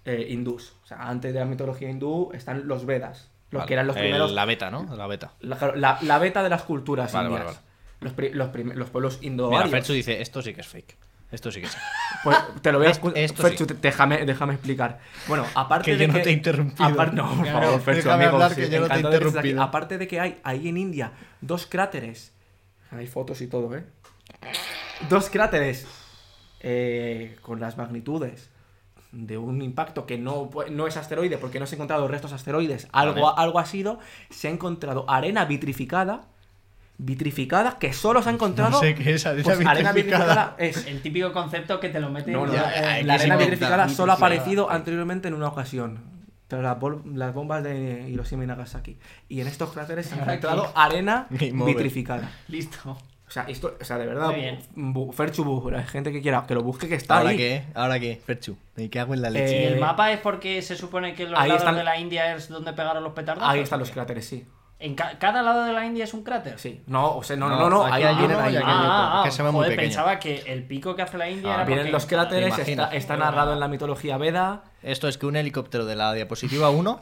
[SPEAKER 2] eh, hindús. O sea, antes de la mitología hindú están los Vedas. Los
[SPEAKER 1] Vale,
[SPEAKER 2] que eran los
[SPEAKER 1] el-
[SPEAKER 2] primeros
[SPEAKER 1] la beta, ¿no? La beta.
[SPEAKER 2] La, claro, la- la beta de las culturas
[SPEAKER 1] Vale,
[SPEAKER 2] indias.
[SPEAKER 1] vale, vale.
[SPEAKER 2] Los, pri- los, prim- los pueblos
[SPEAKER 1] Mira,
[SPEAKER 2] indoarios.
[SPEAKER 1] Ferchu dice, esto sí que es fake. Esto sí que es
[SPEAKER 2] Pues te lo voy a
[SPEAKER 1] Es- esto
[SPEAKER 2] Ferchu,
[SPEAKER 1] sí.
[SPEAKER 2] te- déjame, déjame explicar. Bueno, aparte
[SPEAKER 1] Que
[SPEAKER 2] de
[SPEAKER 1] yo no
[SPEAKER 2] que
[SPEAKER 1] te he interrumpido.
[SPEAKER 2] apar- no, por
[SPEAKER 1] Claro,
[SPEAKER 2] favor, Ferchu,
[SPEAKER 1] déjame
[SPEAKER 2] amigo,
[SPEAKER 1] hablar,
[SPEAKER 2] sí,
[SPEAKER 1] que yo no te he
[SPEAKER 2] encantado de que estés aquí.
[SPEAKER 1] interrumpido.
[SPEAKER 2] Aparte de que hay ahí en India dos cráteres. Hay fotos y todo, ¿eh? Dos cráteres eh, con las magnitudes de un impacto que no, pu- no es asteroide porque no se han encontrado restos asteroides, algo,
[SPEAKER 1] Vale.
[SPEAKER 2] algo ha sido, se ha encontrado arena vitrificada vitrificada que solo se ha encontrado.
[SPEAKER 4] sé qué es arena
[SPEAKER 2] Pues,
[SPEAKER 4] vitrificada.
[SPEAKER 2] vitrificada es
[SPEAKER 3] El típico concepto que te lo mete
[SPEAKER 2] No,
[SPEAKER 3] en
[SPEAKER 2] no,
[SPEAKER 1] eh,
[SPEAKER 3] la-
[SPEAKER 4] ya,
[SPEAKER 3] en
[SPEAKER 4] hay
[SPEAKER 3] la
[SPEAKER 4] que
[SPEAKER 3] arena
[SPEAKER 2] arena
[SPEAKER 4] inventar.
[SPEAKER 3] vitrificada.
[SPEAKER 2] vitrificada solo ha
[SPEAKER 4] vitrificada.
[SPEAKER 2] aparecido anteriormente en una ocasión. Tras las, bol- las bombas de Hiroshima y Nagasaki. Y en estos cráteres se ha encontrado arena
[SPEAKER 4] Game over.
[SPEAKER 2] vitrificada.
[SPEAKER 3] Listo.
[SPEAKER 2] O sea, esto, o sea, de verdad,
[SPEAKER 3] Muy bien.
[SPEAKER 2] bu- Ferchu bu- la gente que quiera que lo busque, que está
[SPEAKER 1] ¿Ahora
[SPEAKER 2] ahí.
[SPEAKER 1] qué? ¿Ahora qué? Ferchu, me cago en la
[SPEAKER 3] ¿Y
[SPEAKER 1] leche.
[SPEAKER 2] Eh,
[SPEAKER 3] el mapa es porque se supone que los
[SPEAKER 2] ahí
[SPEAKER 3] lados
[SPEAKER 2] están-
[SPEAKER 3] de la India es donde pegaron los petardos?
[SPEAKER 2] Ahí están los cráteres, sí.
[SPEAKER 3] ¿En ca- cada lado de la India es un cráter?
[SPEAKER 2] Sí. No, o sea, no, no,
[SPEAKER 1] No,
[SPEAKER 2] no, no,
[SPEAKER 1] aquí
[SPEAKER 2] ahí
[SPEAKER 1] hay
[SPEAKER 2] vienen
[SPEAKER 1] uno y
[SPEAKER 2] ahí.
[SPEAKER 1] aquí hay
[SPEAKER 2] Ah,
[SPEAKER 1] otro.
[SPEAKER 3] Ah, ah,
[SPEAKER 1] que se ve muy
[SPEAKER 3] joder,
[SPEAKER 1] pequeño.
[SPEAKER 3] pensaba que el pico que hace la India
[SPEAKER 1] Ah,
[SPEAKER 3] era
[SPEAKER 2] vienen
[SPEAKER 3] porque-
[SPEAKER 2] los cráteres,
[SPEAKER 1] Me imagino.
[SPEAKER 2] está, está narrado en la mitología Veda.
[SPEAKER 1] Esto es que un helicóptero de la diapositiva 1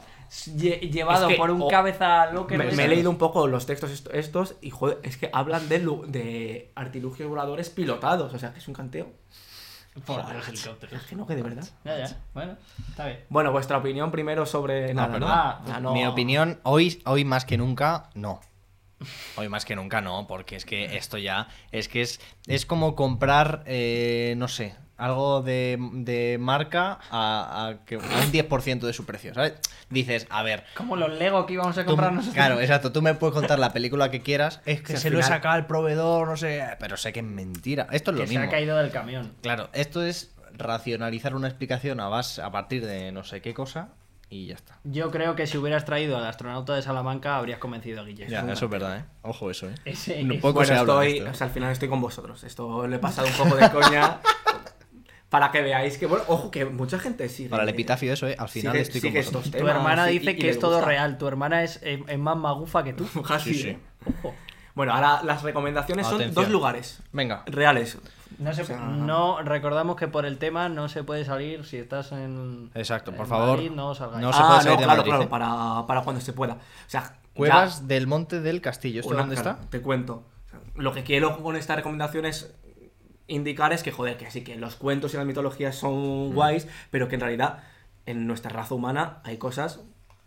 [SPEAKER 3] Lle- llevado
[SPEAKER 2] Es que-
[SPEAKER 3] por un
[SPEAKER 2] o-
[SPEAKER 3] cabeza locker.
[SPEAKER 2] Me,
[SPEAKER 3] de
[SPEAKER 2] me he
[SPEAKER 3] esos.
[SPEAKER 2] leído un poco los textos est- estos y joder, es que hablan de, lu- de artilugios voladores pilotados, o sea, que es un canteo.
[SPEAKER 3] Por los helicópteros.
[SPEAKER 2] Que no, que de verdad.
[SPEAKER 3] Ya, ya. Bueno, está bien.
[SPEAKER 2] Bueno, vuestra opinión primero sobre nada,
[SPEAKER 1] perdón.
[SPEAKER 2] ¿no?
[SPEAKER 3] Ah,
[SPEAKER 2] Ah, no.
[SPEAKER 1] Pues Mi opinión, hoy, hoy más que nunca, no. Hoy más que nunca no, porque es que esto ya es que es, es como comprar, eh, no sé, algo de, de marca a, a que- a un 10% de su precio, ¿sabes? Dices, a ver,
[SPEAKER 3] Como los Lego que íbamos a
[SPEAKER 1] tú-
[SPEAKER 3] comprar nosotros.
[SPEAKER 1] claro, exacto, tú me puedes contar la película que quieras, es que
[SPEAKER 2] Si al
[SPEAKER 1] se lo he
[SPEAKER 2] final-
[SPEAKER 1] sacado al proveedor, no sé, pero sé que es mentira. Esto es lo
[SPEAKER 3] Que se
[SPEAKER 1] mismo.
[SPEAKER 3] ha caído del camión.
[SPEAKER 1] Claro, esto es racionalizar una explicación a, base- a partir de no sé qué cosa y ya está.
[SPEAKER 3] Yo creo que si hubieras traído al astronauta de Salamanca habrías convencido a Guille.
[SPEAKER 1] Ya, eso es verdad, ¿eh? Ojo eso, ¿eh?
[SPEAKER 3] Ese-
[SPEAKER 1] No,
[SPEAKER 3] ese-
[SPEAKER 1] poco
[SPEAKER 2] Bueno,
[SPEAKER 1] se habla de
[SPEAKER 2] estoy,
[SPEAKER 1] esto, ¿eh?
[SPEAKER 2] o sea, al final estoy con vosotros. Esto le he pasado un poco de coña para que veáis que, bueno, ojo, que mucha gente sigue.
[SPEAKER 1] Para el epitafio eso, ¿eh? Al final
[SPEAKER 2] sigue-
[SPEAKER 1] estoy
[SPEAKER 2] sigue
[SPEAKER 1] con vosotros.
[SPEAKER 2] estos
[SPEAKER 3] Tu
[SPEAKER 2] temas
[SPEAKER 3] hermana
[SPEAKER 2] y-
[SPEAKER 3] dice
[SPEAKER 2] y- y
[SPEAKER 3] que
[SPEAKER 2] le
[SPEAKER 3] es todo
[SPEAKER 2] gusta.
[SPEAKER 3] real. Tu hermana es, es- es más magufa que tú.
[SPEAKER 2] Casi,
[SPEAKER 1] Sí, sí.
[SPEAKER 2] ¿eh?
[SPEAKER 3] Ojo.
[SPEAKER 2] Bueno, ahora las recomendaciones son
[SPEAKER 1] Atención.
[SPEAKER 2] dos lugares
[SPEAKER 1] Venga.
[SPEAKER 2] reales.
[SPEAKER 3] No, se-
[SPEAKER 2] O sea,
[SPEAKER 3] no recordamos que por el tema no se puede salir si estás en.
[SPEAKER 1] Exacto, por
[SPEAKER 3] en
[SPEAKER 1] favor.
[SPEAKER 3] Madrid, no salgáis.
[SPEAKER 1] No se
[SPEAKER 2] ah,
[SPEAKER 1] puede salir
[SPEAKER 2] no,
[SPEAKER 1] de
[SPEAKER 2] claro,
[SPEAKER 1] Madrid,
[SPEAKER 2] claro,
[SPEAKER 1] ¿eh?
[SPEAKER 2] para, para cuando se pueda. O sea, ya-
[SPEAKER 1] Cuevas del Monte del Castillo. ¿Esto
[SPEAKER 2] Una-
[SPEAKER 1] dónde
[SPEAKER 2] claro,
[SPEAKER 1] está?
[SPEAKER 2] Te cuento. O sea, Lo que quiero con esta recomendación es indicar es que, joder, que sí que los cuentos y las mitologías
[SPEAKER 1] Mm.
[SPEAKER 2] son guays, pero que en realidad en nuestra raza humana hay cosas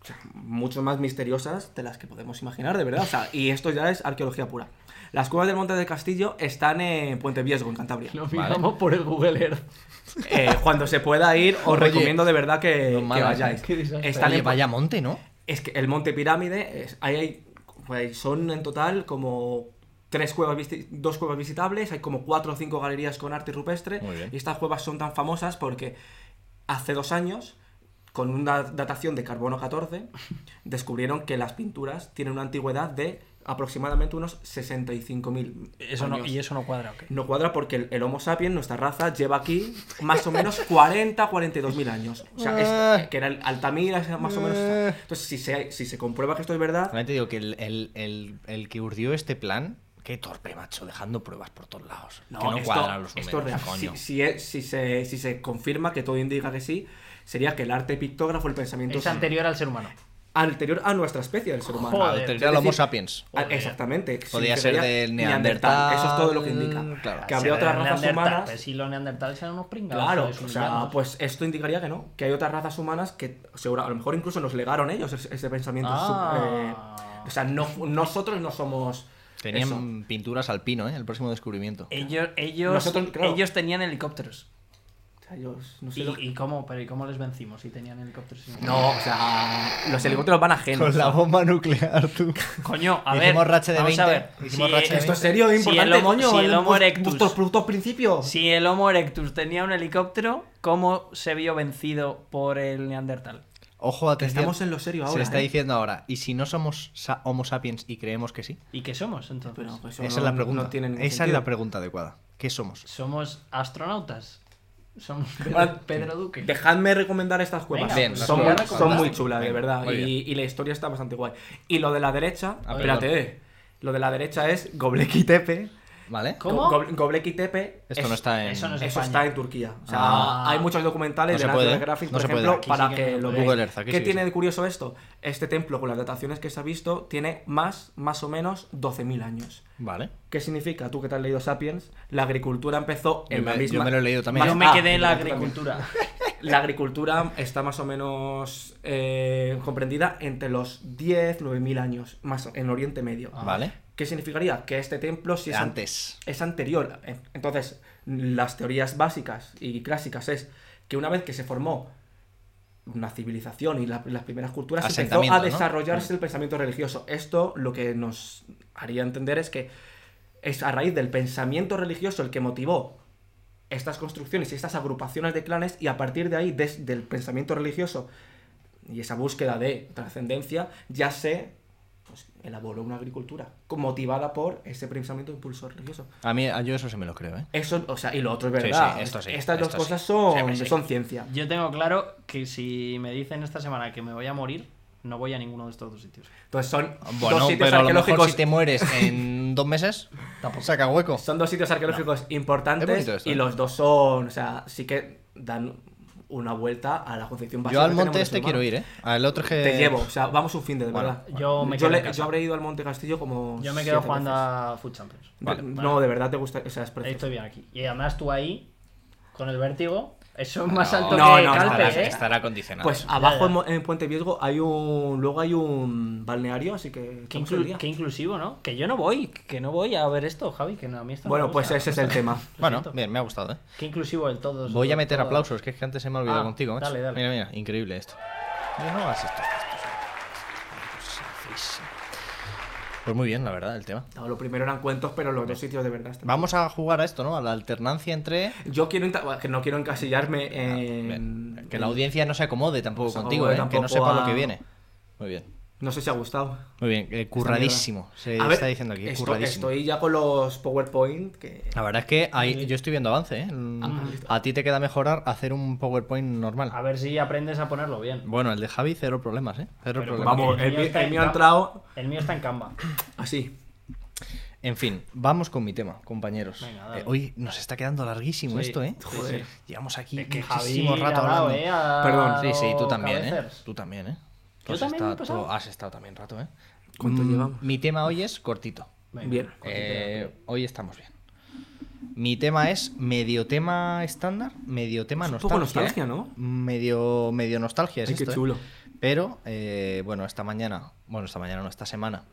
[SPEAKER 2] o sea, mucho más misteriosas de las que podemos imaginar, de verdad. O sea, y esto ya es arqueología pura. Las cuevas del Monte del Castillo están en Puente Viesgo, en Cantabria.
[SPEAKER 3] Lo miramos por el Google Earth.
[SPEAKER 2] Eh, cuando se pueda ir, os
[SPEAKER 1] Oye,
[SPEAKER 2] recomiendo de verdad que,
[SPEAKER 1] no
[SPEAKER 2] que
[SPEAKER 1] malas,
[SPEAKER 2] vayáis.
[SPEAKER 1] ¿eh?
[SPEAKER 3] Qué desastre.
[SPEAKER 2] Están
[SPEAKER 1] Oye,
[SPEAKER 2] en-
[SPEAKER 1] vaya monte, ¿no?
[SPEAKER 2] es que el Monte Pirámide, es- ahí hay, pues, son en total como tres cuevas, visti- dos cuevas visitables, hay como cuatro o cinco galerías con arte rupestre.
[SPEAKER 1] Muy bien.
[SPEAKER 2] Y estas cuevas son tan famosas porque hace dos años, con una datación de carbono 14, descubrieron que las pinturas tienen una antigüedad de aproximadamente unos 65.000
[SPEAKER 3] Eso no,
[SPEAKER 2] años.
[SPEAKER 3] y eso no cuadra, ¿ok?
[SPEAKER 2] No cuadra porque el, el Homo sapiens, nuestra raza, lleva aquí más o menos 40, 42 mil años. O sea, es- que era el Altamira, es más o menos. Entonces, si se, si se comprueba que esto es verdad,
[SPEAKER 1] También te digo que el, el- el- el que urdió este plan, qué torpe, macho, dejando pruebas por todos lados. que no
[SPEAKER 2] esto-
[SPEAKER 1] cuadran los
[SPEAKER 2] esto es
[SPEAKER 1] números,
[SPEAKER 2] real.
[SPEAKER 1] coño.
[SPEAKER 2] Si, si es- si se, si se confirma que todo indica que sí, sería que el arte pictógrafo, el pensamiento
[SPEAKER 3] Es anterior al ser humano.
[SPEAKER 2] anterior a nuestra especie del ser humano.
[SPEAKER 1] Ah,
[SPEAKER 3] Joder,
[SPEAKER 1] del
[SPEAKER 2] es
[SPEAKER 1] Homo
[SPEAKER 2] decir,
[SPEAKER 1] sapiens.
[SPEAKER 2] Ah, exactamente.
[SPEAKER 1] Podría ser
[SPEAKER 2] significaría
[SPEAKER 1] del Neandertal,
[SPEAKER 2] Eso es todo lo que indica.
[SPEAKER 1] claro.
[SPEAKER 2] Que
[SPEAKER 3] Ser
[SPEAKER 2] habría otras razas
[SPEAKER 3] neandertal,
[SPEAKER 2] humanas.
[SPEAKER 3] Pero si los neandertales eran unos pringados.
[SPEAKER 2] Claro,
[SPEAKER 3] joder, son
[SPEAKER 2] o sea,
[SPEAKER 3] humanos.
[SPEAKER 2] pues esto indicaría que no, que hay otras razas humanas que seguro, a lo mejor incluso nos legaron ellos ese, ese pensamiento.
[SPEAKER 3] Ah.
[SPEAKER 2] sub- eh, o sea, no, fu- nosotros no somos...
[SPEAKER 1] Tenían
[SPEAKER 2] eso.
[SPEAKER 1] pinturas al pino, ¿eh? El próximo descubrimiento.
[SPEAKER 3] Ellos, ellos,
[SPEAKER 2] Nosotros, claro.
[SPEAKER 3] ellos tenían helicópteros.
[SPEAKER 2] O sea, ellos, no sé
[SPEAKER 3] ¿Y,
[SPEAKER 2] lo que-
[SPEAKER 3] y cómo? Pero ¿y cómo les vencimos si tenían helicópteros? y
[SPEAKER 2] No, o sea, los helicópteros van ajenos.
[SPEAKER 1] Con la bomba nuclear, tú.
[SPEAKER 3] Coño, a
[SPEAKER 1] Hicimos
[SPEAKER 3] ver.
[SPEAKER 1] rache de
[SPEAKER 3] vamos
[SPEAKER 1] 20,
[SPEAKER 3] a ver.
[SPEAKER 1] hicimos rache de
[SPEAKER 2] ¿Esto
[SPEAKER 1] 20.
[SPEAKER 2] es serio?
[SPEAKER 3] Si
[SPEAKER 2] ¿Es
[SPEAKER 3] el
[SPEAKER 2] importante,
[SPEAKER 3] homo-
[SPEAKER 2] coño?
[SPEAKER 3] si el
[SPEAKER 2] ¿Valen
[SPEAKER 3] Homo
[SPEAKER 2] vos-
[SPEAKER 3] erectus-
[SPEAKER 2] vuestros productos principios?
[SPEAKER 3] Si el Homo erectus tenía un helicóptero, ¿cómo se vio vencido por el Neandertal?
[SPEAKER 1] Ojo, atención.
[SPEAKER 2] Estamos en lo serio ahora,
[SPEAKER 1] Se está
[SPEAKER 2] ¿eh?
[SPEAKER 1] diciendo ahora. ¿Y si no somos sa- Homo sapiens y creemos que sí?
[SPEAKER 3] ¿Y qué somos entonces?
[SPEAKER 2] Pero, pues, eso
[SPEAKER 1] Esa
[SPEAKER 2] no-
[SPEAKER 1] es la pregunta.
[SPEAKER 2] no tiene ningún
[SPEAKER 1] Esa es
[SPEAKER 2] sentido.
[SPEAKER 1] la pregunta adecuada. ¿Qué somos?
[SPEAKER 3] ¿Somos astronautas? ¿Somos
[SPEAKER 2] Vale.
[SPEAKER 3] Pedro, Pedro Duque?
[SPEAKER 2] Dejadme recomendar estas cuevas.
[SPEAKER 3] Venga, Bien, pues,
[SPEAKER 2] son,
[SPEAKER 3] las
[SPEAKER 2] muy,
[SPEAKER 3] cuevas.
[SPEAKER 2] son muy
[SPEAKER 3] Fantástico.
[SPEAKER 2] chulas, de
[SPEAKER 1] Venga,
[SPEAKER 2] verdad.
[SPEAKER 1] muy bien.
[SPEAKER 2] Y, y la historia está bastante guay. Y lo de la derecha,
[SPEAKER 1] Ah,
[SPEAKER 2] espérate, eh. lo de la derecha es Gobleki Tepe.
[SPEAKER 1] ¿Vale?
[SPEAKER 3] ¿Cómo?
[SPEAKER 2] Go- Goble- Gobleki Tepe.
[SPEAKER 1] Esto
[SPEAKER 2] es-
[SPEAKER 1] no está en
[SPEAKER 3] eso no es-
[SPEAKER 2] Eso
[SPEAKER 3] España.
[SPEAKER 2] está en Turquía. O sea,
[SPEAKER 3] Ah.
[SPEAKER 2] hay muchos documentales
[SPEAKER 1] No se
[SPEAKER 2] de
[SPEAKER 1] puede.
[SPEAKER 2] National Geographic,
[SPEAKER 1] No
[SPEAKER 2] por
[SPEAKER 1] se puede.
[SPEAKER 2] ejemplo,
[SPEAKER 1] Aquí
[SPEAKER 2] para
[SPEAKER 3] sí que
[SPEAKER 2] que,
[SPEAKER 3] no se
[SPEAKER 2] lo
[SPEAKER 3] puede.
[SPEAKER 2] veáis.
[SPEAKER 1] Google Earth, aquí
[SPEAKER 2] ¿Qué
[SPEAKER 1] sí,
[SPEAKER 2] tiene
[SPEAKER 1] sí.
[SPEAKER 2] de curioso esto? Este templo, con las dataciones que se ha visto, tiene más, más o menos 12.000 años.
[SPEAKER 1] Vale.
[SPEAKER 2] ¿Qué significa? Tú que te has leído Sapiens, la agricultura empezó en
[SPEAKER 1] Yo me-
[SPEAKER 2] la
[SPEAKER 1] yo
[SPEAKER 2] misma...
[SPEAKER 1] me lo he leído también.
[SPEAKER 2] más-
[SPEAKER 1] Yo
[SPEAKER 3] me
[SPEAKER 2] Ah,
[SPEAKER 3] quedé en la
[SPEAKER 2] yo también.
[SPEAKER 3] agricultura.
[SPEAKER 2] La agricultura está más o menos eh, comprendida entre los 10, 9.000 años, más o- en Oriente Medio.
[SPEAKER 1] Vale.
[SPEAKER 2] ¿Qué significaría? Que este templo Ah. sí es an-
[SPEAKER 1] Ah. Antes.
[SPEAKER 2] es anterior. Eh, Entonces, las teorías básicas y clásicas es que una vez que se formó una civilización y la- las primeras culturas empezó
[SPEAKER 1] Asentamiento,
[SPEAKER 2] a
[SPEAKER 1] ¿no? Mm.
[SPEAKER 2] desarrollarse el pensamiento religioso. Esto lo que nos haría entender es que es a raíz del pensamiento religioso el que motivó estas construcciones y estas agrupaciones de clanes y a partir de ahí, desde el pensamiento religioso y esa búsqueda de trascendencia, ya se pues, elaboró una agricultura co- motivada por ese pensamiento impulsor religioso.
[SPEAKER 1] A mí, a- yo eso sí me lo creo, ¿eh?
[SPEAKER 2] Eso, o sea, y lo otro es
[SPEAKER 1] Sí,
[SPEAKER 2] verdad.
[SPEAKER 1] sí, esto sí,
[SPEAKER 2] Estas dos
[SPEAKER 1] esto sí.
[SPEAKER 2] cosas son,
[SPEAKER 1] Siempre sí.
[SPEAKER 2] son ciencia.
[SPEAKER 3] Yo tengo claro que si me dicen esta semana que me voy a morir, no voy a ninguno de estos dos sitios.
[SPEAKER 2] Entonces son
[SPEAKER 1] Bueno,
[SPEAKER 2] dos sitios
[SPEAKER 1] pero a lo mejor
[SPEAKER 2] arqueológicos.
[SPEAKER 1] si te mueres en dos meses, tampoco saca hueco.
[SPEAKER 2] Son dos sitios arqueológicos
[SPEAKER 1] Es
[SPEAKER 2] importantes
[SPEAKER 1] bonito esto,
[SPEAKER 2] y
[SPEAKER 1] ¿eh?
[SPEAKER 2] los dos son, o sea, sí que dan una vuelta a la concepción básica.
[SPEAKER 1] Yo al
[SPEAKER 2] que tenemos
[SPEAKER 1] monte
[SPEAKER 2] los
[SPEAKER 1] este
[SPEAKER 2] humanos.
[SPEAKER 1] quiero ir, ¿eh? Al otro que...
[SPEAKER 2] Te llevo, o sea, vamos un fin de, de
[SPEAKER 1] Bueno,
[SPEAKER 2] verdad.
[SPEAKER 3] Yo me quedo en
[SPEAKER 2] le-
[SPEAKER 3] casa.
[SPEAKER 2] yo habré ido al Monte Castillo como.
[SPEAKER 3] Yo me quedo
[SPEAKER 2] Pues siete
[SPEAKER 3] jugando
[SPEAKER 2] veces.
[SPEAKER 3] a Food Champions.
[SPEAKER 2] De-
[SPEAKER 1] Vale,
[SPEAKER 2] no, de verdad te gusta. O sea, es precioso.
[SPEAKER 3] Estoy bien aquí. Y además tú ahí, con el vértigo, eso es más
[SPEAKER 1] No,
[SPEAKER 3] alto
[SPEAKER 2] no,
[SPEAKER 3] que
[SPEAKER 2] no,
[SPEAKER 3] Calpe,
[SPEAKER 1] estará,
[SPEAKER 3] ¿eh?
[SPEAKER 1] estará condicionado.
[SPEAKER 2] Pues
[SPEAKER 3] Ya,
[SPEAKER 2] abajo
[SPEAKER 3] ya.
[SPEAKER 2] en Mo- en, Puente Viesgo hay un. Luego hay un balneario, así que.
[SPEAKER 3] Qué,
[SPEAKER 2] estamos
[SPEAKER 3] inclu-
[SPEAKER 2] al día.
[SPEAKER 3] qué inclusivo, ¿no? Que yo no voy, que no voy a ver esto, Javi, que no, a mí esto no
[SPEAKER 2] Bueno,
[SPEAKER 3] me
[SPEAKER 2] pues
[SPEAKER 3] gusta.
[SPEAKER 2] ese es el tema.
[SPEAKER 1] bueno,
[SPEAKER 3] siento.
[SPEAKER 1] bien, me ha gustado, ¿eh?
[SPEAKER 3] Qué inclusivo el todo.
[SPEAKER 1] Voy a meter
[SPEAKER 3] todo.
[SPEAKER 1] aplausos, que es que antes se me ha olvidado
[SPEAKER 3] Ah,
[SPEAKER 1] contigo, macho.
[SPEAKER 3] dale, dale.
[SPEAKER 1] Mira, mira, increíble esto. Yo no hagas esto. Pues muy bien, la verdad, el tema.
[SPEAKER 2] No, lo primero eran cuentos, pero los dos sitios de verdad están.
[SPEAKER 1] Vamos a jugar a esto, ¿no? A la alternancia entre...
[SPEAKER 2] Yo quiero. inta- bueno, Que no quiero encasillarme en.
[SPEAKER 1] Ah, Bien. Que la audiencia no se acomode tampoco
[SPEAKER 2] se
[SPEAKER 1] contigo,
[SPEAKER 2] acomode
[SPEAKER 1] ¿eh? que no
[SPEAKER 2] tampoco
[SPEAKER 1] sepa lo
[SPEAKER 2] a-
[SPEAKER 1] que viene. Muy bien,
[SPEAKER 2] No sé si ha gustado.
[SPEAKER 1] muy bien. eh, curradísimo, se
[SPEAKER 2] A ver,
[SPEAKER 1] Eh, está diciendo aquí,
[SPEAKER 2] esto-
[SPEAKER 1] curradísimo.
[SPEAKER 2] Estoy ya con los PowerPoint que.
[SPEAKER 1] La verdad es que ahí, yo estoy viendo avance, ¿eh?
[SPEAKER 3] Ah,
[SPEAKER 1] Mm, A ti te queda mejorar hacer un PowerPoint normal.
[SPEAKER 3] A ver si aprendes a ponerlo bien.
[SPEAKER 1] Bueno, el de Javi, cero problemas, ¿eh? Cero
[SPEAKER 3] Pero
[SPEAKER 1] problemas.
[SPEAKER 2] Vamos,
[SPEAKER 3] El
[SPEAKER 2] el,
[SPEAKER 3] mío
[SPEAKER 2] mío-
[SPEAKER 3] está
[SPEAKER 2] el mío ha
[SPEAKER 3] en-
[SPEAKER 2] entrado
[SPEAKER 3] El mío está en Canva.
[SPEAKER 2] así.
[SPEAKER 1] En fin, vamos con mi tema, compañeros.
[SPEAKER 3] Venga, dale.
[SPEAKER 1] Eh, hoy nos está quedando larguísimo
[SPEAKER 3] Sí,
[SPEAKER 1] esto, ¿eh?
[SPEAKER 3] sí,
[SPEAKER 1] Joder.
[SPEAKER 2] sí.
[SPEAKER 1] Llevamos aquí
[SPEAKER 3] Es que
[SPEAKER 1] muchísimo
[SPEAKER 3] Javi
[SPEAKER 1] rato
[SPEAKER 3] ha dado,
[SPEAKER 1] hablando.
[SPEAKER 3] ¿eh? Ha
[SPEAKER 2] Perdón.
[SPEAKER 1] Sí, sí, tú
[SPEAKER 3] dado
[SPEAKER 1] también, ¿eh?
[SPEAKER 3] cabezas.
[SPEAKER 1] Tú también, ¿eh?
[SPEAKER 3] Yo
[SPEAKER 1] has
[SPEAKER 3] también me he
[SPEAKER 1] estado- tú
[SPEAKER 3] pasado.
[SPEAKER 1] has estado también rato, ¿eh?
[SPEAKER 2] ¿Cuánto llevamos?
[SPEAKER 1] Mi tema hoy es cortito.
[SPEAKER 3] Venga.
[SPEAKER 2] Bien.
[SPEAKER 1] Eh, hoy estamos bien. Mi tema es medio tema estándar, medio tema
[SPEAKER 2] Es un
[SPEAKER 1] nostalgia.
[SPEAKER 2] poco nostalgia,
[SPEAKER 1] ¿eh?
[SPEAKER 2] ¿no?
[SPEAKER 1] Medio, medio nostalgia, es
[SPEAKER 2] Ay, qué
[SPEAKER 1] esto, ¿eh?
[SPEAKER 2] chulo.
[SPEAKER 1] Pero, eh, bueno, esta mañana, bueno, esta mañana no, esta semana,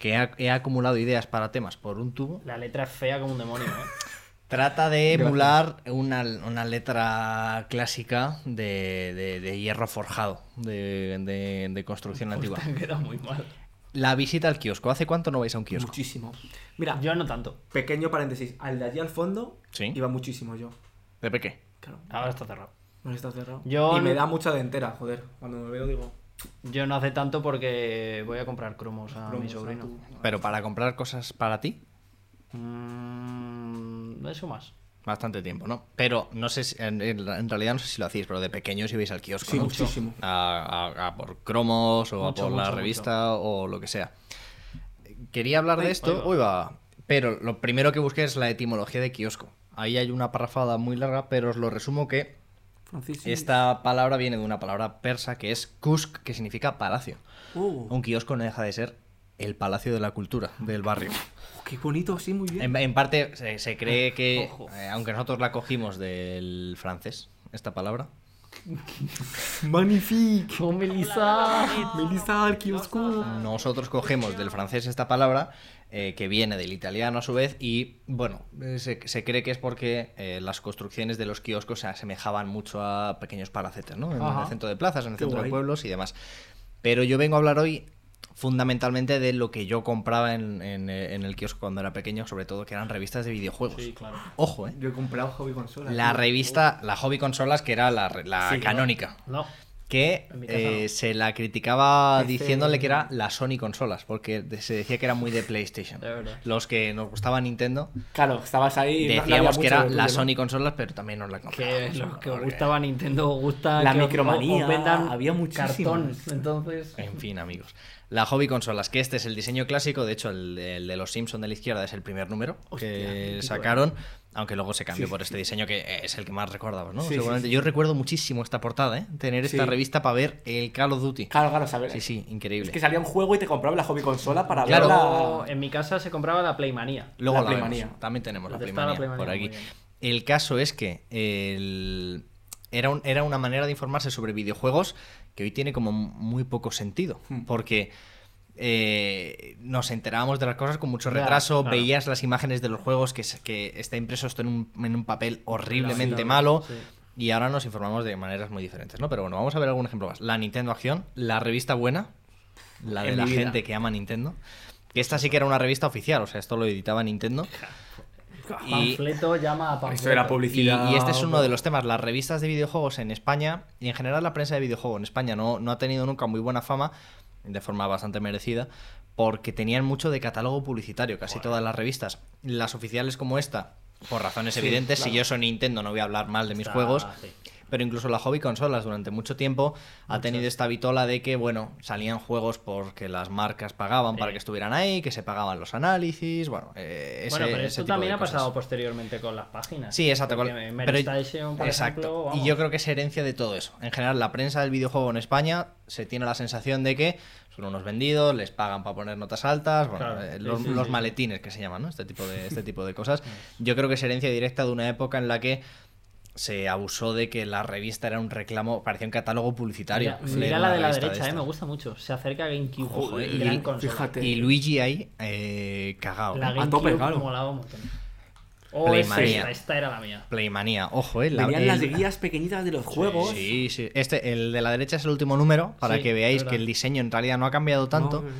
[SPEAKER 1] que he, ac- he acumulado ideas para temas por un tubo,
[SPEAKER 3] La letra es fea como un demonio, ¿eh?
[SPEAKER 1] trata de
[SPEAKER 2] Gracias.
[SPEAKER 1] emular una, una letra clásica de, de- de hierro forjado, de, de- de construcción antigua.
[SPEAKER 3] Te queda muy mal.
[SPEAKER 1] La visita al kiosco. ¿Hace cuánto no vais a un kiosco?
[SPEAKER 2] Muchísimo. Mira,
[SPEAKER 3] Yo no tanto.
[SPEAKER 2] pequeño paréntesis. Al de allí al fondo
[SPEAKER 1] Sí.
[SPEAKER 2] iba muchísimo yo.
[SPEAKER 1] ¿De por qué?
[SPEAKER 2] Claro,
[SPEAKER 3] Ahora está cerrado.
[SPEAKER 2] no está cerrado.
[SPEAKER 3] Yo
[SPEAKER 2] Y me
[SPEAKER 3] no-
[SPEAKER 2] da mucha de entera, joder. Cuando me veo digo.
[SPEAKER 3] Yo no hace tanto porque voy a comprar cromos a
[SPEAKER 2] bromos,
[SPEAKER 3] mi sobrino.
[SPEAKER 2] o sea, tú-
[SPEAKER 1] Pero para comprar cosas para ti,
[SPEAKER 3] Mm, eso más.
[SPEAKER 1] bastante tiempo, ¿no? Pero no sé, si- en, en- en realidad no sé si lo hacéis, pero de pequeños ibais al kiosco.
[SPEAKER 2] Sí,
[SPEAKER 1] ¿no?
[SPEAKER 2] muchísimo.
[SPEAKER 1] A, a- a por cromos o
[SPEAKER 3] Mucho,
[SPEAKER 1] a por la
[SPEAKER 3] mucho,
[SPEAKER 1] revista o lo que sea. Quería hablar de
[SPEAKER 3] Ahí-
[SPEAKER 1] esto,
[SPEAKER 3] ahí
[SPEAKER 1] uy, va. pero lo primero que busqué es la etimología de kiosco. Ahí hay una parrafada muy larga, pero os lo resumo que
[SPEAKER 2] Francisco.
[SPEAKER 1] esta palabra viene de una palabra persa que es kusk, que significa palacio.
[SPEAKER 2] Uh,
[SPEAKER 1] Un kiosco no deja de ser el palacio de la cultura del barrio.
[SPEAKER 2] qué bonito, sí, muy bien.
[SPEAKER 1] En, en parte se, se cree que,
[SPEAKER 3] Ah, Ojo.
[SPEAKER 1] eh, aunque nosotros la cogimos del francés, esta palabra,
[SPEAKER 2] Magnifique.
[SPEAKER 3] ¡Oh, Melissa!
[SPEAKER 2] Melissa al kiosco.
[SPEAKER 1] nosotros cogemos del francés esta palabra eh, que viene del italiano a su vez y bueno, eh, se, se cree que es porque eh, las construcciones de los kioscos se asemejaban mucho a pequeños palacetes, ¿no? En
[SPEAKER 3] Ajá.
[SPEAKER 1] el centro de plazas, en el
[SPEAKER 2] Qué
[SPEAKER 1] centro de
[SPEAKER 2] guay.
[SPEAKER 1] pueblos y demás. Pero yo vengo a hablar hoy fundamentalmente de lo que yo compraba en, en, eh, en el kiosco cuando era pequeño, sobre todo que eran revistas de videojuegos.
[SPEAKER 3] Sí, claro.
[SPEAKER 1] Ojo, ¿eh?
[SPEAKER 2] Yo he comprado hobby consola.
[SPEAKER 1] La
[SPEAKER 2] tío.
[SPEAKER 1] revista, la Hobby Consolas, que era la, re- la
[SPEAKER 3] Sí,
[SPEAKER 1] canónica,
[SPEAKER 3] No.
[SPEAKER 1] que
[SPEAKER 3] En mi casa
[SPEAKER 1] eh,
[SPEAKER 3] no.
[SPEAKER 1] se la criticaba
[SPEAKER 2] Ese-
[SPEAKER 1] diciéndole que era la Sony Consolas, porque de- se decía que era muy de PlayStation.
[SPEAKER 3] De verdad.
[SPEAKER 1] Los que nos gustaba Nintendo
[SPEAKER 2] Claro, estabas ahí. no- no había
[SPEAKER 1] decíamos que
[SPEAKER 2] mucho
[SPEAKER 1] era
[SPEAKER 2] de tuyo,
[SPEAKER 1] la
[SPEAKER 2] ¿no?
[SPEAKER 1] Sony Consolas, pero también nos la
[SPEAKER 3] Que
[SPEAKER 1] comprábamos.
[SPEAKER 3] los que os
[SPEAKER 1] porque-
[SPEAKER 3] gustaba Nintendo os gusta.
[SPEAKER 2] La
[SPEAKER 3] que os-
[SPEAKER 2] micromanía,
[SPEAKER 3] os vendan
[SPEAKER 2] había muchísimas.
[SPEAKER 3] Cartón. Entonces.
[SPEAKER 1] En fin, amigos. La Hobby Consolas, que este es el diseño clásico, de hecho el, de- el de los Simpson de la izquierda es el primer número
[SPEAKER 2] Hostia,
[SPEAKER 1] que
[SPEAKER 2] mítico,
[SPEAKER 1] sacaron, aunque luego se cambió
[SPEAKER 2] Sí,
[SPEAKER 1] por este diseño que eh, es el que más recordabas, ¿no?
[SPEAKER 2] Sí, sí,
[SPEAKER 1] Seguramente
[SPEAKER 2] sí,
[SPEAKER 1] yo recuerdo muchísimo esta portada, ¿eh? Tener esta
[SPEAKER 2] Sí.
[SPEAKER 1] revista para ver el Call of Duty.
[SPEAKER 2] Claro, claro, saber.
[SPEAKER 1] Sí, sí, increíble.
[SPEAKER 2] Es que salía un juego y te compraba la hobby consola para
[SPEAKER 1] Claro.
[SPEAKER 2] verla.
[SPEAKER 3] En mi casa se compraba la Playmanía.
[SPEAKER 1] Luego
[SPEAKER 2] la
[SPEAKER 1] la vemos.
[SPEAKER 2] Playmanía.
[SPEAKER 1] También tenemos la
[SPEAKER 3] Está la
[SPEAKER 1] Playmanía,
[SPEAKER 3] Playmanía,
[SPEAKER 1] por aquí.
[SPEAKER 3] muy bien.
[SPEAKER 1] El caso es que el- era, un- era una manera de informarse sobre videojuegos que hoy tiene como muy poco sentido. Porque eh, nos enterábamos de las cosas con mucho
[SPEAKER 3] Ya,
[SPEAKER 1] retraso,
[SPEAKER 3] claro.
[SPEAKER 1] veías las imágenes de los juegos que, se- que está impreso esto en un, en un papel horriblemente
[SPEAKER 3] Horrible,
[SPEAKER 1] malo.
[SPEAKER 3] sí.
[SPEAKER 1] Y ahora nos informamos de maneras muy diferentes, ¿no? Pero bueno, vamos a ver algún ejemplo más. La Nintendo Acción, la revista buena, la de
[SPEAKER 2] En
[SPEAKER 1] la
[SPEAKER 2] mi vida.
[SPEAKER 1] gente que ama Nintendo. Que esta sí que era una revista oficial, o sea, esto lo editaba Nintendo. Y,
[SPEAKER 3] Panfleto llama a panfleto.
[SPEAKER 2] Eso era publicidad.
[SPEAKER 1] y- y este es uno de los temas. Las revistas de videojuegos en España, y en general la prensa de videojuegos en España, no, no ha tenido nunca muy buena fama, de forma bastante merecida, porque tenían mucho de catálogo publicitario, casi todas las revistas. Las oficiales como esta, por razones evidentes, si yo soy Nintendo no voy a hablar mal de mis
[SPEAKER 3] Está-
[SPEAKER 1] juegos.
[SPEAKER 3] sí.
[SPEAKER 1] Pero incluso la hobby consolas durante mucho tiempo ha tenido esta vitola de que, bueno, salían juegos porque las marcas pagaban para
[SPEAKER 3] Sí.
[SPEAKER 1] que estuvieran ahí, que se pagaban los análisis, bueno, eh, ese,
[SPEAKER 3] bueno, pero
[SPEAKER 1] ese
[SPEAKER 3] esto
[SPEAKER 1] tipo de
[SPEAKER 3] también ha
[SPEAKER 1] cosas.
[SPEAKER 3] pasado posteriormente con las páginas.
[SPEAKER 1] Sí, exacto. con-
[SPEAKER 3] Porque
[SPEAKER 1] pero-
[SPEAKER 3] Mary Station, por
[SPEAKER 1] exacto.
[SPEAKER 3] ejemplo,
[SPEAKER 1] y
[SPEAKER 3] vamos.
[SPEAKER 1] yo creo que es herencia de todo eso. En general, la prensa del videojuego en España se tiene la sensación de que son unos vendidos, les pagan para poner notas altas, bueno,
[SPEAKER 3] Claro,
[SPEAKER 1] eh,
[SPEAKER 3] sí,
[SPEAKER 1] los,
[SPEAKER 3] sí,
[SPEAKER 1] los
[SPEAKER 3] sí. Mm.
[SPEAKER 1] maletines que se llaman, ¿no? Este tipo, de, este tipo de cosas. Yo creo que es herencia directa de una época en la que se abusó de que la revista era un reclamo, parecía un catálogo publicitario.
[SPEAKER 3] Mira,
[SPEAKER 1] leer
[SPEAKER 3] mira la
[SPEAKER 1] una
[SPEAKER 3] de la
[SPEAKER 1] revista
[SPEAKER 3] derecha, eh,
[SPEAKER 1] estas.
[SPEAKER 3] me gusta mucho. Se acerca a GameCube.
[SPEAKER 1] Joder,
[SPEAKER 3] gran
[SPEAKER 1] y-
[SPEAKER 3] consola.
[SPEAKER 2] fíjate.
[SPEAKER 1] Y Luigi ahí, eh, cagao.
[SPEAKER 3] La
[SPEAKER 1] ¿eh?
[SPEAKER 3] GameCube
[SPEAKER 2] tope, claro.
[SPEAKER 3] molaba un montón. Oh,
[SPEAKER 1] Play
[SPEAKER 3] es
[SPEAKER 1] Mania.
[SPEAKER 3] esta, esta era la mía.
[SPEAKER 1] Playmanía, ojo, eh. la-
[SPEAKER 2] Venían las
[SPEAKER 1] el-
[SPEAKER 2] guías pequeñitas de los juegos.
[SPEAKER 1] Sí, sí. Este, el de la derecha es el último número, para
[SPEAKER 3] Sí,
[SPEAKER 1] que veáis
[SPEAKER 3] verdad.
[SPEAKER 1] que el diseño en realidad no ha cambiado tanto.
[SPEAKER 2] No, eh.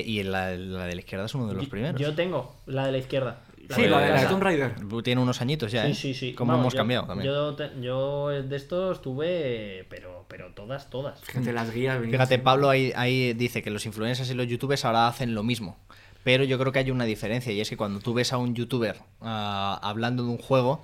[SPEAKER 1] eh, y la, la de la izquierda es uno de los primeros.
[SPEAKER 3] Yo tengo la de la izquierda.
[SPEAKER 2] Sí,
[SPEAKER 1] de
[SPEAKER 2] la
[SPEAKER 1] la
[SPEAKER 2] de la
[SPEAKER 1] casa.
[SPEAKER 2] Tomb Raider.
[SPEAKER 1] Tiene unos añitos ya,
[SPEAKER 3] Sí,
[SPEAKER 1] ¿eh?
[SPEAKER 3] sí, sí.
[SPEAKER 1] Cómo
[SPEAKER 3] Vamos,
[SPEAKER 1] hemos
[SPEAKER 3] yo-
[SPEAKER 1] cambiado también.
[SPEAKER 3] Yo, te- yo de esto estuve, pero, pero todas, todas.
[SPEAKER 2] Fíjate, las guías venían.
[SPEAKER 1] Fíjate, Pablo ahí, ahí dice que los influencers y los youtubers ahora hacen lo mismo. Pero yo creo que hay una diferencia y es que cuando tú ves a un youtuber ah, hablando de un juego,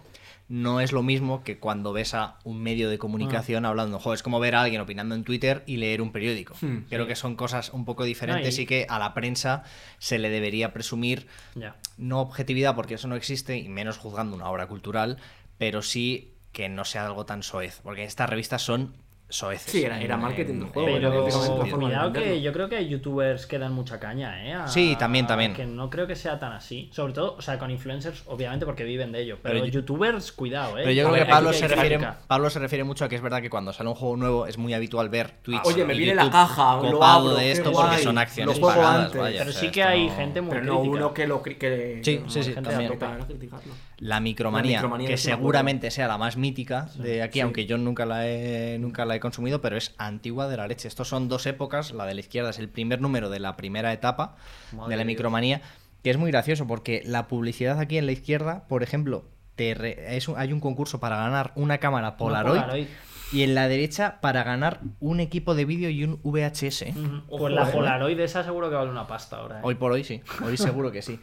[SPEAKER 1] no es lo mismo que cuando ves a un medio de
[SPEAKER 3] Ah.
[SPEAKER 1] comunicación hablando de un juego. Es como ver a alguien opinando en Twitter y leer un periódico.
[SPEAKER 2] Hmm.
[SPEAKER 1] Creo que son cosas un poco diferentes
[SPEAKER 3] No, y-
[SPEAKER 1] y que a la prensa se le debería presumir
[SPEAKER 3] Ya.
[SPEAKER 1] no objetividad, porque eso no existe, y menos juzgando una obra cultural, pero sí que no sea algo tan soez, porque estas revistas son soeces.
[SPEAKER 2] Sí, era- era marketing de juego,
[SPEAKER 1] en
[SPEAKER 3] Pero
[SPEAKER 1] ese
[SPEAKER 2] básicamente una
[SPEAKER 1] sentido.
[SPEAKER 2] forma de
[SPEAKER 3] cuidado que
[SPEAKER 2] venderlo.
[SPEAKER 3] yo creo que hay youtubers que dan mucha caña, ¿eh? A-
[SPEAKER 1] Sí, también, también.
[SPEAKER 3] Que no creo que sea tan así. Sobre todo, o sea, con influencers, obviamente, porque viven de ello. Pero,
[SPEAKER 1] Pero yo-
[SPEAKER 3] youtubers, cuidado, ¿eh?
[SPEAKER 1] Pero yo
[SPEAKER 3] A
[SPEAKER 1] creo
[SPEAKER 3] ver,
[SPEAKER 1] que Pablo
[SPEAKER 3] aquí
[SPEAKER 1] se,
[SPEAKER 3] hay
[SPEAKER 1] refiere,
[SPEAKER 3] crítica.
[SPEAKER 1] Pablo se refiere mucho a que es verdad que cuando sale un juego nuevo es muy habitual ver Twitch.
[SPEAKER 2] Ah, Oye, me
[SPEAKER 1] y
[SPEAKER 2] viene la
[SPEAKER 1] YouTube
[SPEAKER 2] caja, lo
[SPEAKER 1] copado
[SPEAKER 2] abro,
[SPEAKER 1] de
[SPEAKER 2] qué
[SPEAKER 1] esto
[SPEAKER 2] guay,
[SPEAKER 1] porque son acciones
[SPEAKER 2] lo juego
[SPEAKER 1] pagadas,
[SPEAKER 2] antes.
[SPEAKER 1] vaya,
[SPEAKER 3] Pero
[SPEAKER 1] o sea,
[SPEAKER 3] sí que
[SPEAKER 1] esto
[SPEAKER 3] hay
[SPEAKER 1] no-
[SPEAKER 3] gente muy
[SPEAKER 2] Pero no
[SPEAKER 3] crítica.
[SPEAKER 2] uno que lo. cri- que-
[SPEAKER 1] Sí,
[SPEAKER 2] no,
[SPEAKER 1] sí, sí,
[SPEAKER 2] gente
[SPEAKER 1] también.
[SPEAKER 2] a tope, a criticarlo.
[SPEAKER 1] La micromanía,
[SPEAKER 2] La micromanía
[SPEAKER 1] que
[SPEAKER 2] es una
[SPEAKER 1] seguramente sea la más mítica de aquí,
[SPEAKER 2] sí.
[SPEAKER 1] aunque yo nunca la, he, nunca la he consumido, pero es antigua de la leche. Estos son dos épocas, la de la izquierda es el primer número de la primera etapa
[SPEAKER 3] Madre
[SPEAKER 1] de la
[SPEAKER 3] de
[SPEAKER 1] micromanía, que es muy gracioso porque la publicidad aquí en la izquierda, por ejemplo, te re- es un- hay un concurso para ganar una cámara
[SPEAKER 3] Una
[SPEAKER 1] Polaroid,
[SPEAKER 3] Polaroid.
[SPEAKER 1] y en la derecha para ganar un equipo de vídeo y un VHS.
[SPEAKER 3] Ujú.
[SPEAKER 2] Ojo,
[SPEAKER 3] Pues la
[SPEAKER 2] eh.
[SPEAKER 3] Polaroid esa seguro que vale una pasta ahora, ¿eh?
[SPEAKER 1] Hoy por hoy sí, hoy seguro que sí.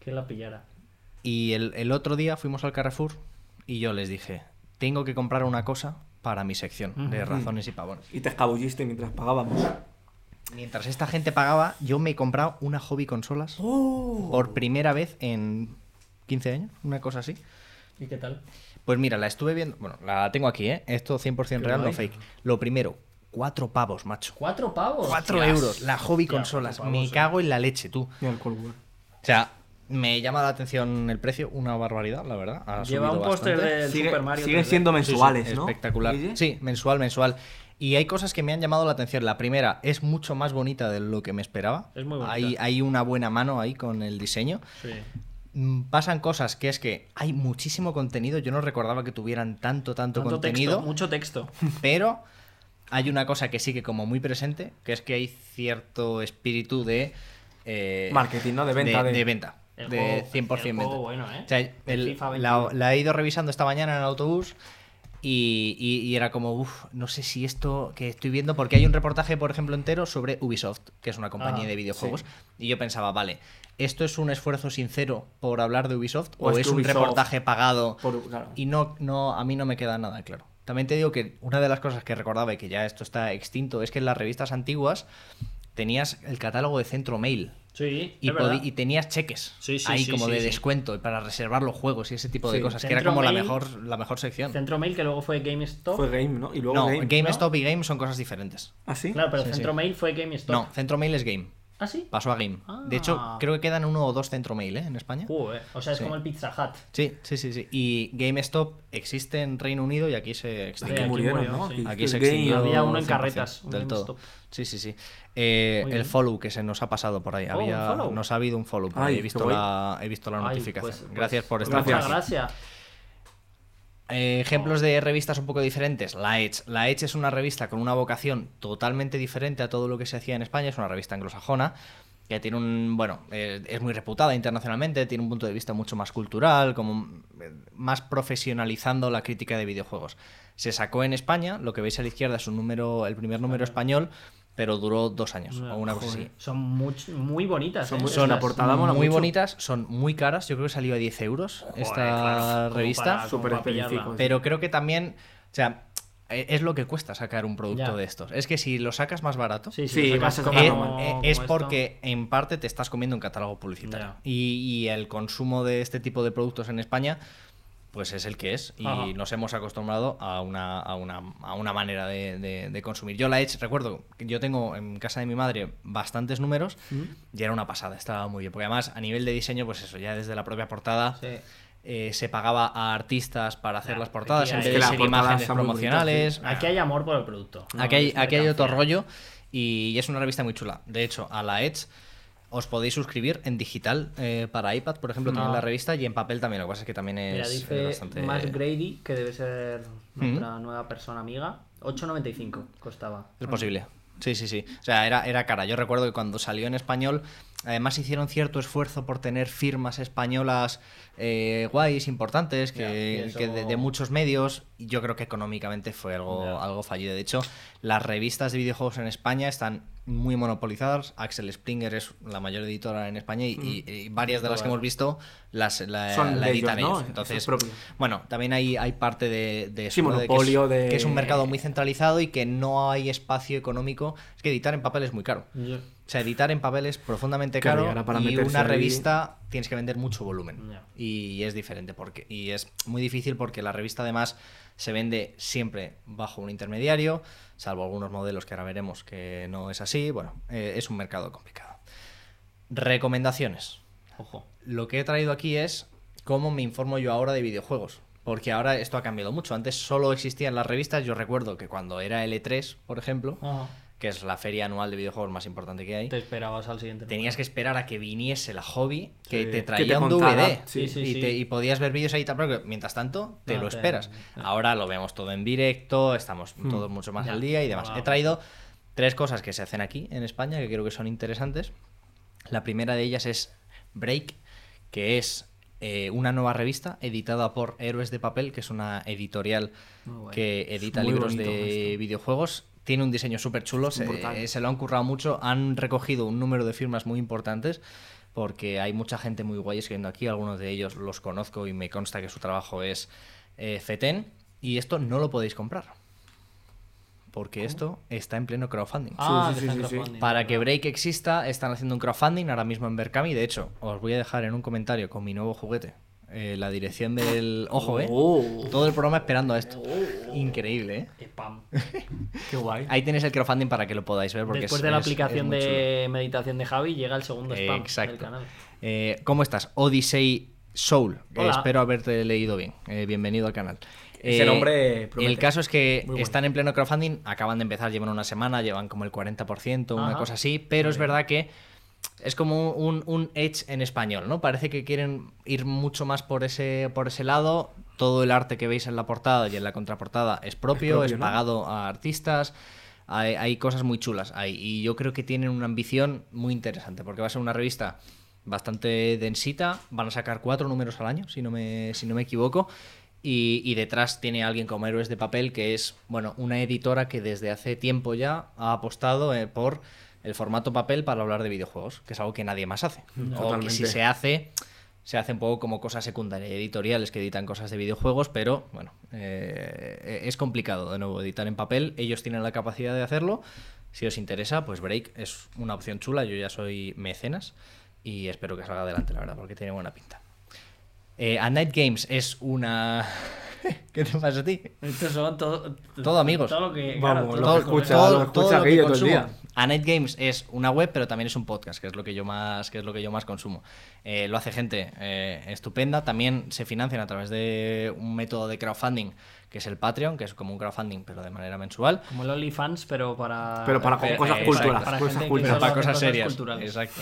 [SPEAKER 3] Que la pillara.
[SPEAKER 1] Y el, el otro día fuimos al Carrefour y yo les dije, tengo que comprar una cosa para mi sección de razones y pavones.
[SPEAKER 2] Y te escabulliste mientras pagábamos.
[SPEAKER 1] Mientras esta gente pagaba, yo me he comprado una hobby consolas
[SPEAKER 2] ¡Oh!
[SPEAKER 1] por primera vez en 15 años, una cosa así.
[SPEAKER 3] ¿Y qué tal?
[SPEAKER 1] Pues mira, la estuve viendo, bueno, la tengo aquí, ¿eh? Esto 100% real, no
[SPEAKER 3] guay.
[SPEAKER 1] fake. Lo primero, cuatro pavos, macho.
[SPEAKER 3] ¿Cuatro pavos?
[SPEAKER 1] Cuatro
[SPEAKER 3] Hostias.
[SPEAKER 1] euros, la hobby
[SPEAKER 3] Hostia,
[SPEAKER 1] consolas.
[SPEAKER 3] cuatro
[SPEAKER 1] Me
[SPEAKER 3] pavos, eh.
[SPEAKER 1] cago en la leche, tú.
[SPEAKER 2] Y alcohol, güey.
[SPEAKER 1] O sea, me llama la atención el precio, una barbaridad, la verdad. Ha
[SPEAKER 3] Lleva
[SPEAKER 1] subido
[SPEAKER 3] un póster
[SPEAKER 1] bastante.
[SPEAKER 3] del
[SPEAKER 2] Sigue-
[SPEAKER 3] Super Mario.
[SPEAKER 2] siguen
[SPEAKER 3] 3D.
[SPEAKER 2] siendo
[SPEAKER 1] Sí, sí,
[SPEAKER 2] mensuales, ¿no?
[SPEAKER 1] Espectacular.
[SPEAKER 2] Guille?
[SPEAKER 1] Sí, mensual, mensual. Y hay cosas que me han llamado la atención. La primera es mucho más bonita de lo que me esperaba.
[SPEAKER 3] Es muy bonita.
[SPEAKER 1] hay, hay una buena mano ahí con el diseño.
[SPEAKER 3] Sí.
[SPEAKER 1] Mm, Pasan cosas que es que hay muchísimo contenido. Yo no recordaba que tuvieran tanto, tanto,
[SPEAKER 3] Tanto
[SPEAKER 1] contenido.
[SPEAKER 3] texto, mucho texto.
[SPEAKER 1] Pero hay una cosa que sigue como muy presente, que es que hay cierto espíritu de... eh,
[SPEAKER 2] Marketing, ¿no? De venta.
[SPEAKER 1] de,
[SPEAKER 2] de-
[SPEAKER 1] venta.
[SPEAKER 3] El
[SPEAKER 1] de
[SPEAKER 3] juego-
[SPEAKER 1] 100%
[SPEAKER 3] el
[SPEAKER 1] venta.
[SPEAKER 3] juego bueno, ¿eh?
[SPEAKER 1] O sea, el-
[SPEAKER 3] FIFA 21.
[SPEAKER 1] la, la he ido revisando esta mañana en el autobús y, y- y era como, uff, no sé si esto que estoy viendo, porque hay un reportaje, por ejemplo, entero sobre Ubisoft, que es una compañía
[SPEAKER 3] Ah,
[SPEAKER 1] de videojuegos, y yo pensaba, vale, ¿esto es un esfuerzo sincero por hablar de Ubisoft
[SPEAKER 2] O
[SPEAKER 1] o,
[SPEAKER 2] es
[SPEAKER 1] es
[SPEAKER 2] que
[SPEAKER 1] un
[SPEAKER 2] Ubisoft-
[SPEAKER 1] reportaje pagado?
[SPEAKER 2] Por, claro.
[SPEAKER 1] Y no, no, a mí no me queda nada claro. También te digo que una de las cosas que recordaba y que ya esto está extinto es que en las revistas antiguas tenías el catálogo de centro mail
[SPEAKER 3] Sí,
[SPEAKER 1] y,
[SPEAKER 3] es verdad.
[SPEAKER 1] podi- y tenías cheques
[SPEAKER 3] Sí, sí,
[SPEAKER 1] ahí
[SPEAKER 3] sí,
[SPEAKER 1] como
[SPEAKER 3] sí,
[SPEAKER 1] de
[SPEAKER 3] sí.
[SPEAKER 1] descuento y para reservar los juegos y ese tipo de
[SPEAKER 2] Sí.
[SPEAKER 1] cosas, que
[SPEAKER 3] Centro
[SPEAKER 1] era como la
[SPEAKER 3] Mail-
[SPEAKER 1] mejor, la mejor sección.
[SPEAKER 3] Centro Mail, que luego fue GameStop.
[SPEAKER 2] Fue Game, ¿no? Y luego
[SPEAKER 1] No,
[SPEAKER 2] Game.
[SPEAKER 1] GameStop y Game son cosas diferentes.
[SPEAKER 2] ¿Ah, sí?
[SPEAKER 3] Claro, pero
[SPEAKER 1] Sí,
[SPEAKER 3] Centro
[SPEAKER 1] sí.
[SPEAKER 3] Mail fue GameStop.
[SPEAKER 1] No, Centro Mail es Game.
[SPEAKER 3] ¿Ah, sí?
[SPEAKER 1] Pasó a Game. De hecho,
[SPEAKER 3] Ah.
[SPEAKER 1] creo que quedan uno o dos Centro Mail ¿eh? en España.
[SPEAKER 3] Joder, O sea, es
[SPEAKER 1] Sí.
[SPEAKER 3] como el Pizza Hut.
[SPEAKER 1] Sí, sí, sí, sí. Y GameStop existe en Reino Unido y aquí se
[SPEAKER 2] Aquí
[SPEAKER 1] extinguió.
[SPEAKER 3] Sí, aquí
[SPEAKER 2] murieron,
[SPEAKER 3] murió,
[SPEAKER 2] ¿no?
[SPEAKER 3] sí.
[SPEAKER 1] Aquí
[SPEAKER 2] es
[SPEAKER 1] se
[SPEAKER 2] Game.
[SPEAKER 1] extinguió
[SPEAKER 3] Había uno en
[SPEAKER 1] 100%
[SPEAKER 3] carretas, un
[SPEAKER 1] Del todo.
[SPEAKER 3] GameStop.
[SPEAKER 1] Sí, sí, sí. Eh,
[SPEAKER 3] Muy
[SPEAKER 1] el
[SPEAKER 3] bien.
[SPEAKER 1] follow que se nos ha pasado por ahí.
[SPEAKER 3] Oh,
[SPEAKER 1] Había-
[SPEAKER 3] un follow.
[SPEAKER 1] nos ha habido un follow por
[SPEAKER 2] Ay,
[SPEAKER 1] ahí. He
[SPEAKER 2] qué
[SPEAKER 1] visto
[SPEAKER 2] guay.
[SPEAKER 1] la, he visto la
[SPEAKER 3] Ay,
[SPEAKER 1] notificación.
[SPEAKER 3] pues- pues-
[SPEAKER 1] gracias por
[SPEAKER 3] pues
[SPEAKER 1] estar con
[SPEAKER 2] gracias.
[SPEAKER 3] Muchas gracias.
[SPEAKER 1] Eh, ejemplos de revistas un poco diferentes. La Edge. La Edge es una revista con una vocación totalmente diferente a todo lo que se hacía en España. Es una revista anglosajona que tiene un, bueno, eh, es muy reputada internacionalmente, tiene un punto de vista mucho más cultural, como eh, más profesionalizando la crítica de videojuegos. Se sacó en España, lo que veis a la izquierda es un número, el primer número español, pero duró dos años o una cosa así.
[SPEAKER 3] Son muy, muy bonitas.
[SPEAKER 2] Son
[SPEAKER 3] ¿eh?
[SPEAKER 2] muy-
[SPEAKER 3] Estas.
[SPEAKER 2] son la portada mola
[SPEAKER 1] muy
[SPEAKER 2] mucho.
[SPEAKER 1] bonitas, son muy caras, yo creo que salió a 10 euros
[SPEAKER 3] Joder,
[SPEAKER 1] esta
[SPEAKER 3] claro, como
[SPEAKER 1] revista.
[SPEAKER 3] para- como
[SPEAKER 2] Súper
[SPEAKER 3] para pillarla.
[SPEAKER 2] específico.
[SPEAKER 1] Pero creo que también, o sea, e- es lo que cuesta sacar un producto
[SPEAKER 3] Ya.
[SPEAKER 1] de estos. Es que si lo sacas más barato,
[SPEAKER 3] Sí,
[SPEAKER 2] Sí,
[SPEAKER 3] lo
[SPEAKER 2] vas a
[SPEAKER 3] sacas
[SPEAKER 1] eh,
[SPEAKER 2] tocar
[SPEAKER 3] como-
[SPEAKER 2] normal.
[SPEAKER 1] eh,
[SPEAKER 3] como
[SPEAKER 1] es
[SPEAKER 3] esto.
[SPEAKER 1] porque en parte te estás comiendo un catálogo publicitario.
[SPEAKER 3] Ya.
[SPEAKER 1] Y, y el consumo de este tipo de productos en España, pues es el que es. Y
[SPEAKER 3] Ajá.
[SPEAKER 1] nos hemos acostumbrado a una, a una, a una manera de, de- de consumir. Yo la he hecho, recuerdo, que yo tengo en casa de mi madre bastantes números y era una pasada, estaba muy bien. Porque además, a nivel de diseño, pues eso, ya desde la propia portada.
[SPEAKER 3] Sí.
[SPEAKER 1] eh, se pagaba a artistas para hacer
[SPEAKER 3] Ya,
[SPEAKER 1] las portadas
[SPEAKER 3] aquí
[SPEAKER 1] en
[SPEAKER 3] hay-
[SPEAKER 1] vez
[SPEAKER 3] Es
[SPEAKER 1] de
[SPEAKER 3] que la
[SPEAKER 1] ser
[SPEAKER 2] portada
[SPEAKER 1] imágenes
[SPEAKER 2] está muy bonita,
[SPEAKER 1] promocionales.
[SPEAKER 2] sí.
[SPEAKER 3] Aquí hay amor por el producto. no
[SPEAKER 1] Aquí hay,
[SPEAKER 3] es
[SPEAKER 1] aquí hay otro
[SPEAKER 3] mercancía.
[SPEAKER 1] rollo y y es una revista muy chula. De hecho, a la Edge os podéis suscribir en digital eh, para iPad, por ejemplo, también
[SPEAKER 3] Ah.
[SPEAKER 1] la revista y en papel también. Lo que pasa es que también es,
[SPEAKER 3] Mira,
[SPEAKER 1] es
[SPEAKER 3] dice
[SPEAKER 1] bastante.
[SPEAKER 3] más Grady, que debe ser nuestra nueva persona amiga. 8.95 costaba.
[SPEAKER 1] Es posible. Sí, sí, sí. O sea, era, era cara. Yo recuerdo que cuando salió en español, además hicieron cierto esfuerzo por tener firmas españolas eh, guays, importantes, que,
[SPEAKER 3] Ya, y eso-
[SPEAKER 1] que de, de muchos medios. Y yo creo que económicamente fue algo,
[SPEAKER 3] Ya.
[SPEAKER 1] algo fallido. De hecho, las revistas de videojuegos en España están muy monopolizadas. Axel Springer es la mayor editora en España y, y- y varias de las que hemos visto las, la,
[SPEAKER 2] Mm. Son
[SPEAKER 1] la
[SPEAKER 2] de
[SPEAKER 1] editan
[SPEAKER 2] ellos, ¿no?
[SPEAKER 1] ellos.
[SPEAKER 2] Eso es
[SPEAKER 1] Entonces,
[SPEAKER 2] propio.
[SPEAKER 1] bueno, también hay, hay parte de, de
[SPEAKER 2] Sí,
[SPEAKER 1] ¿no? de que es-
[SPEAKER 2] monopolio,
[SPEAKER 1] que es,
[SPEAKER 2] de-
[SPEAKER 1] un mercado muy centralizado y que no hay espacio económico. Es que editar en papel es muy caro. O sea, editar en papel es profundamente
[SPEAKER 2] Claro, y
[SPEAKER 1] caro
[SPEAKER 2] ahora para
[SPEAKER 1] y
[SPEAKER 2] meterse
[SPEAKER 1] una
[SPEAKER 2] ahí-
[SPEAKER 1] revista tienes que vender mucho volumen.
[SPEAKER 3] Ya.
[SPEAKER 1] Y es diferente porque y es muy difícil porque la revista además se vende siempre bajo un intermediario, salvo algunos modelos que ahora veremos que no es así. Bueno, eh, es un mercado complicado. Recomendaciones
[SPEAKER 3] Ojo.
[SPEAKER 1] lo que he traído aquí es cómo me informo yo ahora de videojuegos. Porque ahora esto ha cambiado mucho. Antes solo existían las revistas. Yo recuerdo que cuando era L3, por ejemplo,
[SPEAKER 3] Ah.
[SPEAKER 1] que es la feria anual de videojuegos más importante que hay,
[SPEAKER 3] Te esperabas al siguiente.
[SPEAKER 1] tenías que esperar a que viniese la hobby que te
[SPEAKER 2] Sí. Que
[SPEAKER 1] traía
[SPEAKER 2] te
[SPEAKER 1] un
[SPEAKER 2] contara.
[SPEAKER 1] DVD.
[SPEAKER 2] Sí,
[SPEAKER 3] sí,
[SPEAKER 1] y,
[SPEAKER 3] sí.
[SPEAKER 1] te- y podías ver vídeos ahí, tal, pero que mientras tanto te
[SPEAKER 3] No,
[SPEAKER 1] lo
[SPEAKER 3] te-
[SPEAKER 1] esperas. Ahora lo vemos todo en directo, estamos todos mucho más
[SPEAKER 3] Ya.
[SPEAKER 1] al día y demás.
[SPEAKER 3] Wow.
[SPEAKER 1] He traído tres cosas que se hacen aquí en España que creo que son interesantes. La primera de ellas es Break, que es eh, una nueva revista editada por Héroes de Papel, que es una editorial
[SPEAKER 3] Muy guay.
[SPEAKER 1] que edita
[SPEAKER 2] muy
[SPEAKER 1] libros
[SPEAKER 2] bonito
[SPEAKER 1] de
[SPEAKER 2] esto.
[SPEAKER 1] videojuegos. Tiene un diseño súper chulo, se,
[SPEAKER 2] Brutal.
[SPEAKER 1] eh, se lo han currado mucho, han recogido un número de firmas muy importantes porque hay mucha gente muy guay escribiendo aquí, algunos de ellos los conozco y me consta que su trabajo es eh, FETEN y esto no lo podéis comprar porque esto está en pleno crowdfunding.
[SPEAKER 3] Ah, que
[SPEAKER 2] Sí, sí, sí,
[SPEAKER 3] está en
[SPEAKER 2] sí, sí.
[SPEAKER 3] crowdfunding,
[SPEAKER 1] Para
[SPEAKER 3] es
[SPEAKER 1] que
[SPEAKER 3] verdad.
[SPEAKER 1] Break exista, están haciendo un crowdfunding ahora mismo en Berkami. De hecho, os voy a dejar en un comentario con mi nuevo juguete eh, la dirección del. Ojo, eh.
[SPEAKER 2] Oh.
[SPEAKER 1] Todo el programa esperando a esto. Increíble, eh.
[SPEAKER 3] Eh, pam.
[SPEAKER 2] Qué guay.
[SPEAKER 1] Ahí tenéis el crowdfunding para que lo podáis ver. Porque
[SPEAKER 3] Después
[SPEAKER 1] es-
[SPEAKER 3] de la
[SPEAKER 1] es- es
[SPEAKER 3] aplicación
[SPEAKER 1] muy chulo.
[SPEAKER 3] de meditación de Javi, llega el segundo spam del
[SPEAKER 1] Exacto.
[SPEAKER 3] canal.
[SPEAKER 1] Eh, ¿Cómo estás? Odyssey Soul. Eh,
[SPEAKER 3] Hola.
[SPEAKER 1] espero haberte leído bien. Eh, bienvenido al canal.
[SPEAKER 2] Ese
[SPEAKER 1] Eh,
[SPEAKER 2] nombre promete.
[SPEAKER 1] El caso es que
[SPEAKER 2] Muy bueno.
[SPEAKER 1] están en pleno crowdfunding, acaban de empezar, llevan una semana, llevan como el 40%, una
[SPEAKER 3] Ajá.
[SPEAKER 1] cosa así, pero es verdad que es como un, un edge en español, ¿no? Parece que quieren ir mucho más por ese, por ese lado. Todo el arte que veis en la portada y en la contraportada es propio, es,
[SPEAKER 2] propio, ¿no?
[SPEAKER 1] pagado a artistas. Hay, hay cosas muy chulas ahí. Y yo creo que tienen una ambición muy interesante, porque va a ser una revista bastante densita. Van a sacar cuatro números al año, si no me, si no me equivoco. Y, y detrás tiene alguien como Héroes de Papel, que es, bueno, una editora que desde hace tiempo ya ha apostado eh, por el formato papel para hablar de videojuegos, que es algo que nadie más hace. O que
[SPEAKER 2] Totalmente.
[SPEAKER 1] si se hace, se hace un poco como cosas secundarias, editoriales que editan cosas de videojuegos, pero bueno, eh, es complicado de nuevo editar en papel. Ellos tienen la capacidad de hacerlo. Si os interesa, pues Break es una opción chula. Yo ya soy mecenas y espero que salga adelante, la verdad, porque tiene buena pinta. Eh, A Night Games es una. ¿Qué te pasa a ti?
[SPEAKER 3] Estos son todo,
[SPEAKER 1] Todo amigos.
[SPEAKER 3] Todo lo que,
[SPEAKER 2] Vamos,
[SPEAKER 3] claro, todo
[SPEAKER 2] lo que
[SPEAKER 3] lo que
[SPEAKER 2] escucha,
[SPEAKER 3] comemos.
[SPEAKER 2] lo escucha Guille todo el
[SPEAKER 1] consumo.
[SPEAKER 2] día.
[SPEAKER 1] A Night Games es una web, pero también es un podcast, que es lo que yo más, que es lo que yo más consumo. Eh, lo hace gente eh, estupenda. También se financian a través de un método de crowdfunding, que es el Patreon, que es como un crowdfunding, pero de manera mensual.
[SPEAKER 3] Como el OnlyFans, pero para.
[SPEAKER 2] Pero para con
[SPEAKER 1] cosas
[SPEAKER 3] eh,
[SPEAKER 1] culturas,
[SPEAKER 3] para
[SPEAKER 2] cosas
[SPEAKER 3] gente que
[SPEAKER 2] culturas.
[SPEAKER 1] Pero
[SPEAKER 3] solo
[SPEAKER 1] para
[SPEAKER 3] hace
[SPEAKER 1] cosas serias.
[SPEAKER 3] culturales.
[SPEAKER 1] Exacto.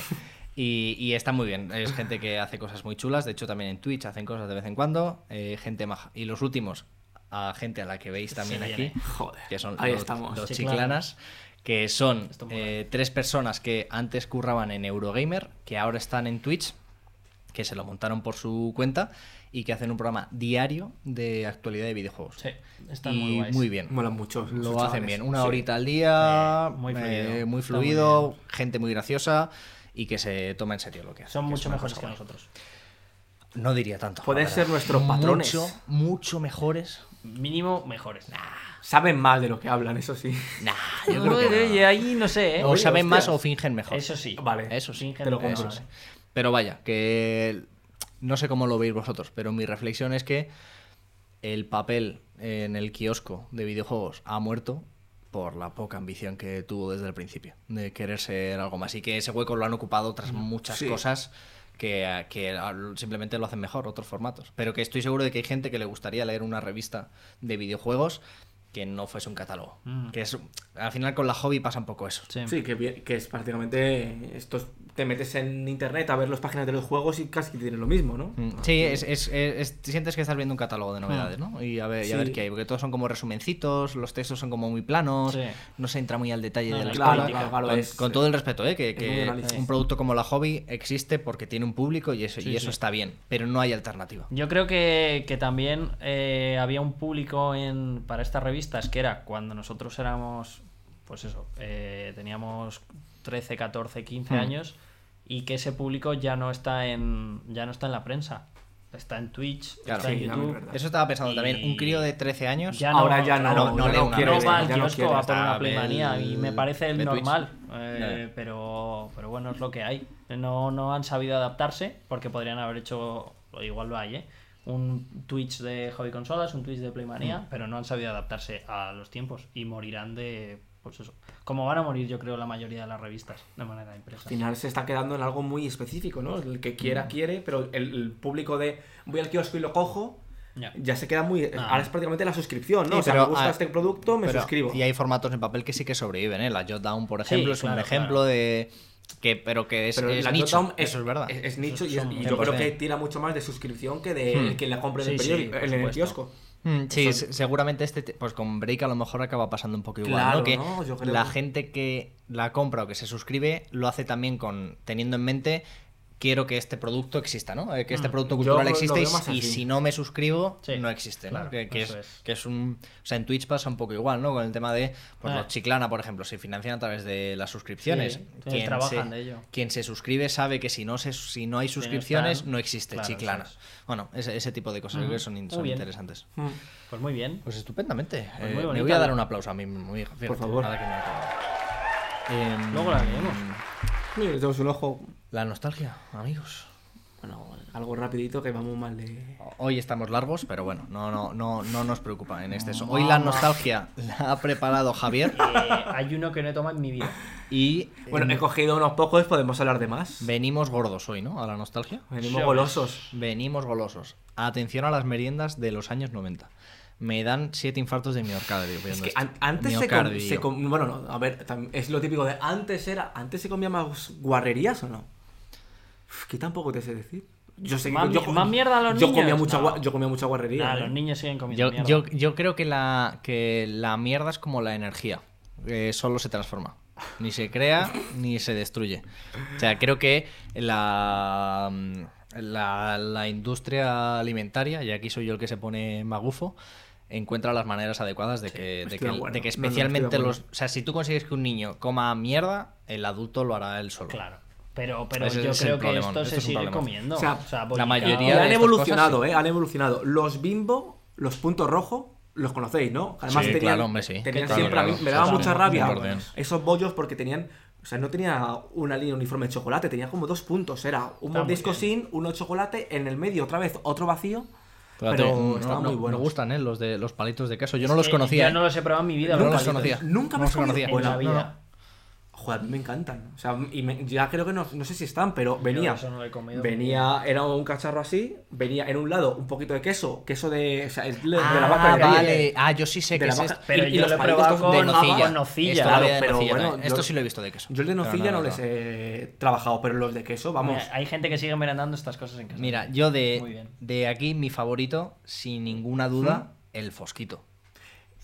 [SPEAKER 1] Y, y está muy bien. Es gente que hace cosas muy chulas. De hecho, también en Twitch hacen cosas de vez en cuando. Eh, gente maja. Y los últimos, a gente a la que veis también
[SPEAKER 3] Se
[SPEAKER 1] aquí,
[SPEAKER 3] viene.
[SPEAKER 2] Joder.
[SPEAKER 1] que son
[SPEAKER 2] ahí
[SPEAKER 1] los,
[SPEAKER 2] estamos.
[SPEAKER 1] los
[SPEAKER 3] Sí, claro.
[SPEAKER 1] chiclanas, que son
[SPEAKER 3] Esto mola.
[SPEAKER 1] eh, tres personas que antes curraban en Eurogamer, que ahora están en Twitch, que se lo montaron por su cuenta y que hacen un programa diario de actualidad de videojuegos.
[SPEAKER 3] Sí, están
[SPEAKER 1] Y
[SPEAKER 3] muy guays.
[SPEAKER 1] bien.
[SPEAKER 2] Molan mucho. esos
[SPEAKER 1] Lo hacen
[SPEAKER 2] chavales.
[SPEAKER 1] bien, una
[SPEAKER 2] Sí.
[SPEAKER 1] horita al día,
[SPEAKER 3] Eh, muy
[SPEAKER 1] eh,
[SPEAKER 3] fluido.
[SPEAKER 1] muy
[SPEAKER 3] Está muy
[SPEAKER 1] fluido, gente muy graciosa y que se toma en serio lo que hacen.
[SPEAKER 3] Son
[SPEAKER 1] que es
[SPEAKER 3] mucho
[SPEAKER 1] una
[SPEAKER 3] mejores
[SPEAKER 1] cosa
[SPEAKER 3] que
[SPEAKER 1] guay.
[SPEAKER 3] nosotros.
[SPEAKER 1] No diría tanto. la
[SPEAKER 2] Pueden
[SPEAKER 1] verdad.
[SPEAKER 2] ser nuestros patrones.
[SPEAKER 1] Mucho, mucho mejores.
[SPEAKER 3] Mínimo mejores.
[SPEAKER 2] Saben más de lo que hablan, eso sí.
[SPEAKER 1] Nah, yo creo que no.
[SPEAKER 3] Oye, ahí no sé, ¿eh?
[SPEAKER 1] O
[SPEAKER 2] Oye,
[SPEAKER 1] saben más
[SPEAKER 2] hostias.
[SPEAKER 1] o fingen mejor.
[SPEAKER 3] Eso sí.
[SPEAKER 2] Vale.
[SPEAKER 1] Eso sí,
[SPEAKER 3] Fingen
[SPEAKER 2] te lo compro.
[SPEAKER 1] Eso sí. Pero vaya, que no sé cómo lo veis vosotros, pero mi reflexión es que el papel en el kiosco de videojuegos ha muerto por la poca ambición que tuvo desde el principio, de querer ser algo más. Y que ese hueco lo han ocupado otras muchas
[SPEAKER 2] Sí.
[SPEAKER 1] cosas que, que simplemente lo hacen mejor, otros formatos. Pero que estoy seguro de que hay gente que le gustaría leer una revista de videojuegos que no fuese un catálogo.
[SPEAKER 3] Mm.
[SPEAKER 1] Que es, al final con la hobby pasa un poco eso.
[SPEAKER 3] Sí.
[SPEAKER 2] Sí, que, bien- que es prácticamente. Estos, te metes en internet a ver las páginas de los juegos y casi tienen lo mismo, ¿no?
[SPEAKER 1] Mm, Sí, es, es- es- sientes que estás viendo un catálogo de novedades, ¿no? Y a ver, y a ver
[SPEAKER 2] Sí.
[SPEAKER 1] qué hay, porque todos son como resumencitos, los textos son como muy planos,
[SPEAKER 3] Sí.
[SPEAKER 1] no se entra muy al detalle
[SPEAKER 3] No,
[SPEAKER 1] de
[SPEAKER 3] no,
[SPEAKER 1] las
[SPEAKER 3] claro,
[SPEAKER 1] políticas.
[SPEAKER 2] claro, claro,
[SPEAKER 1] con,
[SPEAKER 2] es-
[SPEAKER 1] con todo el respeto, ¿eh? Que, que
[SPEAKER 2] muy análisis.
[SPEAKER 1] un producto como la hobby existe porque tiene un público y eso,
[SPEAKER 3] Sí,
[SPEAKER 1] y eso
[SPEAKER 3] sí.
[SPEAKER 1] está bien, pero no hay alternativa.
[SPEAKER 3] Yo creo que, que también eh, había un público en, para estas revistas que era cuando nosotros éramos, pues eso, eh, teníamos 13, 14, 15 años y que ese público ya no está en, ya no está en la prensa, está en Twitch,
[SPEAKER 1] Claro.
[SPEAKER 3] está en
[SPEAKER 2] Sí,
[SPEAKER 3] YouTube.
[SPEAKER 2] verdad.
[SPEAKER 1] Eso estaba pensando también, un
[SPEAKER 3] Y-
[SPEAKER 1] crío de 13 años.
[SPEAKER 3] Ya
[SPEAKER 2] Ahora ya no,
[SPEAKER 3] claro,
[SPEAKER 1] no, no leo una
[SPEAKER 3] quiero
[SPEAKER 1] revista,
[SPEAKER 3] va al
[SPEAKER 2] ya no
[SPEAKER 3] kiosco a
[SPEAKER 2] quiere,
[SPEAKER 3] por
[SPEAKER 1] está,
[SPEAKER 3] una
[SPEAKER 1] ve
[SPEAKER 3] Playmanía
[SPEAKER 1] el-
[SPEAKER 3] y me parece
[SPEAKER 1] ve Twitch.
[SPEAKER 3] normal. eh,
[SPEAKER 1] Ya.
[SPEAKER 3] pero, pero bueno, es lo que hay. No, no han sabido adaptarse porque podrían haber hecho, o igual lo hay, ¿eh? un Twitch de hobby consolas, un Twitch de Playmanía,
[SPEAKER 2] Mm.
[SPEAKER 3] pero no han sabido adaptarse a los tiempos y morirán de. Pues eso. Como van a morir, yo creo, la mayoría de las revistas de manera impresa.
[SPEAKER 2] Al final se está quedando en algo muy específico, ¿no? El que quiera, quiere, pero el, el público de voy al kiosco y lo cojo,
[SPEAKER 3] Ya.
[SPEAKER 2] ya se queda muy.
[SPEAKER 3] Ah.
[SPEAKER 2] Ahora es prácticamente la suscripción, ¿no?
[SPEAKER 1] Sí,
[SPEAKER 2] o sea,
[SPEAKER 1] pero,
[SPEAKER 2] me gusta
[SPEAKER 1] ah,
[SPEAKER 2] este producto, me
[SPEAKER 1] Pero-
[SPEAKER 2] suscribo.
[SPEAKER 1] Y hay formatos en papel que sí que sobreviven, ¿eh? La Jotdown, por
[SPEAKER 3] Sí,
[SPEAKER 1] ejemplo, es un
[SPEAKER 3] claro,
[SPEAKER 1] ejemplo
[SPEAKER 3] claro.
[SPEAKER 1] de... Que, pero que es,
[SPEAKER 2] pero
[SPEAKER 1] es
[SPEAKER 2] la
[SPEAKER 1] nicho,
[SPEAKER 2] Dotcom
[SPEAKER 1] eso es verdad.
[SPEAKER 2] Es, es nicho y, es-
[SPEAKER 3] Son-
[SPEAKER 2] y yo creo
[SPEAKER 1] 100%.
[SPEAKER 2] que tira mucho más de suscripción que de
[SPEAKER 1] Hmm.
[SPEAKER 2] que la compra en el
[SPEAKER 3] Sí, sí,
[SPEAKER 2] periódico,
[SPEAKER 3] por
[SPEAKER 2] en el
[SPEAKER 3] supuesto.
[SPEAKER 2] kiosco.
[SPEAKER 1] Mm, Sí,
[SPEAKER 2] Eso-
[SPEAKER 1] se- seguramente este, te- pues con Break a lo mejor acaba pasando un poco igual,
[SPEAKER 2] Claro,
[SPEAKER 1] ¿no? Que
[SPEAKER 2] ¿no? Yo creo
[SPEAKER 1] la
[SPEAKER 2] que-
[SPEAKER 1] gente que la compra o que se suscribe lo hace también con teniendo en mente quiero que este producto exista, ¿no? Eh, Que este
[SPEAKER 3] Mm,
[SPEAKER 1] producto
[SPEAKER 2] yo
[SPEAKER 1] cultural
[SPEAKER 2] lo- lo
[SPEAKER 1] existe y
[SPEAKER 2] veo más
[SPEAKER 1] si- y,
[SPEAKER 2] así.
[SPEAKER 1] si no me suscribo
[SPEAKER 3] Sí,
[SPEAKER 1] no existe, ¿no?
[SPEAKER 3] claro,
[SPEAKER 1] que, que es,
[SPEAKER 3] eso es.
[SPEAKER 1] que es un, o sea, en Twitch pasa un poco igual, ¿no? Con el tema de pues
[SPEAKER 3] Ah.
[SPEAKER 1] los Chiclana, por ejemplo, se financian a través de las suscripciones.
[SPEAKER 3] Sí, entonces trabajan de ello.
[SPEAKER 1] quien se suscribe sabe que si no se si no hay
[SPEAKER 3] no
[SPEAKER 1] suscripciones
[SPEAKER 3] están,
[SPEAKER 1] no existe
[SPEAKER 3] claro, eso
[SPEAKER 1] Chiclana.
[SPEAKER 3] es.
[SPEAKER 1] Bueno, ese, ese tipo de cosas
[SPEAKER 3] Ujú.
[SPEAKER 1] creo que son, in-
[SPEAKER 3] Muy
[SPEAKER 1] son
[SPEAKER 3] bien.
[SPEAKER 1] interesantes.
[SPEAKER 2] Hmm.
[SPEAKER 3] Pues muy bien.
[SPEAKER 1] Pues estupendamente.
[SPEAKER 3] Pues
[SPEAKER 1] Eh,
[SPEAKER 3] muy
[SPEAKER 1] me
[SPEAKER 3] bonita
[SPEAKER 1] voy a dar
[SPEAKER 3] la-
[SPEAKER 1] un aplauso a mí mismo, hija. Fíjate,
[SPEAKER 2] favor.
[SPEAKER 1] ahora que me he acordado. Em,
[SPEAKER 3] Luego la leemos.
[SPEAKER 2] Mira, le tenemos un ojo.
[SPEAKER 1] La nostalgia, amigos.
[SPEAKER 2] Bueno, algo rapidito que vamos mal de.
[SPEAKER 1] Hoy estamos largos, pero bueno, no, no, no, no nos preocupa en este. Hoy la nostalgia la ha preparado Javier
[SPEAKER 3] Eh, hay uno que no he tomado en mi vida.
[SPEAKER 1] y em,
[SPEAKER 2] Bueno, he cogido unos pocos, podemos hablar de más.
[SPEAKER 1] venimos gordos hoy, ¿no? A la nostalgia.
[SPEAKER 2] Venimos
[SPEAKER 3] Shows.
[SPEAKER 2] golosos.
[SPEAKER 1] Venimos golosos. Atención a las meriendas de los años 90. Me dan siete infartos de miocardio.
[SPEAKER 2] Es
[SPEAKER 1] viendo
[SPEAKER 2] que
[SPEAKER 1] esto.
[SPEAKER 2] an- antes se, com-
[SPEAKER 1] Miocardio.
[SPEAKER 2] se com- bueno, no, a ver, tam- es lo típico de antes era, antes se comía más guarrerías o no? Uf, que tampoco te sé decir. Yo sé que
[SPEAKER 3] Más
[SPEAKER 2] yo,
[SPEAKER 3] mi- más mierda a los
[SPEAKER 2] yo
[SPEAKER 3] niños,
[SPEAKER 2] comía mucha
[SPEAKER 3] no.
[SPEAKER 2] gua- yo comía mucha guarrería.
[SPEAKER 3] Nah,
[SPEAKER 2] ¿eh?
[SPEAKER 3] los niños siguen comiendo
[SPEAKER 1] Yo,
[SPEAKER 3] mierda.
[SPEAKER 1] yo- yo creo que la, que la mierda es como la energía. que solo se transforma. Ni se crea ni se destruye. O sea, creo que la, la, la industria alimentaria, y aquí soy yo el que se pone magufo, encuentra las maneras adecuadas de que, de
[SPEAKER 2] estoy
[SPEAKER 1] que,
[SPEAKER 2] de acuerdo.
[SPEAKER 1] de que
[SPEAKER 2] No, no, estoy de
[SPEAKER 1] especialmente
[SPEAKER 2] acuerdo.
[SPEAKER 1] los... O sea, si tú consigues que un niño coma mierda, el adulto lo hará él solo.
[SPEAKER 3] Claro. Pero, pero
[SPEAKER 1] Ese
[SPEAKER 3] yo
[SPEAKER 1] es el
[SPEAKER 3] creo que
[SPEAKER 1] problemón,
[SPEAKER 3] esto
[SPEAKER 1] esto
[SPEAKER 3] se
[SPEAKER 1] es un
[SPEAKER 3] sigue
[SPEAKER 1] problemón.
[SPEAKER 3] comiendo.
[SPEAKER 2] O sea,
[SPEAKER 1] la
[SPEAKER 3] bollicao-
[SPEAKER 1] mayoría
[SPEAKER 2] Y
[SPEAKER 1] de
[SPEAKER 2] han
[SPEAKER 1] estas
[SPEAKER 2] evolucionado, eh, han evolucionado. Los bimbo, los puntos rojos, los conocéis, ¿no? Además
[SPEAKER 1] Sí,
[SPEAKER 2] tenían,
[SPEAKER 1] claro, hombre, sí.
[SPEAKER 2] tenían
[SPEAKER 1] Claro,
[SPEAKER 2] siempre, a mí-
[SPEAKER 1] claro.
[SPEAKER 2] me daba
[SPEAKER 1] Sí,
[SPEAKER 2] mucha
[SPEAKER 1] sí,
[SPEAKER 2] rabia
[SPEAKER 1] muy bien.
[SPEAKER 2] esos bollos porque tenían, o sea, no tenía una línea uniforme de chocolate, tenía como dos puntos, era un
[SPEAKER 3] Está muy
[SPEAKER 2] mordisco
[SPEAKER 3] bien.
[SPEAKER 2] sin, uno de chocolate, en el medio otra vez otro vacío,
[SPEAKER 1] Fíjate,
[SPEAKER 2] pero
[SPEAKER 1] mm, no-
[SPEAKER 2] estaba
[SPEAKER 1] no-
[SPEAKER 2] muy bueno.
[SPEAKER 1] Me gustan, ¿eh? Los, de, los palitos de queso. Yo no
[SPEAKER 3] Es
[SPEAKER 1] los
[SPEAKER 3] que
[SPEAKER 1] conocía.
[SPEAKER 3] Yo no los he probado en mi vida.
[SPEAKER 1] No
[SPEAKER 3] los
[SPEAKER 1] los
[SPEAKER 3] palitos.
[SPEAKER 1] conocía.
[SPEAKER 2] Nunca me
[SPEAKER 1] no
[SPEAKER 2] has
[SPEAKER 1] los conocía.
[SPEAKER 2] comido.
[SPEAKER 3] En la
[SPEAKER 2] Bueno,
[SPEAKER 3] vida.
[SPEAKER 2] Joder, a mí me encantan. O sea, y me- ya creo que no, no sé si están, pero venía.
[SPEAKER 3] eso no lo he comido.
[SPEAKER 2] Venía, era un cacharro así, venía en un lado un poquito de queso, queso de. O sea, es de,
[SPEAKER 1] Ah,
[SPEAKER 2] de la vaca de calle.
[SPEAKER 1] vale. Ah, yo sí sé
[SPEAKER 2] De
[SPEAKER 1] que
[SPEAKER 2] la
[SPEAKER 1] es
[SPEAKER 2] vaca-
[SPEAKER 1] esto.
[SPEAKER 3] Pero
[SPEAKER 2] y- y
[SPEAKER 3] yo
[SPEAKER 2] los
[SPEAKER 3] lo he
[SPEAKER 2] palitos
[SPEAKER 3] probado
[SPEAKER 2] de
[SPEAKER 3] con
[SPEAKER 2] nocilla.
[SPEAKER 3] con nocilla.
[SPEAKER 1] Esto,
[SPEAKER 2] Claro,
[SPEAKER 1] había de
[SPEAKER 2] pero
[SPEAKER 1] nocilla
[SPEAKER 2] bueno,
[SPEAKER 1] también. Esto
[SPEAKER 2] yo-
[SPEAKER 1] sí lo he visto de queso.
[SPEAKER 2] Yo el de
[SPEAKER 1] Pero
[SPEAKER 2] nocilla no,
[SPEAKER 1] lo he
[SPEAKER 2] les
[SPEAKER 1] probado.
[SPEAKER 2] he trabajado, pero los de queso, vamos.
[SPEAKER 3] Mira, hay gente que sigue merendando estas cosas en casa.
[SPEAKER 1] Mira, yo
[SPEAKER 3] Muy
[SPEAKER 1] de,
[SPEAKER 3] bien.
[SPEAKER 1] de aquí, mi favorito, sin ninguna duda, el fosquito.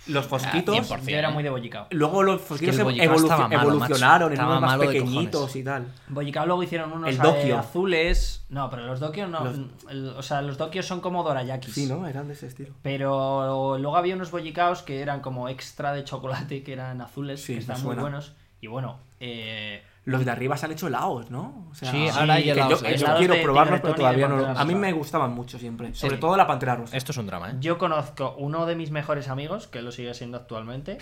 [SPEAKER 2] Los
[SPEAKER 1] Ah,
[SPEAKER 2] fosquitos.
[SPEAKER 1] 100%.
[SPEAKER 3] yo era muy de bollicao.
[SPEAKER 2] Luego los fosquitos
[SPEAKER 1] el
[SPEAKER 2] ev-
[SPEAKER 1] bollicao
[SPEAKER 2] evolu-
[SPEAKER 1] estaba malo,
[SPEAKER 2] evolucionaron
[SPEAKER 1] macho.
[SPEAKER 2] en
[SPEAKER 1] Estaba
[SPEAKER 2] unos más
[SPEAKER 1] malo de
[SPEAKER 2] pequeñitos
[SPEAKER 1] cojones.
[SPEAKER 2] y tal.
[SPEAKER 3] Bollicao luego hicieron unos
[SPEAKER 2] El
[SPEAKER 3] eh,
[SPEAKER 2] dokio.
[SPEAKER 3] azules. No, pero los dokios no.
[SPEAKER 2] Los-
[SPEAKER 3] el- o sea, los dokios son como dorayakis.
[SPEAKER 2] Sí, ¿no? Eran de ese estilo.
[SPEAKER 3] Pero luego había unos bollicaos que eran como extra de chocolate, que eran azules,
[SPEAKER 2] Sí,
[SPEAKER 3] que
[SPEAKER 2] me
[SPEAKER 3] están muy
[SPEAKER 2] suena.
[SPEAKER 3] buenos. Y bueno, eh,
[SPEAKER 2] Los de arriba se han hecho helados, ¿no? O sea,
[SPEAKER 1] Sí, ahora hay
[SPEAKER 2] que yo-
[SPEAKER 1] helados,
[SPEAKER 2] Yo,
[SPEAKER 1] hay
[SPEAKER 3] helados
[SPEAKER 2] quiero
[SPEAKER 3] de
[SPEAKER 2] probarlos,
[SPEAKER 3] tigretón
[SPEAKER 2] pero
[SPEAKER 3] y de
[SPEAKER 2] todavía no lo-
[SPEAKER 3] pantera
[SPEAKER 2] A mí
[SPEAKER 3] rosa.
[SPEAKER 2] me gustaban mucho siempre. Sobre
[SPEAKER 1] Sí.
[SPEAKER 2] todo la pantera rosa.
[SPEAKER 1] Esto es un drama, ¿eh?
[SPEAKER 3] yo conozco uno de mis mejores amigos, que lo sigue siendo actualmente,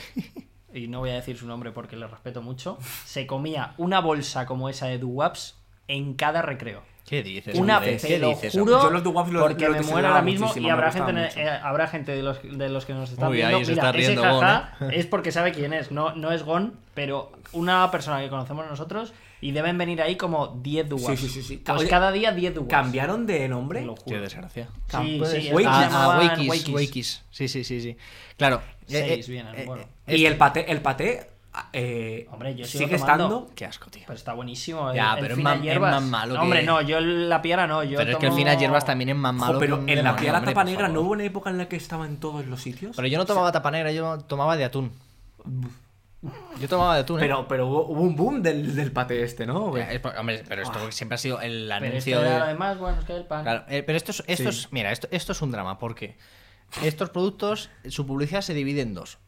[SPEAKER 3] y no voy a decir su nombre porque le respeto mucho, se comía una bolsa como esa de Duwaps en cada recreo.
[SPEAKER 1] ¿Qué dices?
[SPEAKER 3] Una
[SPEAKER 1] hombre?
[SPEAKER 3] vez,
[SPEAKER 1] ¿Qué
[SPEAKER 3] te lo
[SPEAKER 1] dices?
[SPEAKER 3] juro,
[SPEAKER 1] hombre?
[SPEAKER 2] Yo los Duwaps los-
[SPEAKER 3] porque
[SPEAKER 2] los
[SPEAKER 3] me muero
[SPEAKER 2] disfrutaba
[SPEAKER 3] ahora mismo y
[SPEAKER 2] muchísimo, me
[SPEAKER 3] habrá gente,
[SPEAKER 2] gustaban
[SPEAKER 3] en el-
[SPEAKER 2] mucho.
[SPEAKER 3] eh, habrá gente de los, de los que nos están
[SPEAKER 1] Uy,
[SPEAKER 3] viendo.
[SPEAKER 1] ahí se
[SPEAKER 3] Mira,
[SPEAKER 1] está
[SPEAKER 3] ese
[SPEAKER 1] riendo ¿eh?
[SPEAKER 3] jaja es porque sabe quién es, no, no es Gon, pero una persona que conocemos nosotros y deben venir ahí como 10 duas.
[SPEAKER 2] Sí, sí, sí, sí.
[SPEAKER 3] Pues
[SPEAKER 2] Oye,
[SPEAKER 3] cada día 10 duas.
[SPEAKER 2] ¿Cambiaron de nombre?
[SPEAKER 3] Lo
[SPEAKER 1] Qué
[SPEAKER 3] juro.
[SPEAKER 1] desgracia.
[SPEAKER 3] Sí,
[SPEAKER 2] Pues,
[SPEAKER 3] sí,
[SPEAKER 2] Wakis.
[SPEAKER 3] estos se
[SPEAKER 1] Ah, ah,
[SPEAKER 3] llamaban
[SPEAKER 1] Wakis,
[SPEAKER 3] Wakis.
[SPEAKER 1] Wakis. Sí, sí, sí, sí. Claro.
[SPEAKER 3] Seis vienen, bueno.
[SPEAKER 2] Y el paté, el paté eh,
[SPEAKER 3] Hombre, yo sigo
[SPEAKER 2] sigue
[SPEAKER 3] tomando.
[SPEAKER 2] estando.
[SPEAKER 1] Qué asco, tío.
[SPEAKER 3] Pero está buenísimo. el-
[SPEAKER 1] Ya,
[SPEAKER 3] el
[SPEAKER 1] pero es
[SPEAKER 3] fina
[SPEAKER 1] más- es
[SPEAKER 3] hierbas.
[SPEAKER 1] más malo
[SPEAKER 3] No, Hombre,
[SPEAKER 1] que-
[SPEAKER 3] no, yo el- la piara no. Yo
[SPEAKER 1] Pero es que el
[SPEAKER 3] tomo-
[SPEAKER 1] fina hierbas también es más
[SPEAKER 2] Ojo,
[SPEAKER 1] malo. que
[SPEAKER 2] pero
[SPEAKER 1] un
[SPEAKER 2] en la
[SPEAKER 1] demonio,
[SPEAKER 2] piara
[SPEAKER 1] hombre,
[SPEAKER 2] tapa
[SPEAKER 1] por
[SPEAKER 2] negra no
[SPEAKER 1] favor.
[SPEAKER 2] hubo una época en la que estaba en todos los sitios.
[SPEAKER 1] Pero yo no tomaba tapa negra, yo tomaba de atún. Yo tomaba de atún, ¿eh?
[SPEAKER 2] Pero, pero hubo, hubo un boom del, del pate este, ¿no?
[SPEAKER 1] Ya, es Eh, por- hombre, pero esto siempre ha sido el
[SPEAKER 3] Ah. Pero este
[SPEAKER 1] anuncio
[SPEAKER 3] era
[SPEAKER 1] de...
[SPEAKER 3] además, bueno, es que el pan.
[SPEAKER 1] Claro, eh, pero esto es, esto
[SPEAKER 2] Sí.
[SPEAKER 1] es- mira, esto, esto es un drama porque estos productos, su publicidad se divide en dos.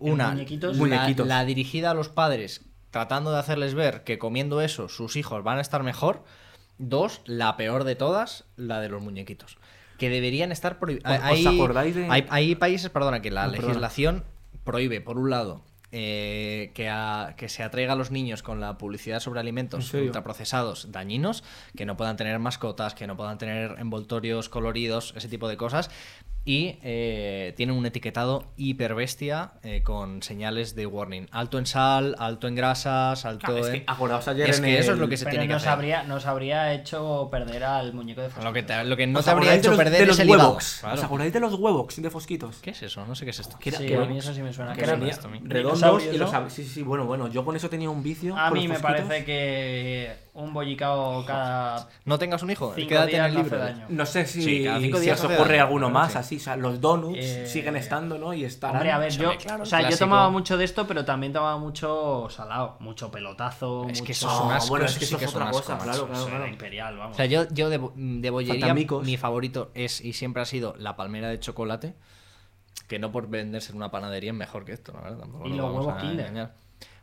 [SPEAKER 3] En
[SPEAKER 1] Una,
[SPEAKER 3] muñequitos.
[SPEAKER 1] la-
[SPEAKER 2] Muñequitos.
[SPEAKER 1] La, dirigida a los padres, tratando de hacerles ver que comiendo eso sus hijos van a estar mejor. Dos, la peor de todas, la de los muñequitos, que deberían estar prohibidos.
[SPEAKER 2] ¿Os- os acordáis de-
[SPEAKER 1] Hay, hay países, perdona, que la
[SPEAKER 2] No, perdona.
[SPEAKER 1] legislación prohíbe, por un lado, eh, que, a- que se atraiga a los niños con la publicidad sobre
[SPEAKER 2] ¿En
[SPEAKER 1] alimentos
[SPEAKER 2] serio?
[SPEAKER 1] ultra- procesados dañinos, que no puedan tener mascotas, que no puedan tener envoltorios coloridos, ese tipo de cosas. Y eh, tienen un etiquetado hiperbestia eh, con señales de warning. Alto en sal, alto en grasas, alto
[SPEAKER 2] Claro, ¿eh? es
[SPEAKER 1] en...
[SPEAKER 2] que ah, acordaos ayer
[SPEAKER 1] Es
[SPEAKER 2] en
[SPEAKER 1] que eso
[SPEAKER 2] el-
[SPEAKER 1] es lo que se
[SPEAKER 3] Pero
[SPEAKER 1] tiene que
[SPEAKER 3] nos,
[SPEAKER 1] hacer.
[SPEAKER 3] habría, nos habría hecho perder al muñeco de Fosquitos.
[SPEAKER 1] Lo, que te- lo que no
[SPEAKER 2] ¿Os
[SPEAKER 1] te habría
[SPEAKER 2] acordáis de
[SPEAKER 1] hecho
[SPEAKER 2] los-
[SPEAKER 1] perder
[SPEAKER 2] de los
[SPEAKER 1] es el hígado.
[SPEAKER 2] huevos?
[SPEAKER 1] Claro.
[SPEAKER 2] ¿Os acordáis de los huevos de fosquitos?
[SPEAKER 1] ¿Qué es eso? No sé qué es esto.
[SPEAKER 2] Que era-
[SPEAKER 3] Sí,
[SPEAKER 2] que
[SPEAKER 3] a
[SPEAKER 2] era-
[SPEAKER 3] mí eso sí me suena.
[SPEAKER 2] que
[SPEAKER 3] Que eran
[SPEAKER 2] venía
[SPEAKER 1] esto a mí?
[SPEAKER 2] redondos
[SPEAKER 3] dinosaurios,
[SPEAKER 2] y los
[SPEAKER 3] ¿no?
[SPEAKER 2] ab- sí, sí, sí, bueno, bueno, yo con eso tenía un vicio.
[SPEAKER 3] A
[SPEAKER 2] con
[SPEAKER 3] mí
[SPEAKER 2] los
[SPEAKER 3] me
[SPEAKER 2] fosquitos.
[SPEAKER 3] parece que un bollicao cada
[SPEAKER 1] No tengas un hijo, eh,
[SPEAKER 3] cinco
[SPEAKER 1] quédate en
[SPEAKER 3] días
[SPEAKER 1] el
[SPEAKER 3] no hace
[SPEAKER 1] libro.
[SPEAKER 3] daño.
[SPEAKER 2] No sé si,
[SPEAKER 1] Sí, cada cinco
[SPEAKER 2] si
[SPEAKER 1] días
[SPEAKER 2] os
[SPEAKER 1] hace
[SPEAKER 2] ocurre
[SPEAKER 1] daño,
[SPEAKER 2] alguno
[SPEAKER 1] pero
[SPEAKER 2] más
[SPEAKER 1] sí.
[SPEAKER 2] así. O sea, los donuts
[SPEAKER 3] Eh,
[SPEAKER 2] siguen estando, ¿no? Y estarán. Ah,
[SPEAKER 3] Hombre, a ver, yo,
[SPEAKER 1] claro,
[SPEAKER 3] o sea, yo
[SPEAKER 1] clásico.
[SPEAKER 3] tomaba mucho de esto, pero también tomaba mucho salado, mucho pelotazo,
[SPEAKER 1] Es
[SPEAKER 3] mucho
[SPEAKER 1] que eso es
[SPEAKER 2] No,
[SPEAKER 1] un asco.
[SPEAKER 2] bueno, es
[SPEAKER 1] eso
[SPEAKER 2] que
[SPEAKER 1] sí
[SPEAKER 2] eso
[SPEAKER 1] que
[SPEAKER 2] es
[SPEAKER 1] es un
[SPEAKER 2] otra
[SPEAKER 1] asco,
[SPEAKER 2] cosa,
[SPEAKER 1] macho.
[SPEAKER 2] claro, claro,
[SPEAKER 3] eso era
[SPEAKER 2] claro.
[SPEAKER 3] imperial, vamos.
[SPEAKER 1] O sea, yo, yo de, bo- de bollería,
[SPEAKER 2] Faltamicos.
[SPEAKER 1] mi favorito es y siempre ha sido la palmera de chocolate. Que no por venderse en una panadería es mejor que esto, la verdad. Tampoco
[SPEAKER 3] Y
[SPEAKER 1] nos
[SPEAKER 3] los
[SPEAKER 1] vamos
[SPEAKER 3] huevos
[SPEAKER 1] a
[SPEAKER 3] Kinder.
[SPEAKER 1] engañar.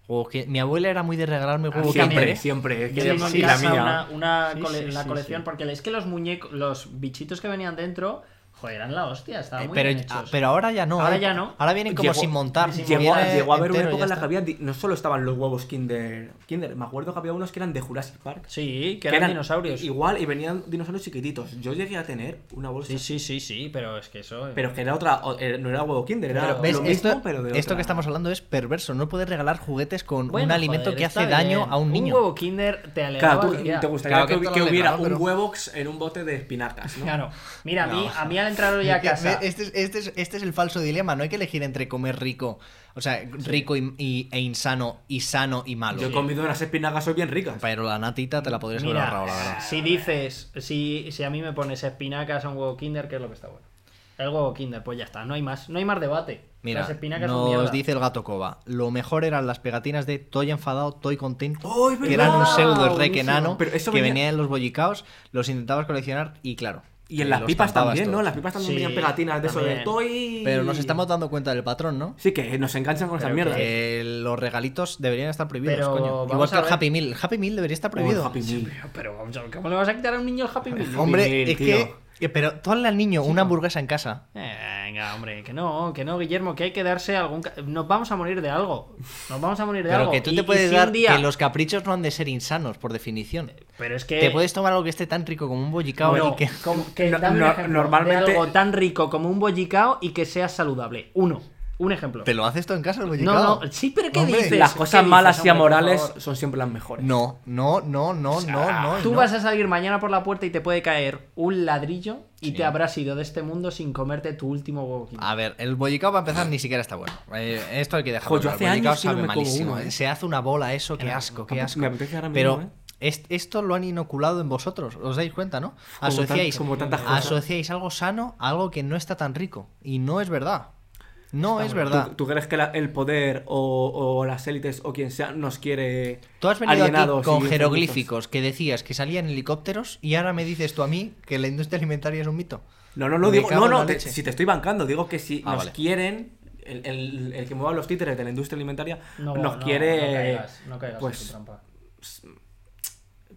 [SPEAKER 1] Huevos Ki- Mi abuela era muy de regalarme huevos
[SPEAKER 3] también,
[SPEAKER 2] Siempre,
[SPEAKER 1] Kinder.
[SPEAKER 3] ¿eh?
[SPEAKER 2] siempre. es
[SPEAKER 3] yo
[SPEAKER 2] que
[SPEAKER 3] tengo en
[SPEAKER 2] sí, la
[SPEAKER 3] casa
[SPEAKER 2] mía.
[SPEAKER 3] una, una
[SPEAKER 1] Sí,
[SPEAKER 3] cole-
[SPEAKER 1] sí,
[SPEAKER 3] la
[SPEAKER 1] sí,
[SPEAKER 3] colección,
[SPEAKER 1] sí.
[SPEAKER 3] porque es que los muñecos, los bichitos que venían dentro, joder, eran la hostia, estaban
[SPEAKER 1] Eh,
[SPEAKER 3] muy
[SPEAKER 1] pero,
[SPEAKER 3] bien hechos.
[SPEAKER 1] ah, pero ahora ya no.
[SPEAKER 3] Ahora
[SPEAKER 1] ¿eh?
[SPEAKER 3] ya no.
[SPEAKER 1] Ahora vienen como
[SPEAKER 2] Llegó-
[SPEAKER 1] sin montar.
[SPEAKER 3] sin
[SPEAKER 2] Llegó,
[SPEAKER 1] viene
[SPEAKER 2] llegó a haber una
[SPEAKER 1] entero y
[SPEAKER 2] época
[SPEAKER 1] ya
[SPEAKER 2] en la que
[SPEAKER 1] está.
[SPEAKER 2] había. di- No solo estaban los huevos Kinder. Kinder, me acuerdo que había unos que eran de Jurassic Park.
[SPEAKER 3] Sí, que eran, dinosaurios.
[SPEAKER 2] Igual, y venían dinosaurios chiquititos. Yo llegué a tener una bolsa.
[SPEAKER 3] Sí, sí, sí, sí, pero es que eso... eh,
[SPEAKER 2] Pero que era otra. o- era- no era huevo Kinder, era
[SPEAKER 3] Pero,
[SPEAKER 2] lo
[SPEAKER 1] ¿Ves?
[SPEAKER 2] mismo,
[SPEAKER 1] esto
[SPEAKER 2] pero de
[SPEAKER 1] esto
[SPEAKER 2] otra-
[SPEAKER 1] que estamos hablando es perverso. No puedes regalar juguetes con
[SPEAKER 3] bueno,
[SPEAKER 1] un alimento
[SPEAKER 3] joder,
[SPEAKER 1] que hace
[SPEAKER 3] está
[SPEAKER 1] daño
[SPEAKER 3] bien.
[SPEAKER 1] a un niño.
[SPEAKER 3] Un huevo kinder te alegraba
[SPEAKER 2] Claro, tú-
[SPEAKER 3] el día.
[SPEAKER 2] te gustaría
[SPEAKER 1] Claro,
[SPEAKER 2] que,
[SPEAKER 1] que esto
[SPEAKER 2] que
[SPEAKER 1] lo
[SPEAKER 2] hubiera
[SPEAKER 1] alegraba,
[SPEAKER 2] un
[SPEAKER 1] pero-
[SPEAKER 2] huevox en un bote de espinacas, ¿no?
[SPEAKER 3] Claro. Mira, a mí,
[SPEAKER 1] No.
[SPEAKER 3] a mí al entrar hoy a
[SPEAKER 1] Que-
[SPEAKER 3] casa...
[SPEAKER 1] ve, Este es, este, es, este es el falso dilema. No hay que elegir entre comer rico, o sea, rico y, y- e insano, y sano y malo.
[SPEAKER 2] Yo he comido unas espinacas hoy bien ricas.
[SPEAKER 1] Pero la natita te la podrías haber
[SPEAKER 3] Mira,
[SPEAKER 1] ahorrado, la verdad.
[SPEAKER 3] si dices, si, si a mí me pones espinacas a un huevo kinder, ¿qué es lo que está bueno? El huevo kinder, pues ya está, no hay más, no hay más debate.
[SPEAKER 1] Mira,
[SPEAKER 3] Las espinacas son mierda.
[SPEAKER 1] nos dice el gato Coba. Lo mejor eran las pegatinas de Toy enfadado, Estoy contento.
[SPEAKER 2] ¡Oh, es
[SPEAKER 1] que eran un
[SPEAKER 2] verdad!
[SPEAKER 1] pseudo rey
[SPEAKER 2] Buenísimo.
[SPEAKER 1] enano
[SPEAKER 2] Pero eso
[SPEAKER 1] que
[SPEAKER 2] venía-
[SPEAKER 1] venían en los bollicaos, los intentabas coleccionar y claro.
[SPEAKER 2] Y en
[SPEAKER 1] eh,
[SPEAKER 2] las
[SPEAKER 1] los
[SPEAKER 2] pipas
[SPEAKER 1] cantabas
[SPEAKER 2] también, ¿no?
[SPEAKER 1] todos.
[SPEAKER 2] En las pipas también
[SPEAKER 3] Sí,
[SPEAKER 2] venían pegatinas de eso de
[SPEAKER 3] también.
[SPEAKER 2] toy.
[SPEAKER 1] Pero nos estamos dando cuenta del patrón, ¿no?
[SPEAKER 2] Sí, que nos enganchan con esas
[SPEAKER 3] Pero
[SPEAKER 2] mierdas.
[SPEAKER 1] Que los regalitos deberían estar prohibidos,
[SPEAKER 3] Pero
[SPEAKER 1] coño.
[SPEAKER 3] vamos
[SPEAKER 1] Igual
[SPEAKER 3] a
[SPEAKER 1] que el
[SPEAKER 3] ver.
[SPEAKER 1] Happy Meal. El Happy Meal debería estar
[SPEAKER 2] Oh, el
[SPEAKER 1] prohibido.
[SPEAKER 2] Happy Meal.
[SPEAKER 3] Pero vamos a ver, ¿cómo le vas a quitar a un niño el Happy Meal?
[SPEAKER 1] Hombre,
[SPEAKER 2] Meal,
[SPEAKER 1] es
[SPEAKER 2] tío.
[SPEAKER 1] que. eh, Pero tú hazle al niño una hamburguesa en casa.
[SPEAKER 3] Eh, Venga, hombre, que no, que no, Guillermo, que hay que darse algún... ca- Nos vamos a morir de algo. Nos vamos a morir de
[SPEAKER 1] Pero
[SPEAKER 3] algo.
[SPEAKER 1] que tú
[SPEAKER 3] Y-
[SPEAKER 1] te
[SPEAKER 3] y
[SPEAKER 1] puedes
[SPEAKER 3] si un
[SPEAKER 1] dar
[SPEAKER 3] día-
[SPEAKER 1] que los caprichos no han de ser insanos, por definición.
[SPEAKER 3] Pero es que...
[SPEAKER 1] Te puedes tomar algo que esté tan rico como un bollicao
[SPEAKER 3] Eh, No,
[SPEAKER 1] y que.
[SPEAKER 3] como- que
[SPEAKER 2] No-
[SPEAKER 3] dame un
[SPEAKER 2] no-
[SPEAKER 3] ejemplo de
[SPEAKER 2] normalmente-
[SPEAKER 3] algo tan rico como un bollicao y que sea saludable. Uno. Un ejemplo.
[SPEAKER 1] ¿Te lo haces tú en casa el
[SPEAKER 3] No,
[SPEAKER 1] bollicao?
[SPEAKER 3] no, sí, pero ¿qué
[SPEAKER 1] Hombre.
[SPEAKER 3] dices?
[SPEAKER 2] Las
[SPEAKER 3] ¿Qué
[SPEAKER 2] cosas
[SPEAKER 3] dices,
[SPEAKER 2] malas y
[SPEAKER 3] hombre, por
[SPEAKER 2] amorales
[SPEAKER 3] favor? Ah,
[SPEAKER 2] son siempre las mejores.
[SPEAKER 1] No, no, no, no, no, no.
[SPEAKER 3] Tú
[SPEAKER 1] no.
[SPEAKER 3] vas a salir mañana por la puerta y te puede caer un ladrillo y
[SPEAKER 1] Sí.
[SPEAKER 3] te habrás ido de este mundo sin comerte tu último huevo. Kinder.
[SPEAKER 1] A ver, el bollicao para empezar ni siquiera está bueno. Eh, esto hay que dejarlo.
[SPEAKER 2] Jo, yo
[SPEAKER 1] claro,
[SPEAKER 2] hace
[SPEAKER 1] el bollicao
[SPEAKER 2] años que no
[SPEAKER 1] sabe
[SPEAKER 2] me como
[SPEAKER 1] malísimo.
[SPEAKER 2] uno,
[SPEAKER 1] eh.
[SPEAKER 2] eh.
[SPEAKER 1] Se hace una bola eso, qué asco, qué
[SPEAKER 2] me
[SPEAKER 1] asco.
[SPEAKER 2] apetece ahora
[SPEAKER 1] Pero
[SPEAKER 2] mismo,
[SPEAKER 1] est- esto lo han inoculado en vosotros, os dais cuenta, ¿no?
[SPEAKER 2] tan-
[SPEAKER 1] Asociáis,
[SPEAKER 2] como tantas cosas.
[SPEAKER 1] asociáis algo sano a algo que no está tan rico. Y no es verdad. No es verdad.
[SPEAKER 2] ¿Tú, tú crees que la- el poder o, o las élites o quien sea nos quiere
[SPEAKER 1] Tú has venido
[SPEAKER 2] alienados
[SPEAKER 1] aquí con
[SPEAKER 2] y
[SPEAKER 1] jeroglíficos que decías que salían helicópteros y ahora me dices tú a mí que la industria alimentaria es un mito.
[SPEAKER 2] No, no, no
[SPEAKER 1] Me
[SPEAKER 2] digo,
[SPEAKER 1] cago
[SPEAKER 2] no,
[SPEAKER 1] en
[SPEAKER 2] no,
[SPEAKER 1] la
[SPEAKER 2] te-
[SPEAKER 1] leche.
[SPEAKER 2] si te estoy bancando, digo que si
[SPEAKER 1] Ah,
[SPEAKER 2] nos
[SPEAKER 1] vale.
[SPEAKER 2] quieren, el, el- el que mueva los títeres de la industria alimentaria,
[SPEAKER 3] No,
[SPEAKER 2] nos
[SPEAKER 3] no,
[SPEAKER 2] quiere
[SPEAKER 3] no caigas, no caigas en
[SPEAKER 2] pues,
[SPEAKER 3] tu trampa.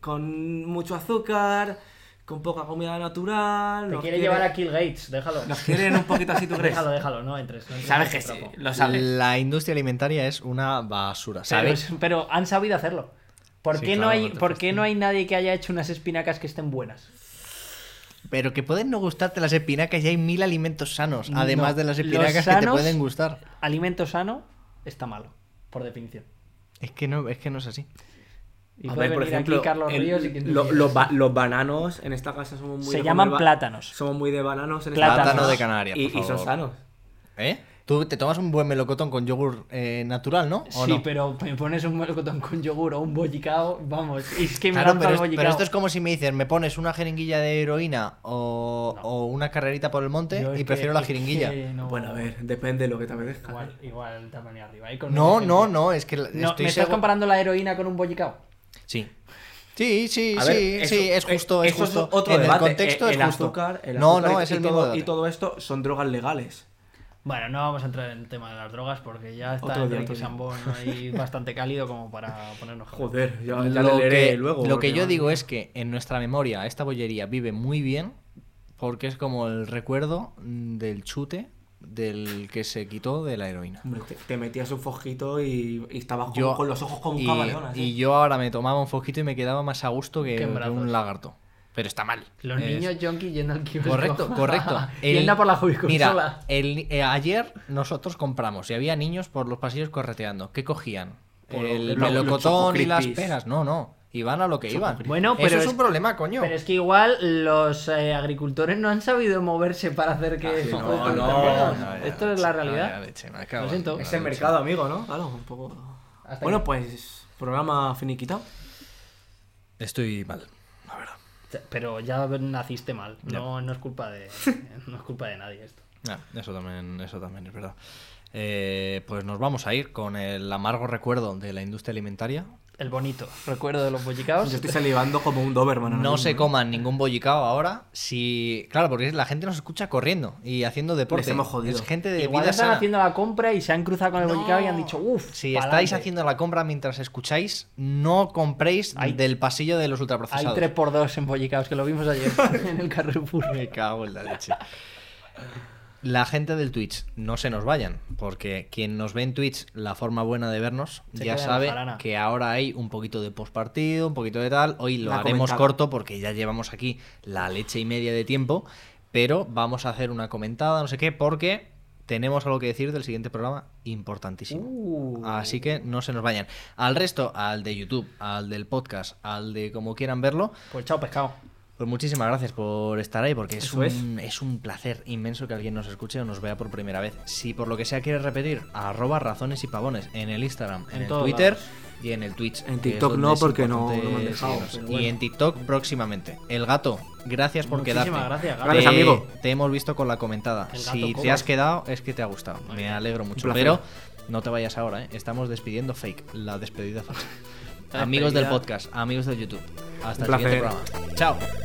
[SPEAKER 2] con mucho azúcar, con poca comida natural.
[SPEAKER 3] Te
[SPEAKER 2] nos
[SPEAKER 3] quiere llevar a Kill Gates, déjalo.
[SPEAKER 2] Nos quieren un poquito así, ¿tú crees?
[SPEAKER 3] Déjalo, déjalo, no entres. no entres
[SPEAKER 2] Sabes
[SPEAKER 3] en
[SPEAKER 2] que
[SPEAKER 3] ese
[SPEAKER 2] sí,
[SPEAKER 3] trapo.
[SPEAKER 2] lo sabes.
[SPEAKER 1] La industria alimentaria es una basura.
[SPEAKER 3] Pero,
[SPEAKER 1] ¿Sabes?
[SPEAKER 3] es- pero han sabido hacerlo. ¿Por,
[SPEAKER 1] Sí,
[SPEAKER 3] qué, no
[SPEAKER 1] claro,
[SPEAKER 3] hay,
[SPEAKER 1] no te
[SPEAKER 3] ¿por qué no hay nadie que haya hecho unas espinacas que estén buenas?
[SPEAKER 1] Pero que pueden no gustarte las espinacas y hay mil alimentos sanos, además
[SPEAKER 3] No,
[SPEAKER 1] de las
[SPEAKER 3] los
[SPEAKER 1] espinacas que te
[SPEAKER 3] sanos-
[SPEAKER 1] pueden gustar.
[SPEAKER 3] Alimento sano está malo, por definición.
[SPEAKER 1] Es que no, es que no es así.
[SPEAKER 3] Y puede venir aquí Carlos
[SPEAKER 2] el-
[SPEAKER 3] Ríos y quien tú
[SPEAKER 2] lo-
[SPEAKER 3] quieras.
[SPEAKER 2] los ba- los bananos en esta casa somos muy
[SPEAKER 3] Se
[SPEAKER 2] de
[SPEAKER 3] llaman
[SPEAKER 2] comer ba-
[SPEAKER 3] plátanos.
[SPEAKER 2] Somos muy de bananos en esta
[SPEAKER 3] Plátano
[SPEAKER 2] casa.
[SPEAKER 3] de
[SPEAKER 1] Canarias,
[SPEAKER 2] Y,
[SPEAKER 1] por
[SPEAKER 2] y son
[SPEAKER 1] favor.
[SPEAKER 2] sanos.
[SPEAKER 1] ¿Eh? Tú te tomas un buen melocotón con yogur eh, natural, ¿no? ¿O
[SPEAKER 3] Sí,
[SPEAKER 1] no?
[SPEAKER 3] pero me pones un melocotón con yogur o un bollicao, vamos, y es que me
[SPEAKER 1] Claro,
[SPEAKER 3] lanzo
[SPEAKER 1] pero,
[SPEAKER 3] al
[SPEAKER 1] es-
[SPEAKER 3] bollicao.
[SPEAKER 1] pero esto es como si me dices, me pones una jeringuilla de heroína o, o una carrerita por el monte
[SPEAKER 3] Yo es
[SPEAKER 1] y
[SPEAKER 3] que-
[SPEAKER 1] prefiero la
[SPEAKER 3] es que
[SPEAKER 1] jeringuilla.
[SPEAKER 3] no-
[SPEAKER 2] Bueno, a ver, depende de lo que te apetezca.
[SPEAKER 3] Igual, igual te has venido arriba. ahí con
[SPEAKER 1] No,
[SPEAKER 3] un
[SPEAKER 1] no,
[SPEAKER 3] ejemplo.
[SPEAKER 1] no, es que la-
[SPEAKER 3] No,
[SPEAKER 1] estoy
[SPEAKER 3] ¿Me estás
[SPEAKER 1] segu-
[SPEAKER 3] comparando la heroína con un bollicao?
[SPEAKER 1] Sí. Sí, sí,
[SPEAKER 2] A
[SPEAKER 1] sí,
[SPEAKER 2] ver,
[SPEAKER 1] sí, es
[SPEAKER 2] eso-
[SPEAKER 1] justo,
[SPEAKER 2] eh,
[SPEAKER 1] es
[SPEAKER 2] eso
[SPEAKER 1] justo.
[SPEAKER 2] otro
[SPEAKER 1] en
[SPEAKER 2] debate.
[SPEAKER 1] el contexto
[SPEAKER 2] Eh,
[SPEAKER 1] es
[SPEAKER 2] el
[SPEAKER 1] justo.
[SPEAKER 2] azúcar, el
[SPEAKER 1] no,
[SPEAKER 2] azúcar
[SPEAKER 1] no,
[SPEAKER 2] y-
[SPEAKER 1] es
[SPEAKER 2] y
[SPEAKER 1] el mismo
[SPEAKER 2] todo,
[SPEAKER 1] debate.
[SPEAKER 2] Y todo esto son drogas legales.
[SPEAKER 3] Bueno, no vamos a entrar en el tema de las drogas porque ya está
[SPEAKER 2] Otro
[SPEAKER 3] el
[SPEAKER 2] día,
[SPEAKER 3] Ricky
[SPEAKER 2] otro día.
[SPEAKER 3] Sambón ahí bastante cálido como para ponernos
[SPEAKER 2] Joder, ya, ya
[SPEAKER 1] lo
[SPEAKER 2] le leeré
[SPEAKER 1] que,
[SPEAKER 2] luego.
[SPEAKER 1] lo
[SPEAKER 2] porque
[SPEAKER 1] que yo
[SPEAKER 2] va-
[SPEAKER 1] digo es que en nuestra memoria esta bollería vive muy bien porque es como el recuerdo mm, del chute del que se quitó de la heroína.
[SPEAKER 2] Hombre, te, te metías un fojito y, y estabas como
[SPEAKER 1] Yo-
[SPEAKER 2] con ¿eh? los ojos como
[SPEAKER 1] y,
[SPEAKER 2] un camaleón. así.
[SPEAKER 1] y yo ahora me tomaba un foquito y me quedaba más a gusto que,
[SPEAKER 3] Que en
[SPEAKER 1] que
[SPEAKER 3] brazos.
[SPEAKER 1] un lagarto. Pero está mal.
[SPEAKER 3] Los
[SPEAKER 1] Es-
[SPEAKER 3] niños yonki yendo al kiosco.
[SPEAKER 1] Correcto, correcto.
[SPEAKER 3] y anda por la jubiconsola.
[SPEAKER 1] Mira, el- eh, ayer nosotros compramos y había niños por los pasillos correteando. ¿Qué cogían?
[SPEAKER 2] Por
[SPEAKER 1] el
[SPEAKER 2] lo- lo- los
[SPEAKER 1] melocotón
[SPEAKER 2] Choco
[SPEAKER 1] y las
[SPEAKER 2] Crispies.
[SPEAKER 1] peras. No, no. Iban a lo que iban.
[SPEAKER 3] Crispies. Bueno,
[SPEAKER 1] Eso
[SPEAKER 3] pero
[SPEAKER 1] es,
[SPEAKER 3] es-
[SPEAKER 1] un problema, coño.
[SPEAKER 3] Pero es que igual los eh, agricultores no han sabido moverse para hacer que...
[SPEAKER 2] Ah,
[SPEAKER 3] se
[SPEAKER 2] no,
[SPEAKER 3] produzcan
[SPEAKER 2] no,
[SPEAKER 3] estas cosas.
[SPEAKER 2] no, ya,
[SPEAKER 3] Esto es la realidad. Lo siento. Este
[SPEAKER 2] Es el mercado, amigo, ¿no? Claro, un poco.
[SPEAKER 3] Hasta
[SPEAKER 2] Bueno,
[SPEAKER 3] aquí.
[SPEAKER 2] pues, programa finiquitado.
[SPEAKER 1] Estoy mal, la verdad.
[SPEAKER 3] Pero ya naciste mal. No, no es culpa de no es culpa de nadie esto.
[SPEAKER 1] Ah, eso, también, eso también es verdad. Eh, pues nos vamos a ir con el amargo recuerdo de la industria alimentaria.
[SPEAKER 3] El bonito recuerdo de los bollicaos.
[SPEAKER 2] Yo estoy salivando como un Doberman. ahora
[SPEAKER 1] No
[SPEAKER 2] mismo,
[SPEAKER 1] se
[SPEAKER 2] ¿eh?
[SPEAKER 1] coman ningún bollicao ahora. Si... Claro, porque la gente nos escucha corriendo y haciendo deporte.
[SPEAKER 2] Les hemos jodido.
[SPEAKER 1] Es gente de
[SPEAKER 3] Igual
[SPEAKER 1] vida
[SPEAKER 3] están
[SPEAKER 1] sana.
[SPEAKER 3] haciendo la compra y se han cruzado con el bollicao y han dicho, uff,
[SPEAKER 1] Si estáis haciendo la compra mientras escucháis, no compréis
[SPEAKER 3] Hay-
[SPEAKER 1] del pasillo de los
[SPEAKER 3] Hay
[SPEAKER 1] ultraprocesados.
[SPEAKER 3] 3x2 en bollicaos, que lo vimos ayer en el Carrefour.
[SPEAKER 1] Me cago en la leche. La gente del Twitch, no se nos vayan, porque quien nos ve en Twitch, la forma buena de vernos,
[SPEAKER 3] Se
[SPEAKER 1] ya
[SPEAKER 3] queda en
[SPEAKER 1] sabe
[SPEAKER 3] jarana.
[SPEAKER 1] que ahora hay un poquito de postpartido, un poquito de tal. Hoy lo
[SPEAKER 2] Una
[SPEAKER 1] haremos
[SPEAKER 2] comentada.
[SPEAKER 1] corto porque ya llevamos aquí la leche y media de tiempo, pero vamos a hacer una comentada, no sé qué, porque tenemos algo que decir del siguiente programa importantísimo.
[SPEAKER 3] Uh.
[SPEAKER 1] Así que no se nos vayan. Al resto, al de YouTube, al del podcast, al de como quieran verlo,
[SPEAKER 3] Pues chao, pescado.
[SPEAKER 1] pues muchísimas gracias por estar ahí, porque es
[SPEAKER 2] Eso
[SPEAKER 1] un, es. un placer inmenso que alguien nos escuche o nos vea por primera vez. Si por lo que sea quieres repetir, arroba razones y pavones en el Instagram, en,
[SPEAKER 3] En
[SPEAKER 1] el
[SPEAKER 3] todos
[SPEAKER 1] Twitter
[SPEAKER 3] lados.
[SPEAKER 1] y en el Twitch.
[SPEAKER 2] En
[SPEAKER 1] que es
[SPEAKER 2] TikTok
[SPEAKER 1] donde
[SPEAKER 2] no,
[SPEAKER 1] es
[SPEAKER 2] porque no-
[SPEAKER 1] importante
[SPEAKER 2] no me han dejado,
[SPEAKER 1] seguirnos.
[SPEAKER 2] pero
[SPEAKER 1] Y
[SPEAKER 2] bueno.
[SPEAKER 1] en TikTok próximamente. El gato, gracias por
[SPEAKER 3] Muchísimas
[SPEAKER 1] quedarte.
[SPEAKER 3] gracias, gato.
[SPEAKER 1] Te-
[SPEAKER 2] Gracias, amigo.
[SPEAKER 1] Te hemos visto con la comentada.
[SPEAKER 3] El gato
[SPEAKER 1] Si te
[SPEAKER 3] Cobas.
[SPEAKER 1] has quedado, es que te ha gustado. Me alegro mucho.
[SPEAKER 2] placer.
[SPEAKER 1] Pero no te vayas ahora, ¿eh? Estamos despidiendo fake, la despedida falsa. amigos del
[SPEAKER 3] despedida.
[SPEAKER 1] podcast, amigos del YouTube. Hasta el
[SPEAKER 2] placer.
[SPEAKER 1] siguiente programa. Chao.